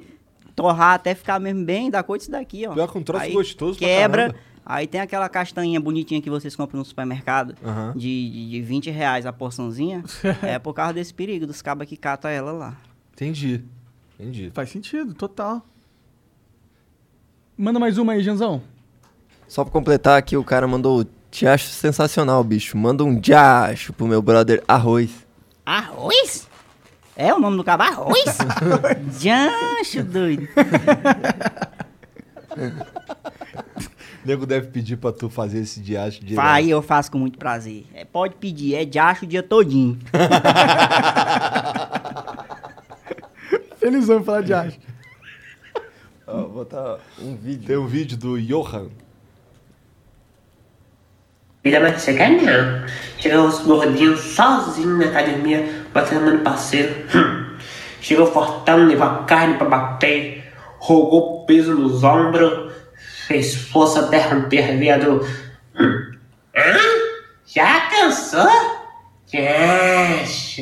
[SPEAKER 4] torrar até ficar mesmo bem da cor disso daqui, ó.
[SPEAKER 3] Pior que um troço
[SPEAKER 4] Aí
[SPEAKER 3] gostoso pra
[SPEAKER 4] Quebra.
[SPEAKER 3] caramba.
[SPEAKER 4] Aí tem aquela castanha bonitinha que vocês compram no supermercado
[SPEAKER 3] Aham.
[SPEAKER 4] de, de, de 20 reais a porçãozinha. é por causa desse perigo, dos cabas que catam ela lá.
[SPEAKER 3] Entendi. Entendi.
[SPEAKER 2] Faz sentido, total. Manda mais uma aí, Janzão.
[SPEAKER 5] Só pra completar aqui, o cara mandou. Te acho sensacional, bicho. Manda um diacho pro meu brother Arroz.
[SPEAKER 4] Arroz? É o nome do cabo? Arroz? Jancho, doido.
[SPEAKER 3] O nego deve pedir pra tu fazer esse diacho direto.
[SPEAKER 4] Aí eu faço com muito prazer. É, pode pedir, é de acho o dia todinho.
[SPEAKER 2] Felizão falar
[SPEAKER 4] É,
[SPEAKER 2] de arte.
[SPEAKER 5] Ó, vou botar um vídeo.
[SPEAKER 3] Tem um vídeo do Johan.
[SPEAKER 1] Ainda vai chegar não. Chega os gordinhos sozinhos na academia, batendo no parceiro. Hum. Chegou fortão, levou a carne pra bater, rogou peso nos ombros, fez força até romper viado. Hum. Hã? Já cansou? Acho.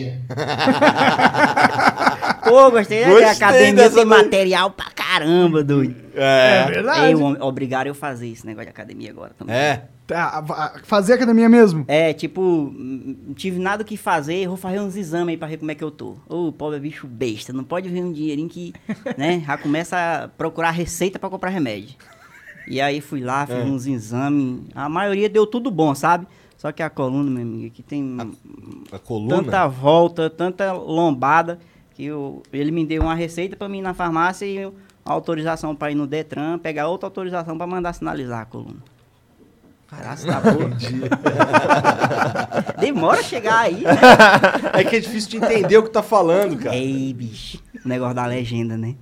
[SPEAKER 4] Pô, gostei, né?
[SPEAKER 3] Gostei
[SPEAKER 4] A academia
[SPEAKER 3] dessa
[SPEAKER 4] tem
[SPEAKER 3] daí.
[SPEAKER 4] material pra caramba, doido.
[SPEAKER 3] É.
[SPEAKER 2] verdade.
[SPEAKER 4] Eu, obrigaram eu a fazer esse negócio de academia agora também.
[SPEAKER 3] É.
[SPEAKER 2] Tá, a- a- fazer academia mesmo.
[SPEAKER 4] É, tipo, hum, não tive nada o que fazer, vou fazer uns exames aí pra ver como é que eu tô. Ô, pobre bicho besta, não pode ver um dinheirinho que, né, já começa a procurar receita pra comprar remédio. E aí fui lá, fiz uns exames, a maioria deu tudo bom, sabe? Só que a coluna, meu amigo, aqui tem um
[SPEAKER 3] A coluna.
[SPEAKER 4] tanta volta, tanta lombada, que eu- ele me deu uma receita pra mim ir na farmácia e uma autorização pra ir no Detran, pegar outra autorização pra mandar sinalizar a coluna. Caraca, tá bom. Demora a chegar aí, né?
[SPEAKER 3] É que é difícil de entender o que tá falando, cara.
[SPEAKER 4] Ei, bicho. O negócio da legenda, né?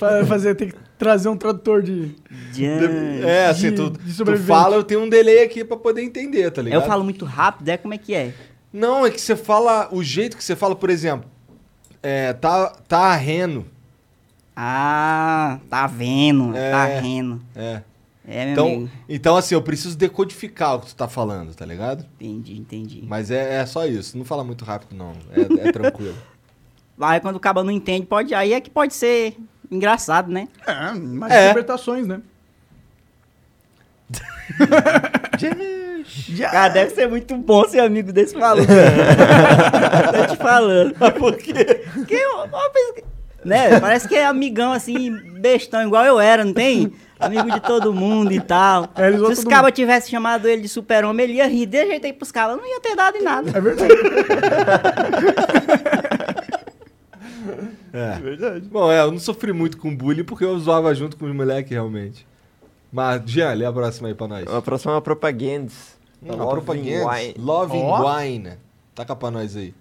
[SPEAKER 2] Fa- Fazer, tem que trazer um tradutor de.
[SPEAKER 4] Jan-
[SPEAKER 3] É, assim, tu,
[SPEAKER 2] De- de
[SPEAKER 3] tu
[SPEAKER 2] sobrevivente.
[SPEAKER 3] fala, eu tenho um delay aqui pra poder entender, tá ligado?
[SPEAKER 4] Eu falo muito rápido, é como é que é?
[SPEAKER 3] Não, é que você fala, o jeito que você fala, por exemplo, é, tá, tá arreno.
[SPEAKER 4] Ah, tá vendo,
[SPEAKER 3] É.
[SPEAKER 4] tá vendo.
[SPEAKER 3] É.
[SPEAKER 4] É, meu
[SPEAKER 3] Então,
[SPEAKER 4] amigo.
[SPEAKER 3] então, assim, eu preciso decodificar o que tu tá falando, tá ligado?
[SPEAKER 4] Entendi, entendi.
[SPEAKER 3] Mas é, é só isso. Não fala muito rápido, não. É, é tranquilo.
[SPEAKER 4] Aí quando o caba não entende, pode. Aí é que pode ser engraçado, né?
[SPEAKER 2] É, mais
[SPEAKER 3] É.
[SPEAKER 2] interpretações, né?
[SPEAKER 4] Cara, deve
[SPEAKER 2] é.
[SPEAKER 4] ser muito bom ser amigo desse maluco. Tô te falando. Por quê? Porque eu, eu penso que- né? Parece que é amigão assim, bestão, igual eu era, não tem? Amigo de todo mundo e tal.
[SPEAKER 2] É, ele zoa
[SPEAKER 4] Se os
[SPEAKER 2] todo
[SPEAKER 4] cabas tivessem chamado ele de super-homem, ele ia rir de jeito aí pros cabas. Não ia ter dado em nada.
[SPEAKER 2] É verdade.
[SPEAKER 3] Bom, é, eu não sofri muito com bullying porque eu zoava junto com os moleques, realmente. Mas, Jean, lê a próxima aí pra nós.
[SPEAKER 5] A próxima é uma propagandas.
[SPEAKER 3] Hum, a
[SPEAKER 5] Love
[SPEAKER 3] propaganda.
[SPEAKER 5] Tá Wine.
[SPEAKER 3] Love and
[SPEAKER 2] Ó.
[SPEAKER 3] Wine. Taca pra nós aí.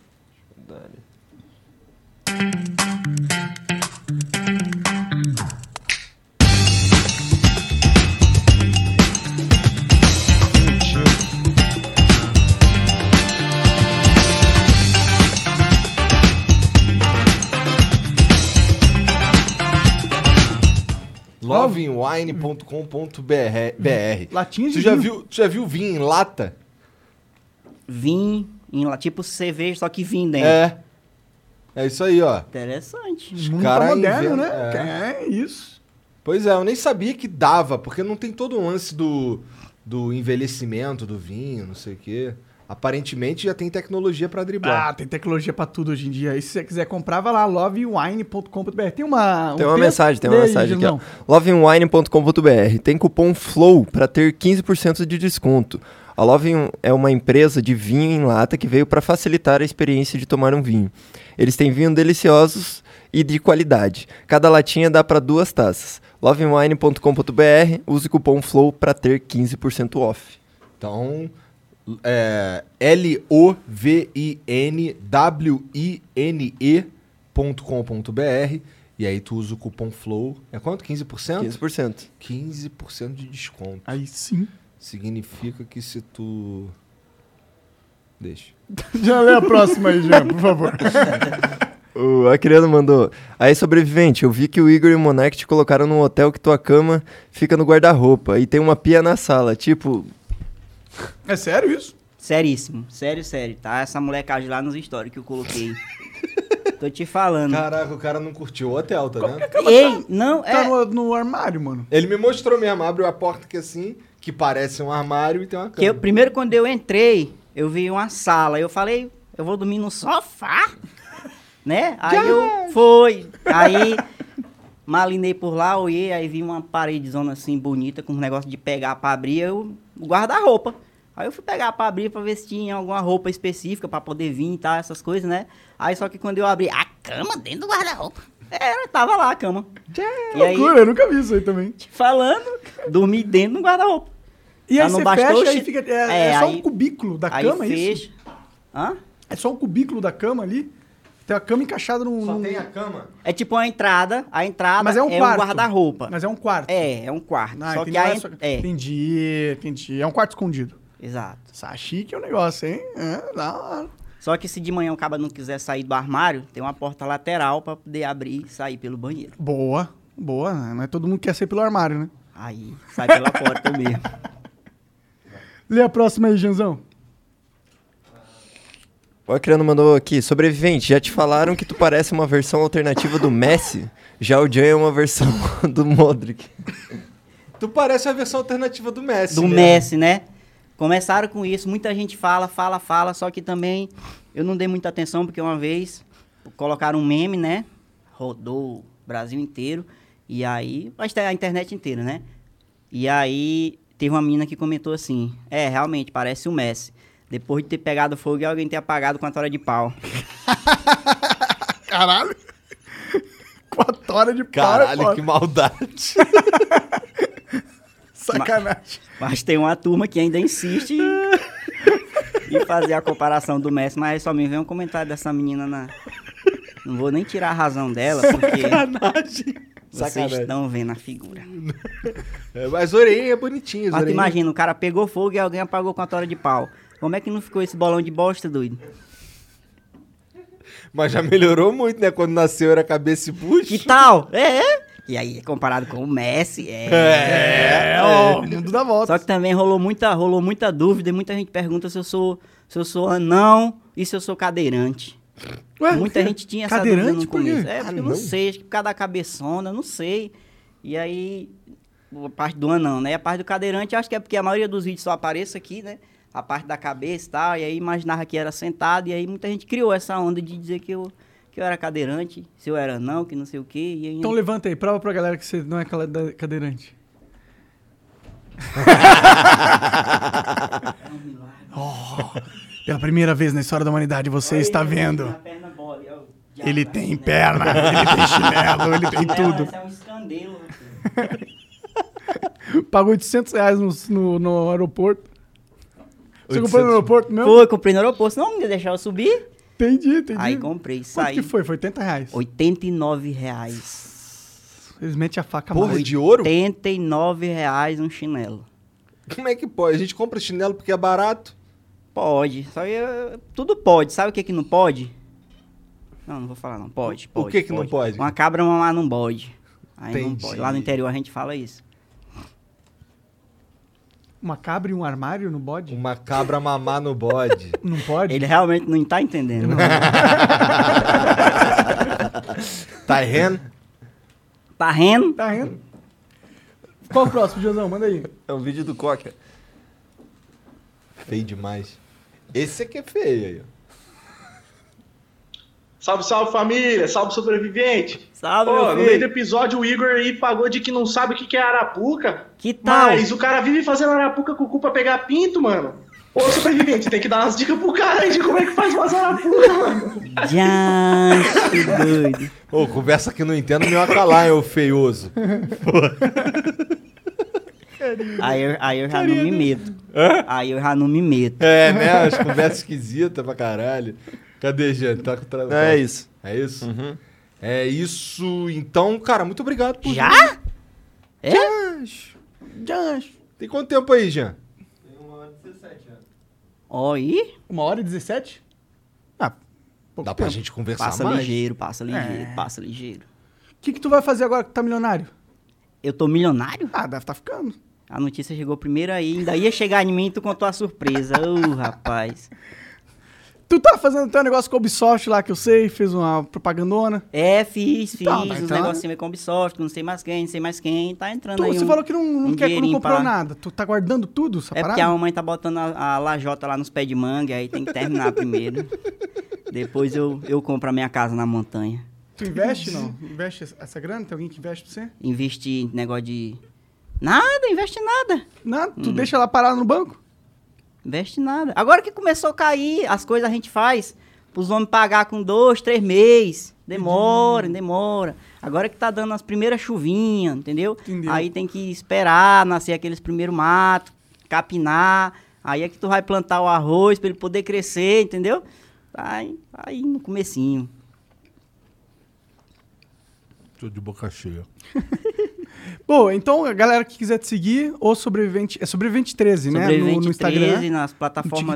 [SPEAKER 3] loveandwine.com.br
[SPEAKER 2] Latinha é de
[SPEAKER 3] Tu já
[SPEAKER 2] vinho.
[SPEAKER 3] viu, tu já viu vinho em lata?
[SPEAKER 4] Vim, em lá, tipo cerveja, só que vim dentro.
[SPEAKER 3] É. É isso aí, ó.
[SPEAKER 4] Interessante.
[SPEAKER 2] Muito
[SPEAKER 3] cara
[SPEAKER 2] moderno,
[SPEAKER 3] inventa-
[SPEAKER 2] né? É, isso.
[SPEAKER 3] Pois é, eu nem sabia que dava, porque não tem todo o lance do, do envelhecimento do vinho, não sei o quê. Aparentemente já tem tecnologia pra driblar.
[SPEAKER 2] Ah, tem tecnologia pra tudo hoje em dia. E se você quiser comprar, vai lá, lovewine.com.br. Tem uma. um
[SPEAKER 5] Tem uma
[SPEAKER 2] texto?
[SPEAKER 5] mensagem, tem uma
[SPEAKER 2] Lê aí,
[SPEAKER 5] mensagem aqui, ó.
[SPEAKER 2] Gilson.
[SPEAKER 5] Lovingwine.com.br tem cupom FLOW para ter 15% de desconto. A Loving é uma empresa de vinho em lata que veio para facilitar a experiência de tomar um vinho. Eles têm vinho deliciosos e de qualidade. Cada latinha dá para duas taças. Lovingwine.com.br, use cupom FLOW para ter 15% off.
[SPEAKER 3] Então, é L-O-V-I-N-W-I-N-E.com.br e aí tu usa o cupom FLOW. É quanto? 15%?
[SPEAKER 5] 15%.
[SPEAKER 3] 15% de desconto.
[SPEAKER 2] Aí sim.
[SPEAKER 3] Significa que se tu... Deixa.
[SPEAKER 2] Já lê a próxima aí, Jean, por favor.
[SPEAKER 5] O Acriano mandou. Aí, sobrevivente, eu vi que o Igor e o Monark te colocaram num hotel que tua cama fica no guarda-roupa e tem uma pia na sala. Tipo,
[SPEAKER 2] É sério isso?
[SPEAKER 4] Seríssimo. Sério, sério, tá? Essa molecagem lá nos stories que eu coloquei. Tô te falando.
[SPEAKER 3] Caraca, o cara não curtiu o hotel, tá vendo?
[SPEAKER 4] Ei, não, é.
[SPEAKER 2] Tá no, no armário, mano.
[SPEAKER 3] Ele me mostrou mesmo, abriu a porta
[SPEAKER 6] é
[SPEAKER 3] que assim, que parece um armário e tem uma
[SPEAKER 4] Que eu,
[SPEAKER 3] cama.
[SPEAKER 4] primeiro, quando eu entrei, eu vi uma sala. Eu falei, eu vou dormir no sofá? né? Aí eu fui. Aí malinei por lá, olhei, aí vi uma paredezona assim bonita, com um negócio de pegar pra abrir, eu o guarda-roupa. Aí eu fui pegar pra abrir pra ver se tinha alguma roupa específica pra poder vir e tal, essas coisas, né? Aí só que quando eu abri, a cama dentro do guarda-roupa. Era, tava lá a cama. E aí, Tá
[SPEAKER 2] Loucura, eu nunca vi isso aí também.
[SPEAKER 4] te falando, dormi dentro do guarda-roupa.
[SPEAKER 2] E
[SPEAKER 4] Ah,
[SPEAKER 2] aí
[SPEAKER 4] não
[SPEAKER 2] você
[SPEAKER 4] bastou
[SPEAKER 2] fecha
[SPEAKER 4] chi-
[SPEAKER 2] e fica. É,
[SPEAKER 4] É,
[SPEAKER 2] é só um
[SPEAKER 4] aí-
[SPEAKER 2] cubículo da
[SPEAKER 4] aí
[SPEAKER 2] cama, é isso?
[SPEAKER 4] fecha. Hã?
[SPEAKER 2] É só um cubículo da cama ali. Tem a cama encaixada num.
[SPEAKER 3] Só
[SPEAKER 2] num-
[SPEAKER 3] tem a cama.
[SPEAKER 4] É tipo uma entrada, a entrada
[SPEAKER 2] Mas é um quarto.
[SPEAKER 4] guarda-roupa.
[SPEAKER 2] Mas é um quarto.
[SPEAKER 4] É, é um quarto.
[SPEAKER 2] Ah,
[SPEAKER 4] só
[SPEAKER 2] entendi,
[SPEAKER 4] que a
[SPEAKER 2] não é
[SPEAKER 4] en-
[SPEAKER 2] só-
[SPEAKER 4] é,
[SPEAKER 2] Entendi, entendi. É um quarto escondido.
[SPEAKER 4] exato.
[SPEAKER 2] Sachi que é o negócio, hein? É, da hora.
[SPEAKER 4] Só que se de manhã o cara não quiser sair do armário, tem uma porta lateral pra poder abrir e sair pelo banheiro.
[SPEAKER 2] Boa, boa. né? Não é todo mundo que quer sair pelo armário, né?
[SPEAKER 4] Aí sai pela porta mesmo.
[SPEAKER 2] Lê a próxima aí, Janzão.
[SPEAKER 5] O Acriano mandou aqui, sobrevivente, já te falaram que tu parece uma versão alternativa do Messi? Já o Jan é uma versão do Modric.
[SPEAKER 3] Tu parece a versão alternativa do Messi. né?
[SPEAKER 4] Do Messi, né? Começaram com isso, muita gente fala, fala, fala, só que também eu não dei muita atenção porque uma vez colocaram um meme, né? Rodou o Brasil inteiro e aí, mas tá a internet inteira, né? E aí teve uma menina que comentou assim: "É, realmente parece o Messi. Depois de ter pegado fogo e alguém ter apagado com a tora de pau."
[SPEAKER 2] Caralho. Quatro horas de pau, é
[SPEAKER 3] Caralho,
[SPEAKER 2] foda.
[SPEAKER 3] que maldade.
[SPEAKER 2] Sacanagem.
[SPEAKER 4] Mas tem uma turma que ainda insiste em, em fazer a comparação do Messi, mas só me vem um comentário dessa menina na. Não vou nem tirar a razão dela, porque
[SPEAKER 2] Sacanagem.
[SPEAKER 4] vocês estão vendo a figura.
[SPEAKER 6] É, mas orelhinha é bonitinha, as
[SPEAKER 4] Mas tu
[SPEAKER 6] orelhinhas.
[SPEAKER 4] imagina, o cara pegou fogo e alguém apagou com a tora de pau. Como é que não ficou esse bolão de bosta, doido?
[SPEAKER 6] Mas já melhorou muito, né? Quando nasceu era cabeça e
[SPEAKER 4] Que
[SPEAKER 6] bucho.
[SPEAKER 4] tal? É, é. E aí, comparado com o Messi, é.
[SPEAKER 2] É, ó, o mundo dá volta.
[SPEAKER 4] Só que também rolou muita, rolou muita dúvida e muita gente pergunta se eu sou, se eu sou anão e se eu sou cadeirante. Muita gente tinha essa dúvida
[SPEAKER 2] Cadeirante,
[SPEAKER 4] no
[SPEAKER 2] por quê?
[SPEAKER 4] começo. É, porque eu não sei, acho que por causa da cabeçona, eu não sei. E aí, a parte do anão, né? A parte do cadeirante, eu acho que é porque a maioria dos vídeos só aparece aqui, né? A parte da cabeça e tal, e aí imaginava que era sentado, e aí muita gente criou essa onda de dizer que eu, que eu era cadeirante, se eu era anão, que não sei o quê. E aí,
[SPEAKER 2] Então levanta aí, prova pra galera que você não é cala- cadeirante. oh, pela primeira vez na história da humanidade você está vendo. Ele
[SPEAKER 4] tá assim, né?
[SPEAKER 2] tem perna, ele tem chinelo, ele tem tudo.
[SPEAKER 4] Isso é um escandelo.
[SPEAKER 2] Pagou 800 reais no, no, no aeroporto. Você
[SPEAKER 6] 800.
[SPEAKER 2] comprou no aeroporto mesmo?
[SPEAKER 4] Foi, comprei no aeroporto, senão não me deixava subir.
[SPEAKER 2] Entendi, entendi.
[SPEAKER 4] Aí comprei,
[SPEAKER 2] Quanto
[SPEAKER 4] saí.
[SPEAKER 2] que foi? Foi 80 reais.
[SPEAKER 4] 89 reais.
[SPEAKER 2] Eles metem a faca
[SPEAKER 6] Porra,
[SPEAKER 2] mais.
[SPEAKER 6] de ouro?
[SPEAKER 4] 89 reais um chinelo.
[SPEAKER 6] Como é que pode? A gente compra chinelo porque é barato.
[SPEAKER 4] Pode. Só ia- tudo pode. Sabe o que que não pode? Não, não vou falar não. Pode,
[SPEAKER 6] O
[SPEAKER 4] pode.
[SPEAKER 6] que que não pode?
[SPEAKER 4] Uma cabra mamar num bode. Aí não
[SPEAKER 6] Entendi.
[SPEAKER 4] pode. Lá no interior a gente fala isso.
[SPEAKER 2] Uma cabra e um armário no bode?
[SPEAKER 6] Uma cabra mamar no bode.
[SPEAKER 2] Não pode?
[SPEAKER 4] Ele realmente não tá entendendo.
[SPEAKER 6] tá errando?
[SPEAKER 4] Tá rendo?
[SPEAKER 2] Tá rindo? Qual o próximo, Josão? Manda aí.
[SPEAKER 5] É um vídeo do Coca.
[SPEAKER 6] Feio demais. Esse aqui é feio aí. ó.
[SPEAKER 7] Salve, salve família, salve sobrevivente.
[SPEAKER 4] Salve,
[SPEAKER 7] Pô, no
[SPEAKER 4] meu
[SPEAKER 7] meio do
[SPEAKER 4] filho.
[SPEAKER 7] episódio o Igor aí pagou de que não sabe o que que é arapuca,
[SPEAKER 4] Que tal?
[SPEAKER 7] mas o cara vive fazendo arapuca com o cu pra pegar pinto, mano. Ô, sobrevivente, tem que dar umas dicas pro cara aí de como é que faz umas arapuca, mano.
[SPEAKER 4] Gente, que doido.
[SPEAKER 6] Ô, conversa que eu não entendo, meu acalar é o feioso.
[SPEAKER 4] Aí eu, aí eu já não me meto. Aí eu já não me meto.
[SPEAKER 6] É, né? As conversas esquisitas pra caralho. Cadê, Jean? Tá com tra...
[SPEAKER 5] É isso.
[SPEAKER 6] É isso?
[SPEAKER 3] Uhum.
[SPEAKER 6] É isso. Então, cara, muito obrigado por.
[SPEAKER 4] Já? É?
[SPEAKER 6] Tem quanto tempo aí, Jean?
[SPEAKER 4] Ó, aí.
[SPEAKER 2] Uma hora e 17? Ah, pouco
[SPEAKER 6] Dá pra
[SPEAKER 2] tempo.
[SPEAKER 6] gente conversar
[SPEAKER 4] Passa
[SPEAKER 6] mais?
[SPEAKER 4] ligeiro, passa ligeiro, passa ligeiro.
[SPEAKER 2] O que, que tu vai fazer agora que tu tá milionário?
[SPEAKER 4] Eu tô milionário?
[SPEAKER 2] Ah, deve tá ficando.
[SPEAKER 4] A notícia chegou primeiro aí, ainda ia chegar em mim e tu contou a surpresa. Ô, rapaz.
[SPEAKER 2] Tu tá fazendo teu negócio com a Ubisoft lá, que eu sei, fez uma propagandona.
[SPEAKER 4] É, fiz, fiz,
[SPEAKER 2] Tá, mas
[SPEAKER 4] os
[SPEAKER 2] tá-
[SPEAKER 4] negocinhos aí com a Ubisoft, não sei mais quem, não sei mais quem, tá entrando
[SPEAKER 2] Tu,
[SPEAKER 4] aí
[SPEAKER 2] você
[SPEAKER 4] um-
[SPEAKER 2] falou que não, não
[SPEAKER 4] um
[SPEAKER 2] quer que não
[SPEAKER 4] dinheirinho
[SPEAKER 2] comprou
[SPEAKER 4] pra-
[SPEAKER 2] nada. Tu tá guardando tudo, essa
[SPEAKER 4] É porque a
[SPEAKER 2] parada?
[SPEAKER 4] mamãe tá botando a, a lajota lá nos pés de manga, aí tem que terminar primeiro. Depois eu, eu compro a minha casa na montanha.
[SPEAKER 2] Tu investe, não? Investe essa- essa grana? Tem alguém que investe pra você?
[SPEAKER 4] Investir em negócio de... Nada, investe em nada.
[SPEAKER 2] Não,
[SPEAKER 4] Hum.
[SPEAKER 2] tu deixa ela parada no banco?
[SPEAKER 4] Investe em nada. Agora que começou a cair, as coisas a gente faz pros homens pagar com dois, três meses. Demora, demora. Agora que tá dando as primeiras chuvinhas, entendeu?
[SPEAKER 2] Entendeu.
[SPEAKER 4] Aí tem que esperar nascer aqueles primeiros matos, capinar. Aí é que tu vai plantar o arroz pra ele poder crescer, entendeu? Aí, aí no comecinho.
[SPEAKER 6] Tô de boca cheia.
[SPEAKER 2] Bom, então, a galera que quiser te seguir, ou Sobrevivente... É Sobrevivente 13, né? No-
[SPEAKER 4] Sobrevivente
[SPEAKER 2] No, Instagram.
[SPEAKER 4] 13, nas plataformas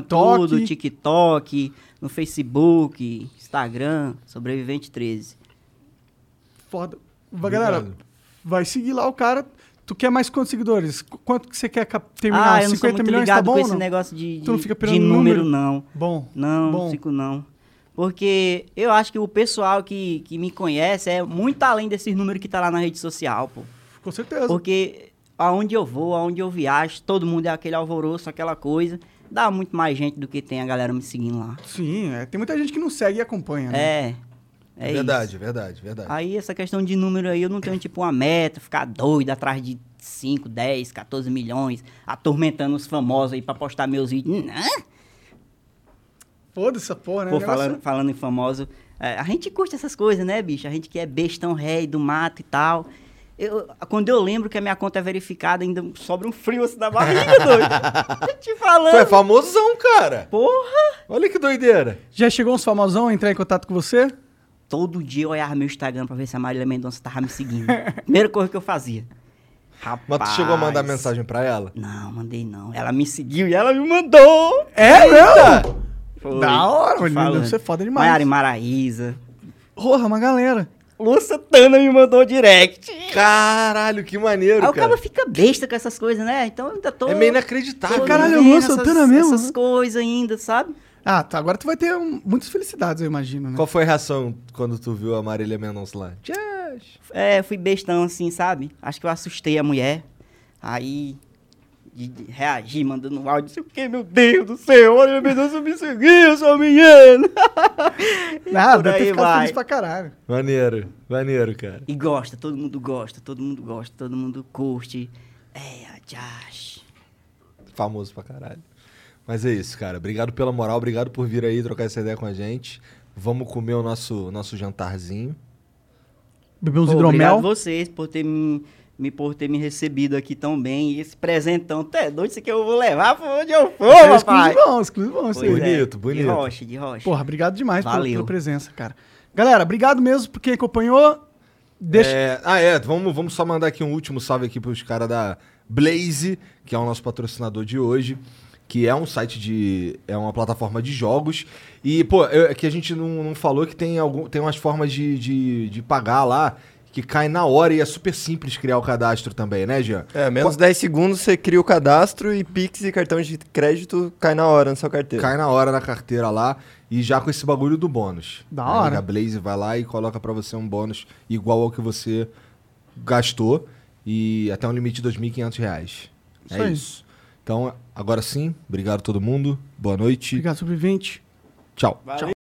[SPEAKER 2] no TikTok.
[SPEAKER 4] tudo, TikTok, no Facebook, Instagram, Sobrevivente 13.
[SPEAKER 2] Foda. Vai, galera, vai seguir lá o cara. Tu quer mais quantos seguidores? Qu- Quanto que você quer cap- terminar?
[SPEAKER 4] Ah, eu não sou muito
[SPEAKER 2] milhões,
[SPEAKER 4] ligado
[SPEAKER 2] tá bom?
[SPEAKER 4] com
[SPEAKER 2] ou
[SPEAKER 4] esse
[SPEAKER 2] não?
[SPEAKER 4] negócio de, de,
[SPEAKER 2] Tu não fica
[SPEAKER 4] de
[SPEAKER 2] pirando no
[SPEAKER 4] número,
[SPEAKER 2] número?
[SPEAKER 4] não.
[SPEAKER 2] Bom.
[SPEAKER 4] Não,
[SPEAKER 2] Bom.
[SPEAKER 4] fico não. Porque eu acho que o pessoal que, que me conhece é muito além desses números que tá lá na rede social, pô.
[SPEAKER 2] Com certeza.
[SPEAKER 4] Porque aonde eu vou, aonde eu viajo, todo mundo é aquele alvoroço, aquela coisa. Dá muito mais gente do que tem a galera me seguindo lá.
[SPEAKER 2] Sim, é, tem muita gente que não segue e acompanha. né?
[SPEAKER 4] É. É
[SPEAKER 6] verdade, verdade, verdade.
[SPEAKER 4] isso. Ah, Aí essa questão de número aí, eu não tenho tipo uma meta, ficar doido atrás de 5, 10, 14 milhões, atormentando os famosos aí pra postar meus vídeos. Não,
[SPEAKER 2] Foda-se essa porra, né?
[SPEAKER 4] Pô,
[SPEAKER 2] O negócio-
[SPEAKER 4] falando, falando em é famoso, é, a gente curte essas coisas, né, bicho? A gente que é bestão rei do mato e tal. eu- quando eu lembro que a minha conta é verificada, ainda sobra um frio assim na barriga, doido. Tô te falando.
[SPEAKER 3] Tu é famosão,
[SPEAKER 5] é
[SPEAKER 3] cara.
[SPEAKER 4] Porra!
[SPEAKER 3] Olha que doideira.
[SPEAKER 2] Já chegou uns famosão a entrar em contato com você?
[SPEAKER 4] Todo dia eu olhava meu Instagram pra ver se a Marília Mendonça tava me seguindo. Primeira coisa que eu fazia. Rapaz.
[SPEAKER 3] Mas tu chegou a mandar mensagem pra ela?
[SPEAKER 4] Não, mandei não. Ela me seguiu e ela me mandou.
[SPEAKER 2] É, não!
[SPEAKER 4] Foi.
[SPEAKER 2] Da hora,
[SPEAKER 4] Tô
[SPEAKER 2] mano.
[SPEAKER 4] falando.
[SPEAKER 2] Você é foda demais.
[SPEAKER 4] Maiara e Maraísa.
[SPEAKER 2] Porra, uma galera.
[SPEAKER 4] Lúcia Tana me mandou direct.
[SPEAKER 3] Caralho, que
[SPEAKER 4] Aí
[SPEAKER 3] maneiro,
[SPEAKER 4] o
[SPEAKER 3] cara.
[SPEAKER 4] cara fica besta com essas coisas, né? Então eu ainda tô.
[SPEAKER 3] É meio inacreditável.
[SPEAKER 4] tô
[SPEAKER 2] Caralho,
[SPEAKER 4] vivendo
[SPEAKER 2] Lúcia
[SPEAKER 4] essas-
[SPEAKER 2] Tana mesmo,
[SPEAKER 4] Essas
[SPEAKER 2] né?
[SPEAKER 4] coisas ainda, sabe?
[SPEAKER 2] Ah, tá. Agora tu vai ter um- muitas felicidades, eu imagino, né?
[SPEAKER 3] Qual foi a reação quando tu viu a Marília Mendonça lá?
[SPEAKER 4] É, fui bestão assim, sabe? Acho que eu assustei a mulher. Aí de, de reagir, mandando um áudio, não sei o que, meu Deus do céu, olha, meu Deus, eu me seguiu, sua menina.
[SPEAKER 2] Nada,
[SPEAKER 4] E por
[SPEAKER 2] Ah, deve ter
[SPEAKER 4] aí
[SPEAKER 2] ficado
[SPEAKER 4] vai.
[SPEAKER 2] feliz pra caralho.
[SPEAKER 3] Maneiro, maneiro, cara.
[SPEAKER 4] E gosta, todo mundo gosta, todo mundo gosta, todo mundo curte. É, a Josh.
[SPEAKER 3] Famoso pra caralho. Mas é isso, cara. Obrigado pela moral, obrigado por vir aí trocar essa ideia com a gente. Vamos comer o nosso, nosso jantarzinho.
[SPEAKER 2] Beber uns
[SPEAKER 4] Pô, Obrigado a
[SPEAKER 2] hidromel.
[SPEAKER 4] vocês por ter me, me- por ter me recebido aqui tão bem. E esse presentão, até doido, isso aqui eu vou levar pra onde eu for,
[SPEAKER 2] É
[SPEAKER 4] rapaz.
[SPEAKER 2] exclusivão, exclusivão. isso aí.
[SPEAKER 4] Pois é,
[SPEAKER 3] Bonito, bonito.
[SPEAKER 4] De rocha, de rocha.
[SPEAKER 2] Porra, obrigado demais pela,
[SPEAKER 4] Valeu.
[SPEAKER 2] pela presença, cara. Galera, obrigado mesmo por quem acompanhou. Deixa.
[SPEAKER 3] É, ah, é. Vamos, vamos só mandar aqui um último salve aqui pros caras da Blaze, que é o nosso patrocinador de hoje. Que é um site de. É uma plataforma de jogos. E, pô, eu, é que a gente não, não falou que tem, algum, tem umas formas de, de, de pagar lá que cai na hora e é super simples criar o cadastro também, né, Jean?
[SPEAKER 5] É, menos 10 segundos você cria o cadastro e Pix e cartão de crédito cai na hora na sua
[SPEAKER 2] É.
[SPEAKER 5] carteira.
[SPEAKER 3] Cai na hora na carteira lá e já com esse bagulho do bônus.
[SPEAKER 2] Da
[SPEAKER 3] Aí
[SPEAKER 2] hora.
[SPEAKER 3] A Blaze vai lá e coloca pra você um bônus igual ao que você gastou e até um limite de R$ 2.500. reais. É
[SPEAKER 2] Isso aí.
[SPEAKER 3] isso. Então, agora sim, obrigado a todo mundo. Boa noite.
[SPEAKER 2] Obrigado, sobrevivente.
[SPEAKER 3] Tchau.
[SPEAKER 4] Valeu.